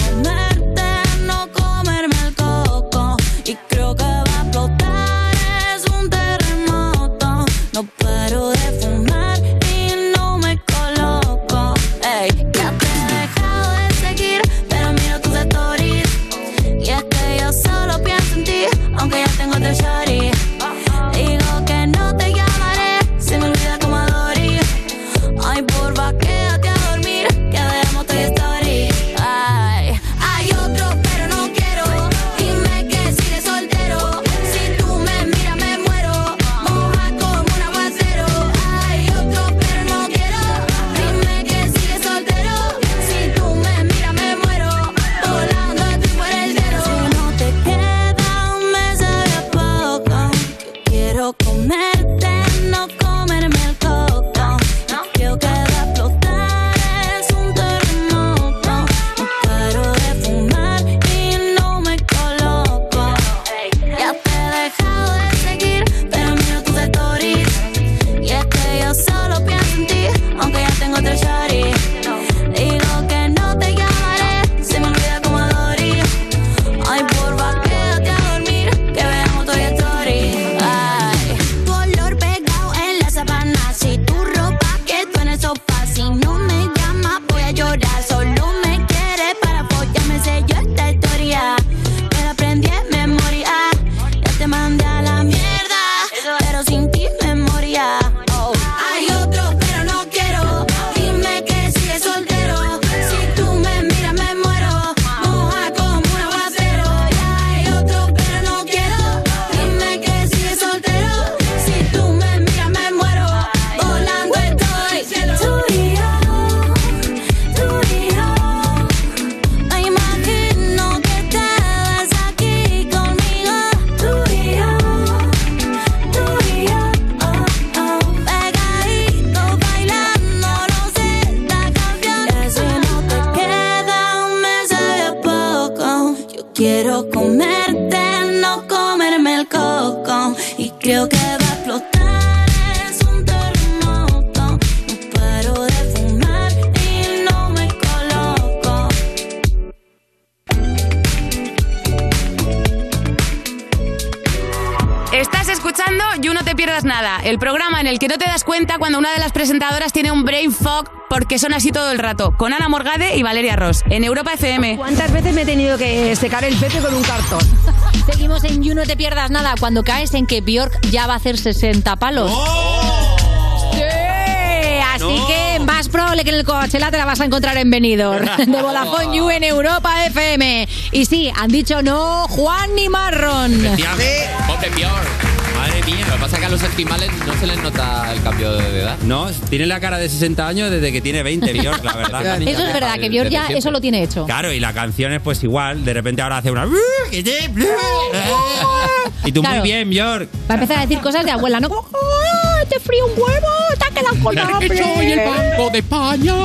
comerte, no comerme el coco. Y creo que va a explotar, es un terremoto. No paro de fumar y no me coloco. Ey, ya te he dejado de seguir, pero miro tus stories. Y es que yo solo pienso en ti, aunque ya tengo otro shorty. Digo que no te llamaré, se me olvida como a Dory. Ay, porfa, quédate a dormir, que veremos Toy Story. Ay, hay otro, pero no quiero. Dime que sigues soltero. Si tú me miras, me muero. Moja como un aguacero. Hay otro, pero no quiero. Dime que sigues soltero. Si tú me miras, me muero. Volando a ti por el cielo. Si no te quedas, me sabe a poco. Quiero comerte, no comerme el coco. Creo que va a explotar, es un terremoto. No paro de fumar y no me coloco. Ya te he dejado de seguir, pero miro tus stories. Y es que yo solo pienso en ti, aunque ya tengo otro shorty. Digo que no te llamaré, se me olvida como a Dory. Ay, porfa, quédate a dormir, que veamos Toy Story. Ay, tu olor pegado en la sabana, si tu ropa quedó en el sofá, si no me llamas voy a llorar, solo me quieres para apoyarme, sé yo esta historia, me la aprendí en memoria, ya te mandé a la mierda, pero sin ti me moría. Oh. Hay otro, pero no quiero, dime que sigues soltero, si tú me miras me muero, moja como un aguacero, ya hay otro, pero no quiero, dime que sigues soltero, si tú me miras me muero, volando estoy, tú y yo, tú y yo, me imagino que estabas aquí conmigo, tú y yo. Tú y yo, oh, oh, pegadito, bailando, no sé, la canción. Que si no te queda, me sabe a poco. Yo quiero comerte, no comerme el coco. Y creo que va a explotar, es un terremoto. No paro de
Estás escuchando You No Te Pierdas Nada, el programa en el que no te das cuenta cuando una de las presentadoras tiene un brain fog porque son así todo el rato, con Ana Morgade y Valeria Ross, en Europa FM.
¿Cuántas veces me he tenido que secar el pepe con un cartón?
Seguimos en You, no te pierdas nada cuando caes en que Bjork ya va a hacer 60 palos.
¡Oh!
Sí, Eh, así que más probable que en el Coachella te la vas a encontrar en Benidorm. De Vodafone You en Europa FM. Y sí, han dicho no Juan ni Marrón.
Efectivamente. Pobre Bjork. Madre mía, lo que pasa es que a los esquimales no se les nota el cambio de edad.
No, tiene la cara de 60 años desde que tiene 20, Bjork, la verdad.
Eso es verdad, que Bjork ya eso lo tiene hecho.
Claro, y la canción es pues igual, de repente ahora hace una... Y tú
Claro.
muy bien, Bjork.
Va a empezar a decir cosas de abuela, ¿no? Como, "Ah, ¡Te frío un huevo! ¡Te ha quedado con hambre".
Soy el Banco
de España.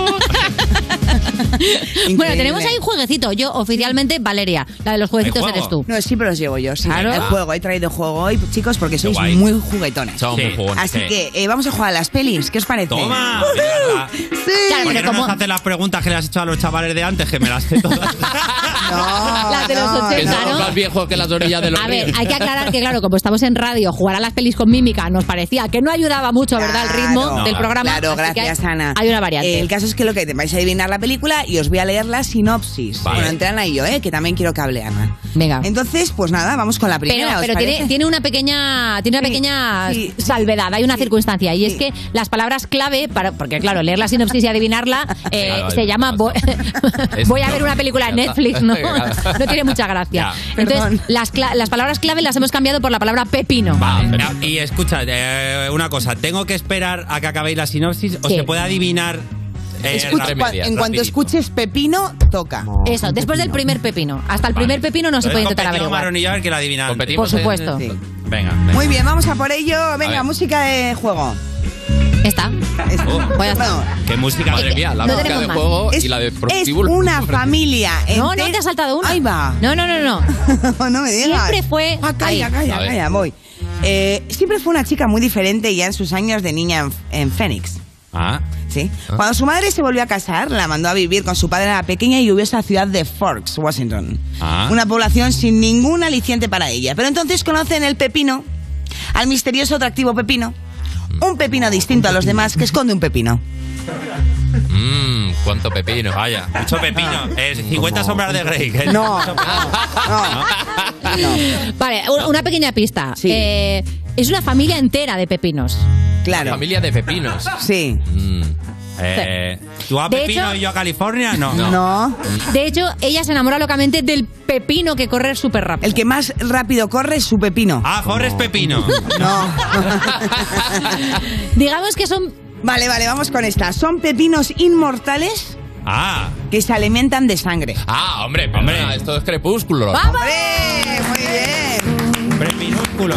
Bueno, tenemos ahí un jueguecito. Yo, oficialmente, Valeria. La de los jueguecitos eres tú.
No, sí, pero los llevo yo. Sí.
Claro.
El juego, he traído juego hoy, chicos, porque sois
guay.
muy juguetones.
Somos Sí. muy jugones,
Así
sí.
que eh, vamos a jugar a las pelis. ¿Qué os parece?
Toma. Sí. ¿Por qué no nos haces las preguntas que le has hecho a los chavales de antes, que me las sé todas?
Las de los
Que
80,
somos
¿no?
más viejos que las orillas de los
A ver,
ríos.
hay que aclarar que, claro, como estamos en radio, jugar a las pelis con mímica nos parecía que no ayudaba mucho, ¿verdad? El ritmo
Claro.
del programa.
Claro,
Así que
gracias,
hay-
Ana.
Hay una variante.
El caso es que lo que vais a adivinar la película y os voy a leer la sinopsis.
Vale.
Bueno, entre Ana y yo, ¿eh? que también quiero que hable Ana.
Venga.
Entonces, pues nada, vamos con la
Pero,
primera. ¿os
pero tiene,
parece?
tiene una pequeña, tiene una pequeña salvedad, hay una circunstancia, y es que las palabras clave, para, porque claro, leer la sinopsis y adivinarla eh,
Claro,
se llama voy, voy a ver una película en
Ya está.
Netflix, ¿no?
Claro.
No tiene mucha gracia.
Ya.
Entonces, las, cla- las palabras clave las hemos cambiado por la palabra pepino.
Ah, Y escucha, eh, una cosa, ¿tengo que esperar a que acabéis la sinopsis o
Sí.
se puede adivinar? eh,
Escucha,
rápido?
cua- en cuanto
Rapidito.
escuches Pepino, toca.
Eso, después del primer pepino. Hasta el primer pepino no se
Entonces,
puede intentar
competimos,
averiguar.
Marrón y yo, a ver que la adivinan.
Por supuesto.
Sí. Venga, venga.
Muy bien, vamos a por ello. Venga,
ver.
música de juego.
Está. Voy a estar.
Qué música.
Madre mía, la
Eh, No
música
tenemos
de
más.
juego
Es-
y la de
Es
Proctibul.
una familia.
No, no te has saltado una.
Ahí va.
No, no, no, no.
no me digas.
Siempre fue.
Ah, calla,
ahí.
calla, calla, voy. Eh, siempre fue una chica muy diferente ya en sus años de niña en, en Phoenix.
Ah.
Sí. Cuando su madre se volvió a casar, la mandó a vivir con su padre a la pequeña y lluviosa ciudad de Forks, Washington.
Ah.
Una población sin ningún aliciente para ella. Pero entonces conocen el pepino, al misterioso atractivo pepino. Un pepino distinto a los demás que esconde un pepino.
Mmm, cuánto pepino.
Vaya, mucho pepino. Es 50 sombras de Grey. que-
Ah. No.
Vale, u- una pequeña pista.
Sí.
Eh, es una familia entera de pepinos.
Claro.
Familia de pepinos.
Sí.
Mm. Eh, ¿Tú a
De
Pepino
hecho-
y yo a California? No.
No.
De hecho, ella se enamora locamente del pepino que corre súper rápido.
El que más rápido corre es su pepino.
Ah, Forrest Pepino.
No.
Digamos que son.
Vale, vale, vamos con esta. Son pepinos inmortales
Ah.
que se alimentan de sangre.
Ah, hombre, hombre. esto es crepúsculo.
Hombre, minúsculo.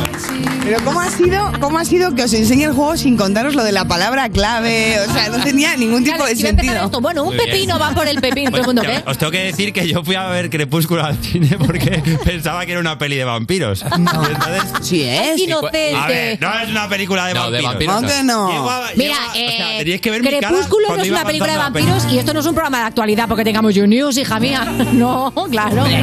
Pero ¿cómo ha sido, cómo ha sido que os enseñe el juego sin contaros lo de la palabra clave? O sea, no tenía ningún tipo de sentido.
Bueno, un
Muy bien.
pepino va por el pepino. Todo el
Pues,
mundo,
ya,
¿qué?
Os tengo que decir que yo fui a ver Crepúsculo al cine porque pensaba que era una peli de vampiros. Y entonces-
Sí, es.
Inocente.
A ver, no es una película de
No, de
vampiros.
vampiros no. ¿Cómo que no?
Llego a-
Mira, eh,
teníais que ver mi cara
Crepúsculo no
cuando
es
iba
una película de
contando la
vampiros y esto no es un programa de actualidad porque tengamos You News, hija mía. No, claro.
yo,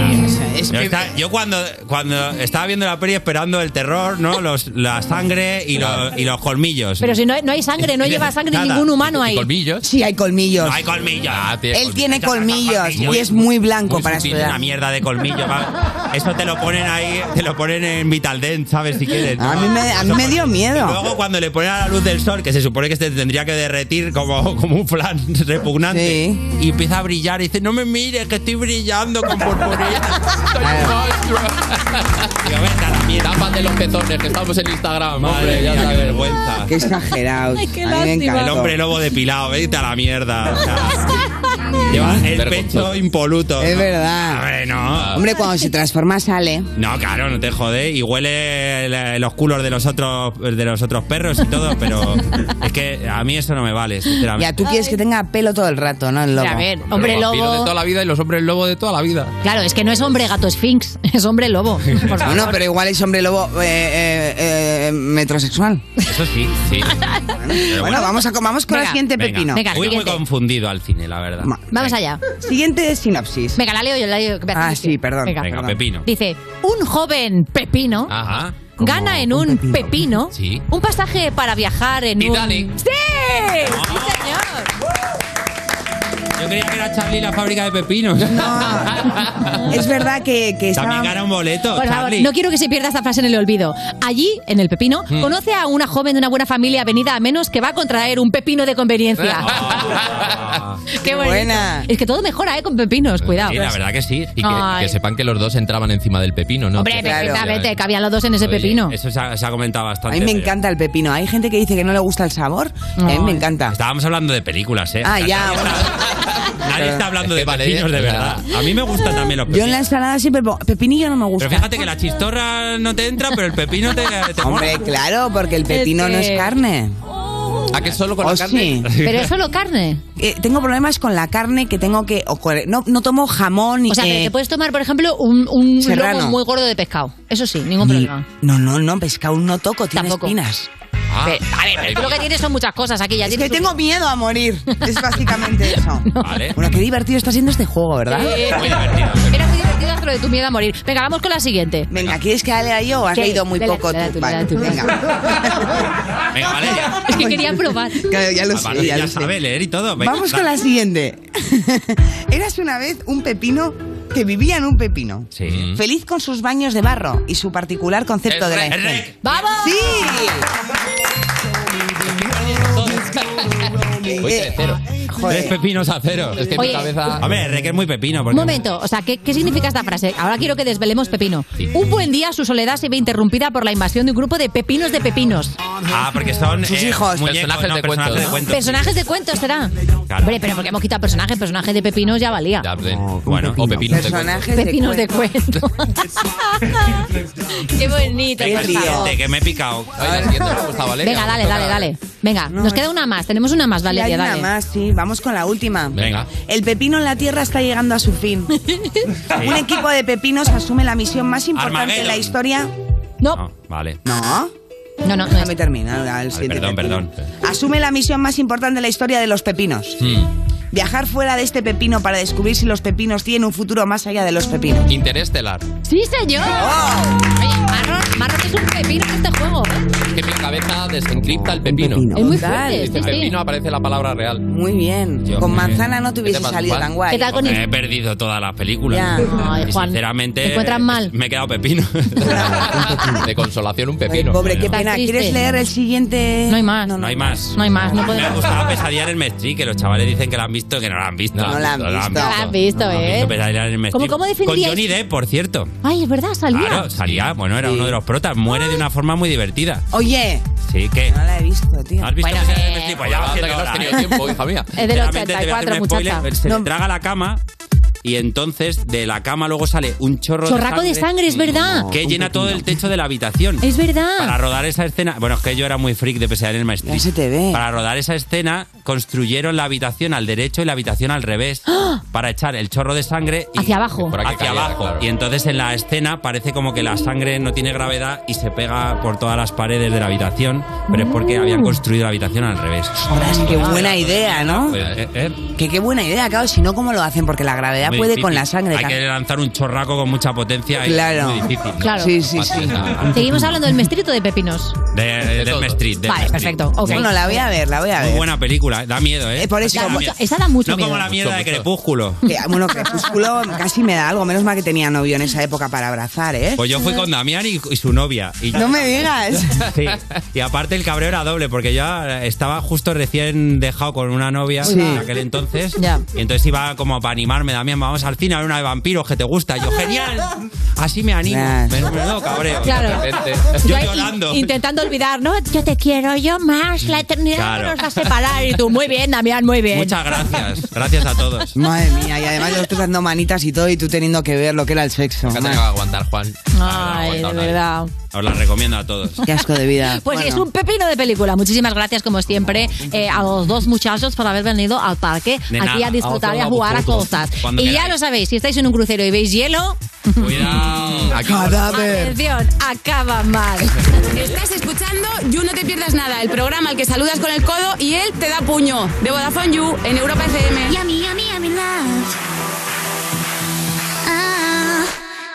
está- yo cuando, cuando estaba viendo la peli esperando el terror, ¿no? Los, la sangre y los, y los colmillos.
Pero si no, hay- no hay sangre, no lleva sangre
Nada.
ningún humano ahí. Ah,
¿Colmillos?
Sí, hay colmillos.
No hay colmillos.
Él tiene colmillos y es muy blanco para su
sutil, Una
edad.
mierda de colmillo. va. Eso te lo ponen ahí, te lo ponen en Vitaldent, ¿sabes? Si quieres.
A
¿no?
mí me, a mí me dio miedo.
Luego cuando le ponen a la luz del sol, que se supone que se tendría que derretir como, como un flan repugnante, y empieza a brillar y dice, no me mires, que estoy brillando con purpurina. Soy un monstruo. Digo, vete a la mierda.
Tapan de los pezones, que estamos en Instagram,
Madre
hombre, ya
mía, qué
sabes.
vergüenza.
Qué exagerados.
Ay, qué
A mí me
lástima.
encantó.
El hombre lobo depilado, vete a la mierda. o sea, lleva el pecho impoluto.
Es
¿no?
verdad.
Hombre, no.
Hombre, cuando se transforma sale.
No, claro, no te jode. Y huele la- los culos de los otros de los otros perros y todo, pero es que a mí eso no me vale, sinceramente.
Ya, tú quieres que tenga pelo todo el rato, ¿no? El lobo.
A ver, hombre
Los vampiros de
lobo.
toda la vida y los hombres lobo de toda la vida.
Claro, es que no es hombre gato esfinx, es hombre lobo. Por favor.
Bueno, pero igual es hombre lobo eh, eh, eh, metrosexual.
Eso sí, sí.
Bueno, vamos, a, vamos con la siguiente pepino.
Voy muy confundido al cine, la verdad.
Vamos allá.
Siguiente sinopsis.
Venga, la leo yo, la leo. que me hace
Ah,
difícil.
sí, perdón.
Venga,
perdón.
pepino.
Dice, un joven pepino
Ajá.
gana en Ah, un pepino,
Sí.
un pasaje para viajar en
Titanic.
un... ¡Sí! ¡Sí, señor!
Yo creía que era Charlie la fábrica de pepinos.
Es verdad que, que
También gana un boleto,
Por favor,
Charlie.
no quiero que se pierda esta frase en el olvido. Allí, en el Pepino,
Mm.
conoce a una joven de una buena familia venida a menos que va a contraer un pepino de conveniencia. ¡Qué bonito.
buena.
Es que todo mejora, ¿eh? Con pepinos, cuidado.
Sí,
Pues-
la verdad que sí.
Y
Y
que-
que,
Ay. que
sepan que los dos entraban encima del pepino, ¿no?
Hombre, perfectamente, cabían los dos en ese
eh. Oye,
pepino.
Eso se ha, se ha comentado
A
bastante.
mí me
pero-
encanta el pepino. Hay gente que dice que no le gusta el sabor. A mí ¿eh? me encanta.
Estábamos hablando de películas, ¿eh?
Ah,
O sea,
ya,
nadie
bueno.
está- Nadie está hablando de
vale,
pepinos, de
o sea,
¿eh? verdad. A mí me gustan también los
Yo
pepinos.
en la ensalada siempre pongo pepinillo no me gusta.
Pero fíjate que la chistorra no te entra, pero el pepino te, te
Hombre,
mola.
claro, porque el pepino
Es
no es
que-
carne.
¿A que solo con la
Oh,
carne?
sí.
Este, Pero es solo carne.
Eh, tengo problemas con la carne que tengo que. o con- no, no tomo jamón ni.
O sea, que
eh,
te puedes tomar, por ejemplo, un, un
Serrano.
lomo muy gordo de pescado. Eso sí, ningún
ni-
problema.
no, no, no, pescado no toco, tiene espinas.
Ah,
Pe- a ver, pero tú lo que tienes son muchas cosas aquí. Ya
Es que tengo miedo a morir. Es básicamente eso.
Vale.
Bueno, qué divertido está siendo este juego, ¿verdad?
Era muy divertido hacerlo de tu miedo a morir. Venga, vamos con la siguiente.
Venga, ¿quieres que lea yo o has leído muy poco tú? Vale,
Venga, vale, ya.
Es que quería probar.
ya lo
Ah,
sé,
vale,
ya
ya
lo sé.
sabe leer y todo. Venga,
Vamos
da-
con la siguiente. Eras una vez un pepino que vivía en un pepino.
Sí.
Feliz con sus baños de barro y su particular concepto
Mm. El
de la
rec, el
higiene.
rec.
¡Vamos!
Eh,
Tres pepinos a cero.
Es que mi Oye. cabeza-
A ver, Rek es muy pepino.
Un
Porque...
momento, o sea, ¿qué, qué significa esta frase? Ahora quiero que desvelemos Pepino. Un buen día su soledad se ve interrumpida por la invasión de un grupo de pepinos de pepinos.
Ah, porque son.
Sus hijos. Personajes de
personajes
cuentos.
de cuentos.
Personajes de cuentos será.
Claro.
Hombre, pero porque hemos quitado personajes, personajes de pepinos ya valía.
Oh,
bueno, o pepinos
pepinos de cuentos. Qué bonito.
Venga,
por favor.
siguiente, que me he picado.
Venga, dale, dale, dale. Venga, nos queda una más. Tenemos una más,
Sí, hay
Valeria,
una
dale.
más, sí. Vamos con la última.
Venga.
El pepino en la tierra está llegando a su fin. Un equipo de pepinos asume la misión más importante de la
Armageddon.
historia.
No.
Vale.
No.
No, no,
Déjame terminar. el
Vale,
siguiente
perdón,
pepino.
perdón.
Asume la misión más importante de la historia de los pepinos.
Hmm.
Viajar fuera de este pepino para descubrir si los pepinos tienen un futuro más allá de los pepinos. ¡Oh!
Interestelar.
Sí, señor. Oye, Marrón, Marrón es un pepino en este juego. ¿eh?
Es que mi cabeza desencripta el pepino.
Es muy fuerte,
En
sí, sí.
pepino aparece la palabra real.
Muy bien.
Yo,
con
muy bien.
manzana no te
¿Qué te
hubiese
pasa,
salido
Juan?
tan guay.
¿Qué tal con
Me he perdido todas las películas.
Ya. Ay,
Y
Juan,
sinceramente,
te encuentras mal.
Me he quedado pepino.
De consolación un
pepino.
Pobre, qué pena. ¿Quieres leer el siguiente? No hay
más.
No hay más.
No hay más, no
Me ha
podemos.
gustado pues. Pesadilla en el Mestri, que los chavales dicen que la han visto, que no la han visto.
No la han visto. No la han visto,
No
¿eh?
Pesadilla en el Mestri.
¿Cómo- cómo definiríais?
Con Johnny Depp, por cierto.
Ay, es verdad, salía.
Claro, salía, bueno, era uno de los protas. Muere de una forma muy divertida.
Oye.
Sí, ¿qué?
No la he visto, tío.
¿Has visto
Bueno,
Pesadilla en el
eh,
Mestri? Pues ya va
anda,
siendo
que no has
hora,
tenido
¿eh?
tiempo, hija mía.
Es del
Sinceramente, te voy a
84,
hacer un spoiler.
muchacha.
Se le
No.
traga la cama y entonces de la cama luego sale un chorro
Chorraco de sangre, es verdad.
que llena todo el techo de la habitación.
Es
Para
verdad.
rodar esa escena, bueno, es que yo era muy freak de pesadilla en el maestro. Para rodar esa escena, construyeron la habitación al derecho y la habitación al revés para echar el chorro de sangre y-
¡Ah! Hacia abajo.
hacia
caía,
abajo. Y entonces en la escena parece como que la sangre no tiene gravedad y se pega por todas las paredes de la habitación, pero es porque
Mm.
habían construido la habitación al revés.
Ostras, qué buena idea, ¿no?
Eh, eh,
Que qué buena idea, claro. Si no, ¿cómo lo hacen? Porque la gravedad
muy
puede
difícil.
con la sangre.
Hay que lanzar un chorraco con mucha potencia y
Claro.
es muy difícil.
Claro. Sí, sí, sí. Seguimos hablando del mestrito de pepinos.
De, de, del Street. del
Vale,
Street.
perfecto. ok.
Bueno, la voy a ver, la voy a
Muy
ver.
buena película, da miedo, ¿eh?
por eso-
Da
Da
miedo.
mucho- esa da mucho
No como
miedo.
la mierda de
Mucho, mucho.
Crepúsculo.
Que, bueno, Crepúsculo casi me da algo. Menos mal que tenía novio en esa época para abrazar, ¿eh?
Pues yo fui con Damián y, y su novia. Y
No me digas.
Sí. Y aparte el cabreo era doble, porque yo estaba justo recién dejado con una novia
Sí.
en aquel entonces.
Ya.
Y entonces iba como para animarme, Damián, vamos al cine a ver una de vampiros que te gusta. Y yo, genial. Así me animo. Me, menudo cabreo.
Claro.
Yo
ahí
llorando.
in- intentando olvidar, ¿no? Yo te quiero, yo más, la eternidad
Claro.
no nos va a separar. Y tú, muy bien, Damián, muy bien.
Muchas gracias. Gracias a todos.
Madre mía, y además los tres dando manitas y todo, y tú teniendo que ver lo que era el sexo.
Fíjate
Madre.
que va a aguantar, Juan.
Ay, de verdad.
Os la recomiendo a todos.
Qué asco de vida.
Pues
Bueno.
es un pepino de película. Muchísimas gracias, como siempre, eh, a los dos muchachos por haber venido al parque
De
aquí
nada.
a disfrutar y a
A vosotros,
jugar a
vosotros.
cosas.
Cuando
Y ya
queráis.
lo sabéis, si estáis en un crucero y veis hielo,
Cuidado. Aquí-
atención, acaba mal.
Estás escuchando You No Te Pierdas Nada, el programa al que saludas con el codo y él te da puño. De Vodafone You en Europa FM.
Yummy, yummy, yummy love. Ah,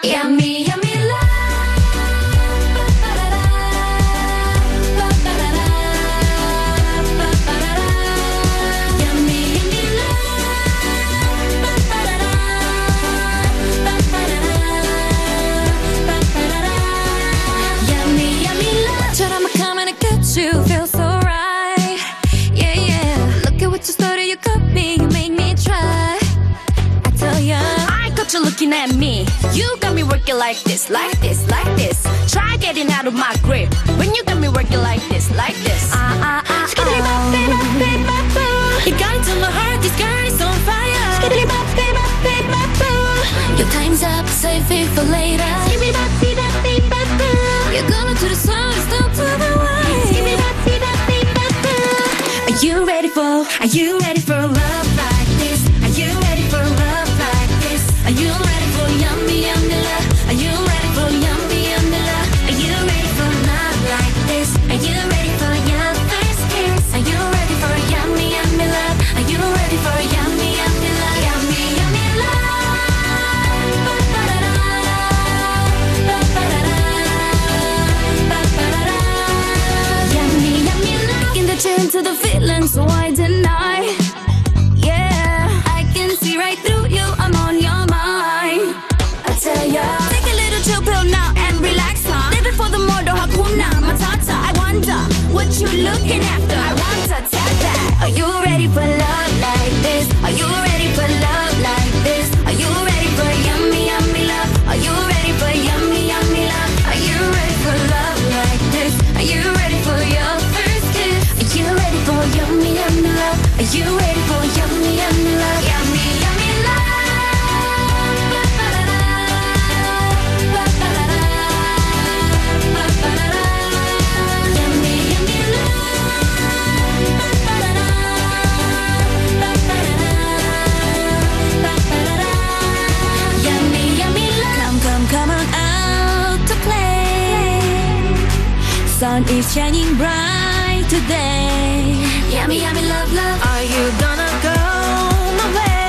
yummy, yummy love. Ba, ba, ba, ba. let me love. Shut up, I'm coming to get you. Feel so right. Yeah, yeah. Look at what you started. You got me. You made me try. I tell ya. I got you looking at me. You got me working like this, like this, like this. Try getting out of my grip. When you got me working like this, like this. Ah, ah, ah. Skiddly bop, bop, bop, bop, bop. You got into my heart. This girl is on fire. Skiddly bop, bop, bop, bop, bop, bop. Your time's up. Save it for later. Skiddly bop, bop, bop, bop, bop, bop. You're gonna do the song. Stop to the way. Skiddly bop, bop, bop, bop, bop, bop. Are you ready for? Are you ready for love like this? Are you ready for love like this? Are you ready for yummy yummy love? Are you ready for yummy yummy love? Are you ready for love like this? Are you ready for your first kiss? Are you ready for yummy yummy love? Are you ready for yummy yummy love? Yummy yummy love. Yummy, yummy love. Taking the chance to the feeling, so why deny? Yeah, I can see right through you. I'm on your mind. I tell ya. Take a little chill pill now and relax, huh? Living for the moto hakuna matata. I wonder what you looking after. I want to tell that. Are you ready for love like this? Are you ready for love like this? Are you ready for yummy yummy love? Are you ready for yummy yummy love? Are you ready for love like this? Are you ready for your first kiss? Are you ready for yummy yummy love? Are you ready for yummy yummy love? Yummy yummy love. Yummy, yummy love. Come, come, come on out to play. Sun is shining bright today. Yummy, yummy love, love. Are you gonna go my way?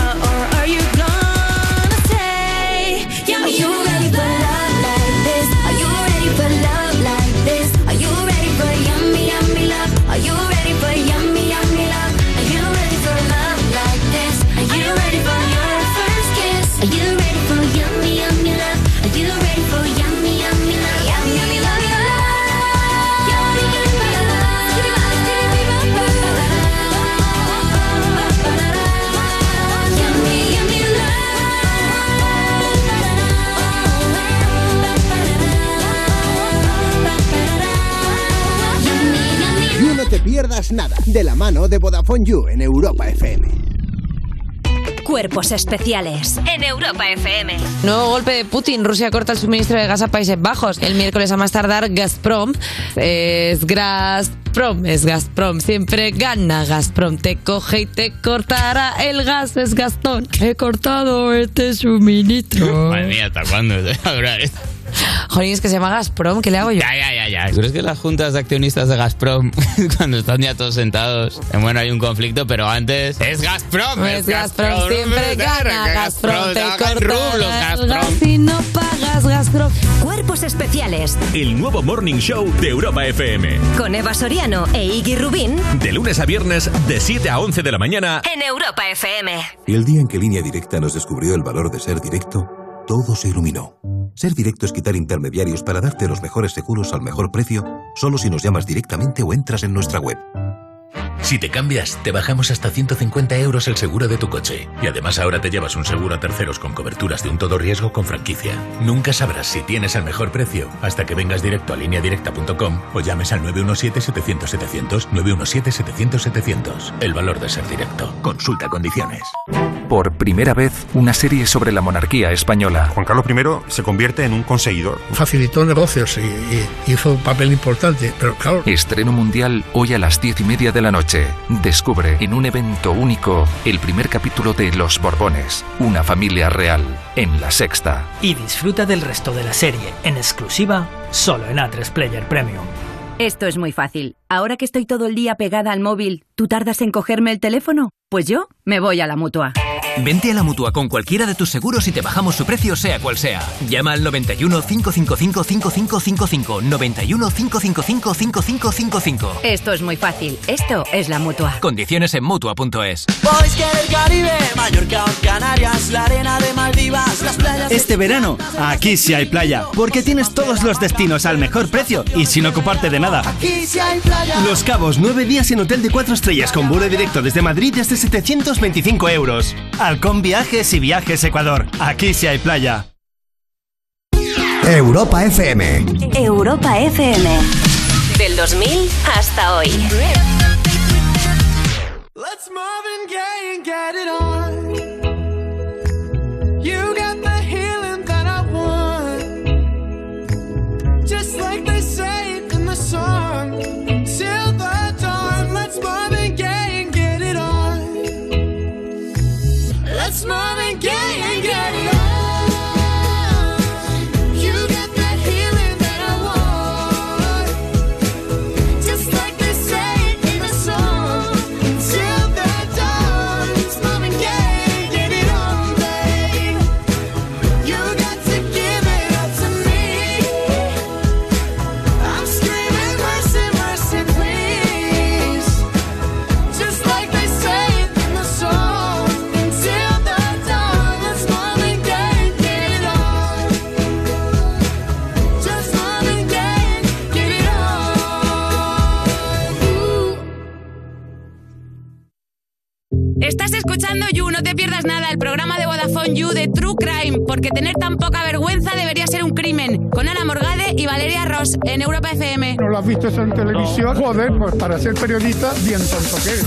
Uh, or are you gonna stay? Yummy, are you ready for love like this? Are you ready for love like this? Are you ready for yummy, yummy love? Are you ready for yummy, yummy love? Are you ready for love like this? Are you ready for your first kiss? Are you ready for yummy, yummy love? Are you ready for yummy, yummy love? Yummy, yummy love, yummy love. Yummy, yummy love. Yummy, yummy love.
You no te pierdas nada de la mano de Vodafone You en Europa FM.
Cuerpos especiales en Europa FM.
Nuevo golpe de Putin. Rusia corta el suministro de gas a Países Bajos. El miércoles a más tardar Gazprom. Es Gazprom, es Gazprom. Siempre gana Gazprom. Te coge y te cortará el gas. Es Gastón. He cortado este suministro.
Madre mía, ¿hasta cuándo se va a durar esto?
Jolín, es que se llama Gazprom. ¿Qué le hago yo?
Ya, ya. ¿Crees que las juntas de accionistas de Gazprom, cuando están ya todos sentados, eh, bueno, hay un conflicto, pero antes es Gazprom?
Es Gazprom. Siempre gana Gazprom. Te
hagan rublos,
cortará el
Gazprom.
gas y no pagas Gazprom.
Cuerpos especiales
El nuevo Morning Show de Europa FM.
con Eva Soriano e Iggy Rubín
De lunes a viernes, de 7 a 11 de la mañana.
en Europa FM.
El día en que Línea Directa nos descubrió el valor de ser directo, todo se iluminó. Ser directo es quitar intermediarios para darte los mejores seguros al mejor precio, solo si nos llamas directamente o entras en nuestra web. Si te cambias, te bajamos hasta 150 euros el seguro de tu coche. Y además ahora te llevas un seguro a terceros con coberturas de un todo riesgo con franquicia. Nunca sabrás si tienes el mejor precio hasta que vengas directo a lineadirecta.com o llames al 917-700-700, 917-700-700. El valor de ser directo. Consulta condiciones.
Por primera vez, una serie sobre la monarquía española. Juan Carlos I se convierte en un conseguidor.
facilitó negocios y, y hizo un papel importante, pero claro,
Estreno mundial hoy a las diez y media de la noche. Descubre en un evento único el primer capítulo de Los Borbones, una familia real, en la sexta.
y disfruta del resto de la serie en exclusiva solo en A3 Player Premium.
Esto es muy fácil. Ahora que estoy todo el día pegada al móvil, ¿tú tardas en cogerme el teléfono? Pues yo me voy a la mutua.
Vente a la mutua con cualquiera de tus seguros y te bajamos su precio, sea cual sea. Llama al 91 555 5555. 91 555 5555.
Esto es muy fácil. Esto es la mutua.
Condiciones en mutua.es.
Boys que del Caribe, Mallorca, Canarias, la arena de Maldivas, las playas. de-
Este verano, aquí sí hay playa, porque tienes todos los destinos al mejor precio y sin ocuparte de nada.
Aquí sí hay playa.
Los Cabos, nueve días en hotel de cuatro estrellas con vuelo directo desde Madrid desde 725 euros. Alcón Viajes y Viajes Ecuador. Aquí sí hay playa.
Europa FM.
Europa FM. Del 2000 hasta hoy.
Let's Marvin Gaye and get it on. You got the healing that I want. Just like they say it in the song. Till the dawn, let's Marvin Gaye and get it on. Let's Marvin Gaye and get it on. You got that healing that I want. Just like they say it in the song. Till the dawn, let's Marvin Gaye, get it on, babe. You got to give it up to me. I'm screaming mercy, mercy, please. Just like they say it in the song. Until the dawn, let's Marvin Gaye, get it on. Just Marvin Gaye, get it on. Ooh.
Estás escuchando You, no te pierdas nada, el programa de Vodafone You de True Crime, porque tener tan poca vergüenza debería ser un crimen. Con Ana Morgade y Valeria Ross en Europa FM.
¿No lo has visto eso en televisión? Joder, pues para ser periodista, bien tonto que eres.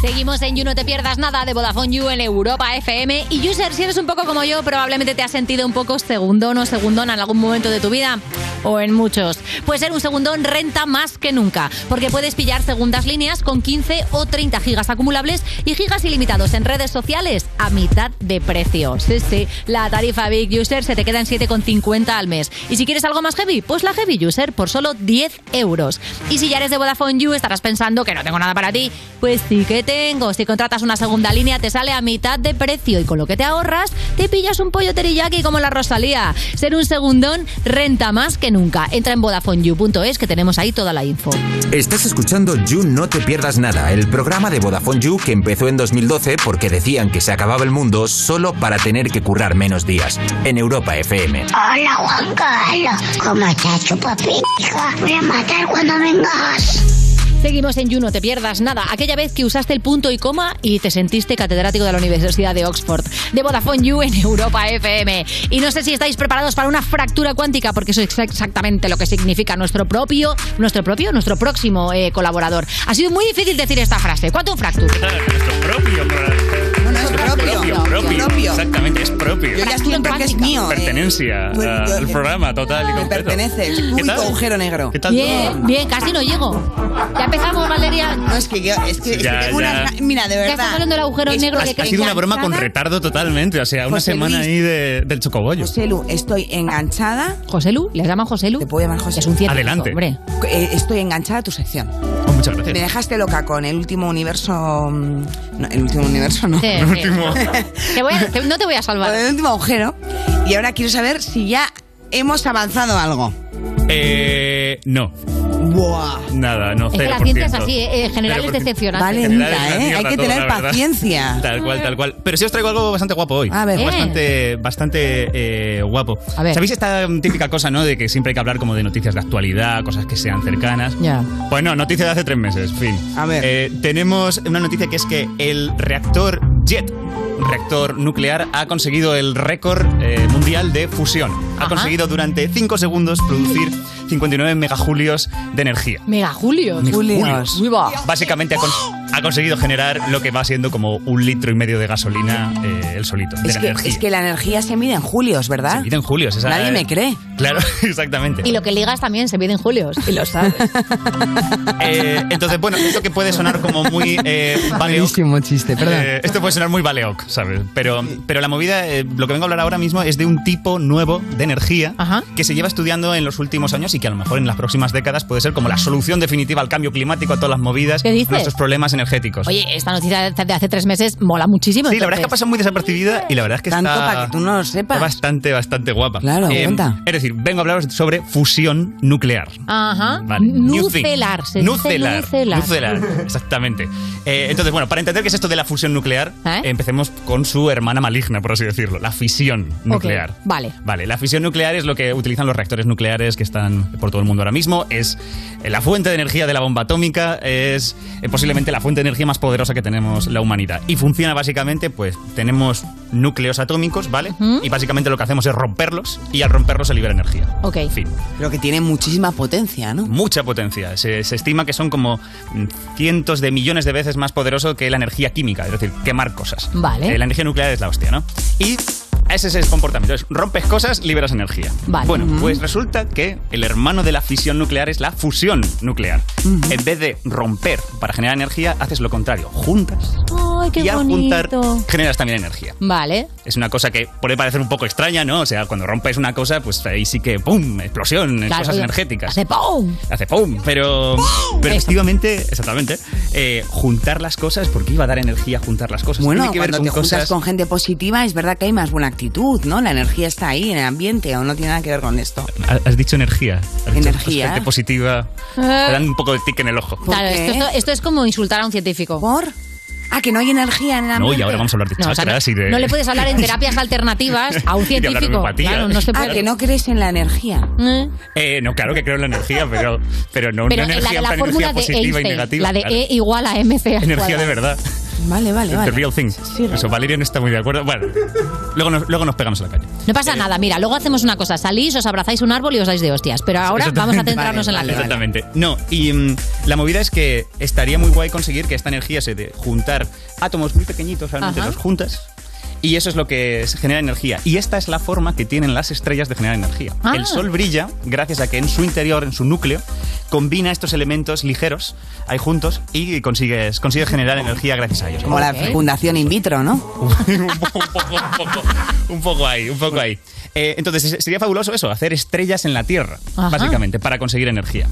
Seguimos en You No Te Pierdas Nada de Vodafone You en Europa FM. Y User, si eres un poco como yo, probablemente te has sentido un poco segundón o segundona en algún momento de tu vida. O en muchos. Pues ser un segundón renta más que nunca, porque puedes pillar segundas líneas con 15 o 30 gigas acumulables y gigas ilimitados en redes sociales a mitad de precio. Sí, sí, la tarifa Big User se te queda en 7,50 al mes. Y si quieres algo más heavy, pues la Heavy User por solo 10 euros. Y si ya eres de Vodafone You, estarás pensando que no tengo nada para ti. Pues sí que tengo. Si contratas una segunda línea, te sale a mitad de precio y con lo que te ahorras, te pillas un pollo teriyaki como la Rosalía. Ser un segundón renta más que nunca. Entra en VodafoneYou.es que tenemos ahí toda la info.
Estás escuchando You No Te Pierdas Nada, el programa de Vodafone You que empezó en 2012 porque decían que se acababa el mundo solo para tener que currar menos días. En Europa FM.
Hola, Juan Carlos. ¿Cómo estás, chupapija? Voy a matar cuando vengas.
Seguimos en You, no te pierdas nada. Aquella vez que usaste el punto y coma y te sentiste catedrático de la Universidad de Oxford. De Vodafone You en Europa FM. Y no sé si estáis preparados para una fractura cuántica, porque eso es exactamente lo que significa nuestro propio, nuestro propio, nuestro próximo eh, colaborador. Ha sido muy difícil decir esta frase. ¿Cuánto fractura?
Nuestro propio. No,
no, es propio.
propio.
propio.
Exactamente, es propio.
Yo ya estoy en plan que es mío. eh.
Pertenencia
Tú- yo-
al programa total y
Me
completo.
pertenece.
¿Qué
Público
tal?
agujero negro.
¿Qué tal todo?
Bien, bien, casi no llego. Ya empezamos, Valeria.
No, es que yo, es que, es que
Ya,
tengo
ya.
unas- Mira, de
Ya
verdad.
estás hablando del agujero negro
Ha,
de
ha sido una broma con
enganchada.
retardo totalmente, o sea, una
José
semana
Luis.
ahí de- del chocobollo.
José Lu, estoy enganchada.
José Lu, le llaman José Lu.
Te puedo llamar José.
Es un cierto, Adelante. hombre.
Eh, estoy enganchada a tu sección.
Oh, muchas gracias.
Me dejaste loca con el último universo. mm, No, el último universo no.
Sí, sí. Te voy a- te- no te voy a salvar.
el último agujero. Y ahora quiero saber si ya hemos avanzado algo.
Eh, no. Nada, no,
Es que la
0%.
ciencia es así, eh, en general es
0%.
decepcionante.
Vale,
En general
mira,
es una
¿eh?
mierda
Hay que
todo,
tener
la verdad.
paciencia.
Tal
Eh.
cual, tal cual. Pero sí os traigo algo bastante guapo hoy.
A ver. Eh.
Bastante, bastante eh, guapo. ¿Sabéis esta típica cosa, no? De que siempre hay que hablar como de noticias de actualidad, cosas que sean cercanas.
Ya.
Pues no, noticia de hace tres meses, fin. A ver. tenemos una noticia que es que el reactor JET, un reactor nuclear, ha conseguido el récord eh, mundial de fusión. Ha conseguido durante 5 segundos producir 59 megajulios de energía.
Mega Julio.
Megajulios.
Uy, va.
Básicamente ha, con- ha conseguido generar lo que va siendo como un litro y medio de gasolina eh, el solito, de
Es
la
que,
energía.
es que la energía se mide en julios, ¿verdad?
Miden julios, esa- eh,
Nadie me cree.
Claro, exactamente.
Y lo que ligas también se pide en julios. Y lo sabes.
Eh, entonces, bueno, esto que puede sonar como muy eh, valeoc,
Buenísimo chiste, perdón.
eh, esto puede sonar muy valeoc, ¿sabes? Pero, pero la movida, eh, lo que vengo a hablar ahora mismo es de un tipo nuevo de energía que se lleva estudiando en los últimos años y que a lo mejor en las próximas décadas puede ser como la solución definitiva al cambio climático, a todas las movidas,
dices?
nuestros problemas energéticos.
Oye, esta noticia de hace tres meses mola muchísimo.
Pues Sí, la verdad es que ha
entonces.
pasado muy desapercibida y la verdad es que
Tanto
está...
pa' que tú
no sepas. bastante, bastante guapa. Em,
Claro, cuenta.
Es decir, vengo a hablaros sobre fusión nuclear.
Ajá.
Vale. New thing.
Nucelar. Se
Nucelar.
dice nucelar.
Nucelar, exactamente. Eh, entonces, bueno, para entender qué es esto de la fusión nuclear,
¿Eh?
empecemos con su hermana maligna, por así decirlo, la fisión nuclear.
Ok, Vale.
Vale, la fisión nuclear es lo que utilizan los reactores nucleares que están por todo el mundo ahora mismo. Es eh, la fuente de energía de la bomba atómica, es eh, posiblemente la fuente de energía más poderosa que tenemos la humanidad. Y funciona básicamente, pues tenemos núcleos atómicos, ¿vale? Y básicamente lo que hacemos es romperlos y al romperlos se libera energía.
Ok.
Fin.
Pero que tiene muchísima potencia, ¿no?
Mucha potencia. Se, se estima que son como mm, cientos de millones de veces más poderoso que la energía química, es decir, quemar cosas.
Vale.
Eh, la energía nuclear es la hostia, ¿no? Y ese es el comportamiento. es rompes cosas, liberas energía.
Vale.
Bueno,
Ujú.
pues resulta que el hermano de la fisión nuclear es la fusión nuclear. En vez de romper para generar energía, haces lo contrario. Juntas,
Ay, qué
Y al juntar-
bonito.
generas también energía.
Vale.
Es una cosa que puede parecer un poco extraña, ¿no? O sea, cuando rompes una cosa, pues ahí sí que ¡pum! Explosión,
Claro,
cosas
oye,
energéticas
Hace ¡pum!
hace ¡pum! Pero, pero efectivamente, exactamente, eh, juntar las cosas, porque iba a dar energía juntar las cosas.
Bueno,
Tiene que ver
cuando
con
te
cosas.
juntas con gente positiva, es verdad que hay más buena actitud, ¿no? La energía está ahí en el ambiente, o no tiene nada que ver con esto.
Has dicho energía. Has dicho,
Energía.
pues, gente positiva.
Eh.
Te dan un poco de tic en el ojo.
Claro,
qué?
esto, esto- esto es como insultar a un científico.
¿Por? Ah, que no hay energía en el
No, eh.
ambiente.
y ahora vamos a hablar de
No, o sea,
chakras y de.
No le puedes hablar en terapias alternativas a un
Y de hablar de
científico.
homeopatía.
Claro, no se
Ah,
puede.
que no crees en la energía.
Mm.
Eh, no, claro que creo en la energía, pero, pero no
Pero
una
en la
energía,
de la
en plan energía
fórmula de
positiva y
Einstein,
negativa.
la de
claro.
E igual a MC. al
Energía de
cuadrado.
verdad. Este
Vale, vale,
The
vale.
real thing.
vale.
Eso, Valeria no está muy de acuerdo. Bueno, luego nos, luego nos pegamos a la calle.
No pasa nada, mira, luego hacemos una cosa, salís, os abrazáis un árbol y os dais de hostias, pero ahora vamos a centrarnos en la vida.
Exactamente. No, y mm, la movida es que estaría muy guay conseguir que esta energía se de juntar átomos muy pequeñitos, realmente
Ajá.
los juntas. Y eso es lo que se genera energía. Y esta es la forma que tienen las estrellas de generar energía.
Ah.
El Sol brilla gracias a que en su interior, en su núcleo, combina estos elementos ligeros ahí juntos y consigues, consigues generar energía gracias a ellos.
Como la fecundación in vitro, ¿no?
Un poco ahí, un poco ahí. Eh, entonces, se- sería fabuloso eso, hacer estrellas en la Tierra,
Ajá.
básicamente, para conseguir energía.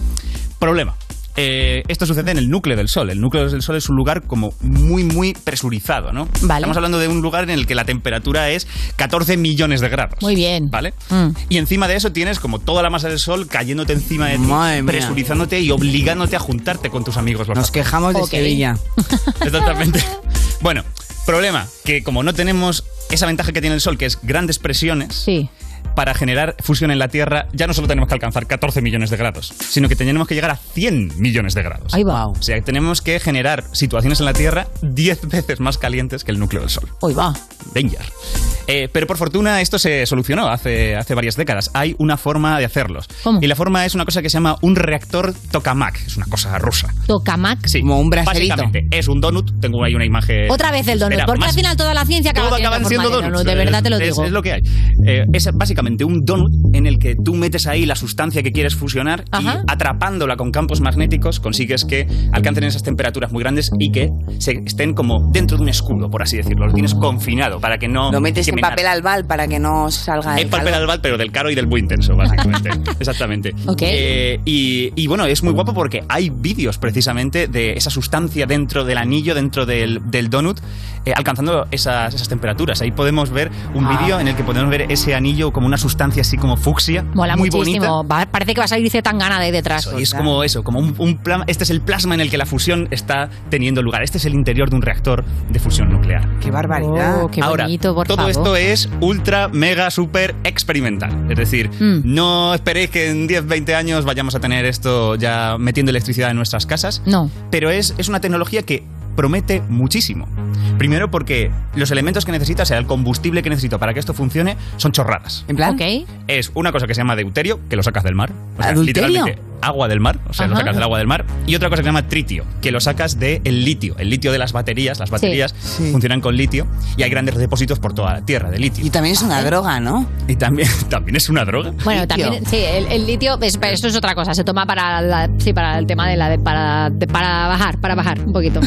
Problema. Eh, esto sucede en el núcleo del Sol. El núcleo del Sol es un lugar como muy, muy presurizado, ¿no?
Vale.
Estamos hablando de un lugar en el que la temperatura es 14 millones de grados.
Muy bien.
¿Vale?
Mm.
Y encima de eso tienes como toda la masa del Sol cayéndote encima de ti,
Madre mía.
presurizándote y obligándote a juntarte con tus amigos. Los
Nos quejamos de
Ok.
Sevilla.
Exactamente. Bueno, problema, que como no tenemos esa ventaja que tiene el Sol, que es grandes presiones, para generar fusión en la Tierra, ya no solo tenemos que alcanzar 14 millones de grados, sino que tenemos que llegar a 100 millones de grados.
Ahí va.
O sea, que tenemos que generar situaciones en la Tierra 10 veces más calientes que el núcleo del Sol.
Hoy va.
Danger. Eh, pero por fortuna esto se solucionó hace, hace varias décadas. Hay una forma de hacerlos. Y la forma es una cosa que se llama un reactor tokamak. Es una cosa rusa.
Tokamak.
Sí, como un
braserito.
Básicamente, es un donut. Tengo ahí una imagen.
Otra vez el donut,
Eh, Espera,
porque
más-
al final toda la ciencia acaba
todo acaban
en
siendo
forma de
donuts.
donut, de verdad te lo
Es-
digo.
Es, lo que hay. Eh, es básicamente un donut en el que tú metes ahí la sustancia que quieres fusionar
Ajá.
y atrapándola con campos magnéticos consigues que alcancen esas temperaturas muy grandes y que se estén como dentro de un escudo, por así decirlo. Lo tienes confinado para que no.
Lo metes en
quemen nada.
papel albal para que no salga
Es
el
papel
calor.
albal, pero del caro y del muy intenso, básicamente. Exactamente.
Ok.
Eh, y, y bueno, es muy guapo porque hay vídeos precisamente de esa sustancia dentro del anillo, dentro del, del donut, eh, alcanzando esas, esas temperaturas. Ahí podemos ver un
Ah.
vídeo en el que podemos ver ese anillo como una sustancia así como fucsia.
Mola
muy bonita.
muchísimo. Va- parece que va a salir tan gana de ahí detrás.
Y es como eso, como un, un plasma. Este es el plasma en el que la fusión está teniendo lugar. Este es el interior de un reactor de fusión nuclear.
¡Qué barbaridad!
Oh, qué
Ahora,
bonito, por
todo
favor.
esto es ultra, mega, super experimental. Es decir,
Mm.
no esperéis que en 10, 20 años vayamos a tener esto ya metiendo electricidad en nuestras casas.
No.
Pero es, es una tecnología que promete muchísimo. Primero porque los elementos que necesitas, o sea, el combustible que necesito para que esto funcione, son chorradas.
¿En plan?
Es una cosa que se llama deuterio, que lo sacas del mar. O sea,
¿Adulterio?
literalmente, agua del mar, o sea, lo
Ajá.
sacas del agua del mar. Y otra cosa que se llama tritio, que lo sacas del litio, el litio de las baterías. Las baterías funcionan con litio y hay grandes depósitos por toda la tierra de litio. Y
también es una droga, ¿no?
Y también, también es una droga.
Bueno, también, sí, el, el litio, es- pero esto es otra cosa, se toma para, la- sí, para el tema de la de, para, de- para bajar, para bajar un poquito.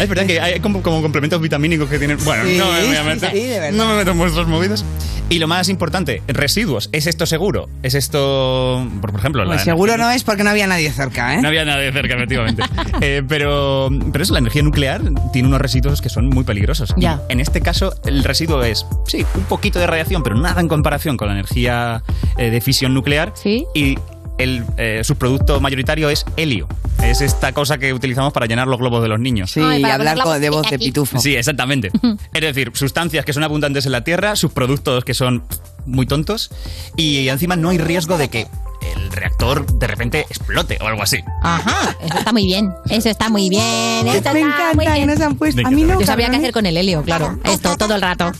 Es verdad que hay como, como complementos vitamínicos que tienen. Bueno,
Sí,
no me voy a
sí,
meter.
sí, de verdad.
no me meto en vuestros movidos. Y lo más importante, residuos. ¿Es esto seguro? ¿Es esto, por por ejemplo, la
Pues seguro no es porque no había nadie cerca, ¿eh?
No había nadie cerca, efectivamente. Eh, pero, pero eso, la energía nuclear tiene unos residuos que son muy peligrosos. Y
Ya.
En este caso, el residuo es, sí, un poquito de radiación, pero nada en comparación con la energía eh, de fisión nuclear. Sí. Y el eh, subproducto mayoritario es helio. Es esta cosa que utilizamos para llenar los globos de los niños.
Sí, y hablar con- de voz de pitufo.
Sí, exactamente. Es decir, sustancias que son abundantes en la Tierra, sus productos que son muy tontos y encima no hay riesgo de que el reactor de repente explote o algo así.
Ajá, eso está muy bien. Eso está muy bien.
Me
Eso está muy bien.
Me a mí encanta. no,
Yo sabía qué
cabrones.
hacer con el helio, claro. Esto todo el rato.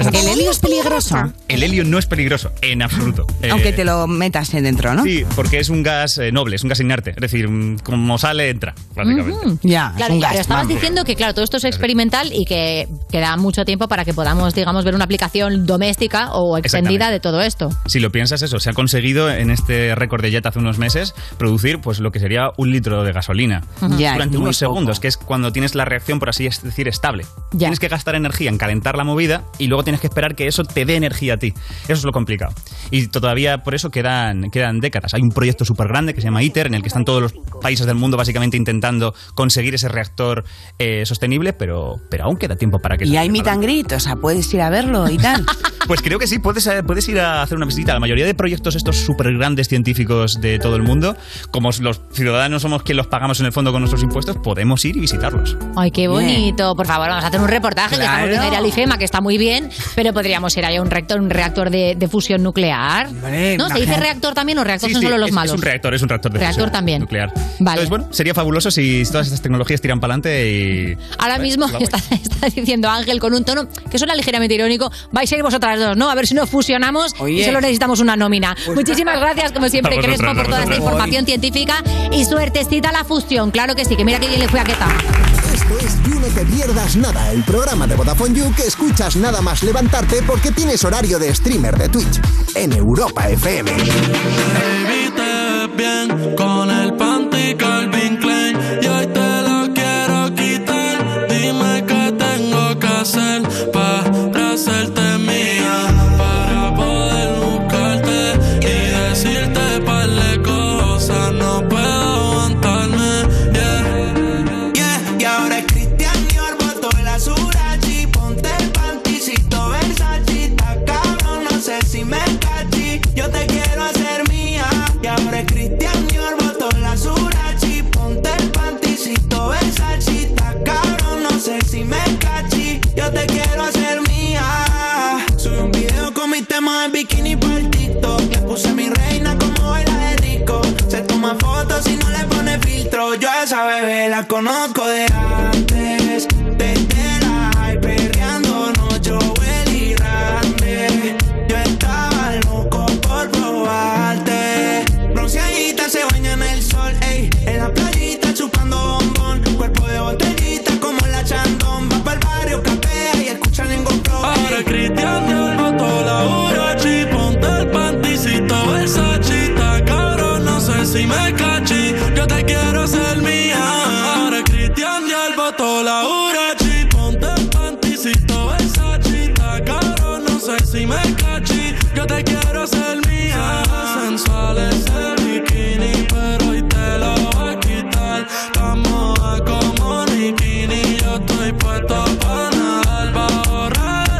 El helio es peligroso.
El helio no es peligroso, en absoluto.
eh.
Eh,
Aunque te lo metas en dentro, ¿no?
Sí, porque es un gas eh, noble, es un gas inerte. Es decir, mm, como sale, entra, básicamente.
Ya,
Claro, y- pero estabas diciendo que, claro, todo esto es experimental y que queda mucho tiempo para que podamos, digamos, ver una aplicación doméstica o extendida
Exactamente.
de todo esto.
Si lo piensas eso, se ha conseguido en este récord de Jet hace unos meses producir pues lo que sería un litro de gasolina
Ujú. Ya,
durante
es muy
unos segundos, que es cuando tienes la reacción, por así es decir, estable. Tienes que gastar energía en calentar la movida y luego tienes que esperar que eso te dé energía a ti. Eso es lo complicado. Y todavía por eso quedan, quedan décadas. Hay un proyecto súper grande que se llama ITER, en el que están todos los países del mundo básicamente intentando conseguir ese reactor eh, sostenible, pero, pero aún queda tiempo para que
Y
eso
hay
llegue
meet and greet, o sea, puedes ir a verlo y tal.
pues creo que sí, puedes, eh, puedes ir a hacer una visita. La mayoría de proyectos estos súper grandes científicos de todo el mundo, como los ciudadanos somos quienes los pagamos en el fondo con nuestros impuestos, podemos ir y visitarlos.
Ay, qué bonito. Por favor, vamos a hacer un reportaje
Claro.
que estamos viendo ir al IFEMA, que está muy bien, pero podríamos ir ahí a un reactor, un reactor de, de fusión nuclear. no, se dice
imagínate.
reactor también o reactor
Sí,
son
sí,
solo los
es,
malos.
es un reactor, es un reactor de
Reactor
fusión
también.
nuclear.
Vale.
Entonces, bueno, sería fabuloso si todas estas tecnologías tiran para adelante y...
Ahora
Vale,
mismo
vamos.
está, está diciendo Ángel con un tono que suena ligeramente irónico. Vais a ir vosotras dos, ¿no? A ver si nos fusionamos y
Oye.
solo necesitamos una nómina.
Pues
Muchísimas gracias, como siempre,
A
Crespo,
vosotras,
por
a
toda esta
vosotras.
información científica y suertecita la fusión. Claro que sí, que mira que bien le fue a Queta.
Esto es You No Te Pierdas Nada, el programa de Vodafone You que escuchas nada más levantarte porque tienes horario de streamer de Twitch en Europa FM.
Baby, te ves bien con el panty Calvin Klein y hoy te lo quiero quitar. Dime qué tengo que hacer para hacerte mía, para poder buscarte y decirte par de cosas. No puedo aguantarme,
Mm.
yeah. Yeah, y ahora es Cristian y Orboto el Azurachi. Ponte el panticito Versace, está cabrón, no sé si me cachi. Yo te quiero hacer mía. Y ahora es Cristian y Orboto el Azurachi. Ponte el panticito Versace, está cabrón, no sé si me cachi. Yo te quiero hacer mía. Subí un video con mi tema en bikini partito. Me puse mi reina como baila de rico. Se toma fotos y no le pone filtro. Yo a esa bebé la conozco de antes. Desde la high, perreando noche, Joel y Randy. Yo estaba loco por probarte. Bronceadita se baña en el sol, ey. En la playita chupando bombón. Cuerpo de botellita como la chandón. Va el barrio, capea y escucha ningún pro.
Ahora Cristian te armató la Urachi Ponte el panticito Versace Está cabrón, no sé si me cachi Yo te quiero ser mía Ahora Cristian te armató la Urachi Ponte el panticito Versace Está cabrón, no sé si me cachi Yo te quiero ser mía Sensuales de bikini Pero hoy te lo va a quitar Estamos a como Nikini Yo estoy puesto para nadar Bajo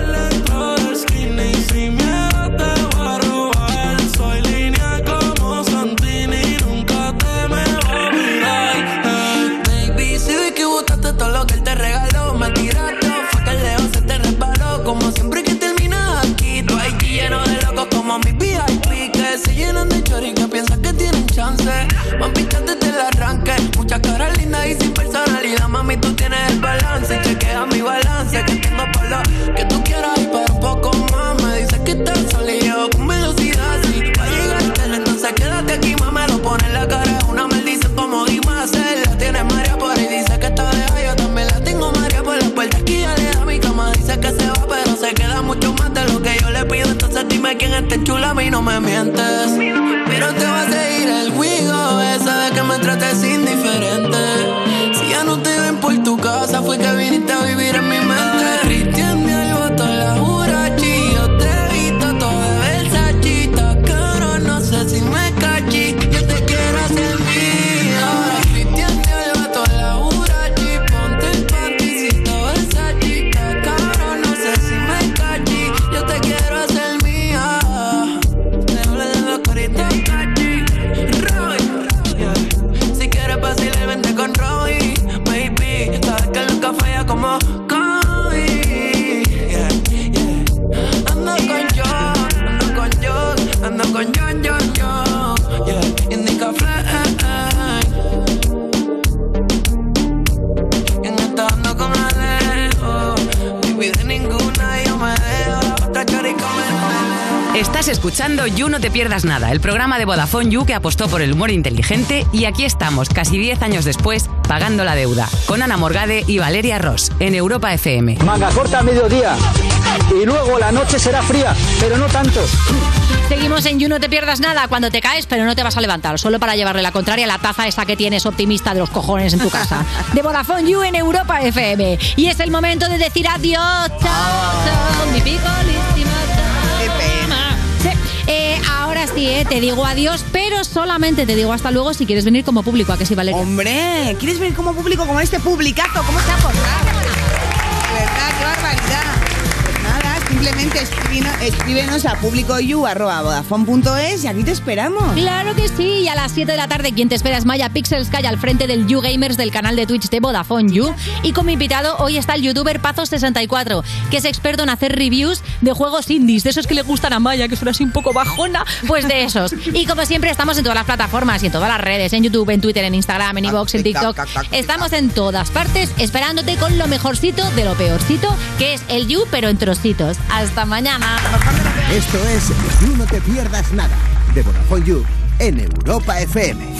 dentro del skinny Sin miedo te voy a robar Soy línea como Santini Nunca te me va a mirar Baby, si vi que botaste todo lo que él te regaló Me tiraste, fue que el león se te resbaló Como siempre que terminas aquí Tú hay lleno de locos como mis VIP Que se llenan de chori que piensan que tienen chance Mami, ya desde el arranque Muchas caras lindas y sin personalidad Mami, tú tienes el balance Chequea mi balance que tengo por lo que tú quieras Y para un poco más me dices que estás solo y yo con velocidad Si tú vas a llegar tarde, entonces quédate aquí Mamá, lo pone en la cara es una maldición como Dimasel La tiene María por ahí, dice que está de yo también la tengo María por la puerta Aquí ya le da mi cama, dice que se va Pero se queda mucho más de lo que yo le pido Entonces dime quién es este chula, a mí no me mientes Pero te va a seguir el juego Ese de que me trates indiferente Si ya no te ven por tu casa Fue que viniste a vivir en mi mente Cristian me alborotó la jurachi Yo te he visto todo
escuchando You No Te Pierdas Nada, el programa de Vodafone You que apostó por el humor inteligente y aquí estamos, casi 10 años después, pagando la deuda, con Ana Morgade y Valeria Ross, en Europa FM.
Manga corta a mediodía. Y luego la noche será fría, pero no tanto.
Seguimos en You, no te pierdas nada cuando te caes, pero no te vas a levantar, solo para llevarle la contraria a la taza esa que tienes optimista de los cojones en tu casa. De Vodafone You en Europa FM. Y es el momento de decir adiós. Chao, chao, mi picolísima. Sí. Eh, ahora sí, eh, te digo adiós, pero solamente te digo hasta luego si quieres venir como público, ¿a que sí, Valeria?
Hombre, ¿quieres venir como público, como este publicazo? ¿Cómo se ha portado? De verdad, qué barbaridad. Pues nada, simplemente escribino- escríbenos a publicoyu.vodafone.es y aquí te esperamos.
Claro que sí, y a las 7 de la tarde quien te espera es Maya Pixels Sky al frente del You Gamers del canal de Twitch de Vodafone You. Y como invitado hoy está el youtuber Pazos64, que es experto en hacer reviews de juegos indies, de esos que le gustan a Maya, que son así un poco bajona, pues de esos. Y como siempre estamos en todas las plataformas y en todas las redes, en YouTube, en Twitter, en Instagram, en iVoox, en TikTok. Estamos en todas partes esperándote con lo mejorcito de lo peorcito, que es el You pero en trocitos. Hasta mañana.
Esto es You No Te Pierdas Nada de Vodafone You en Europa FM.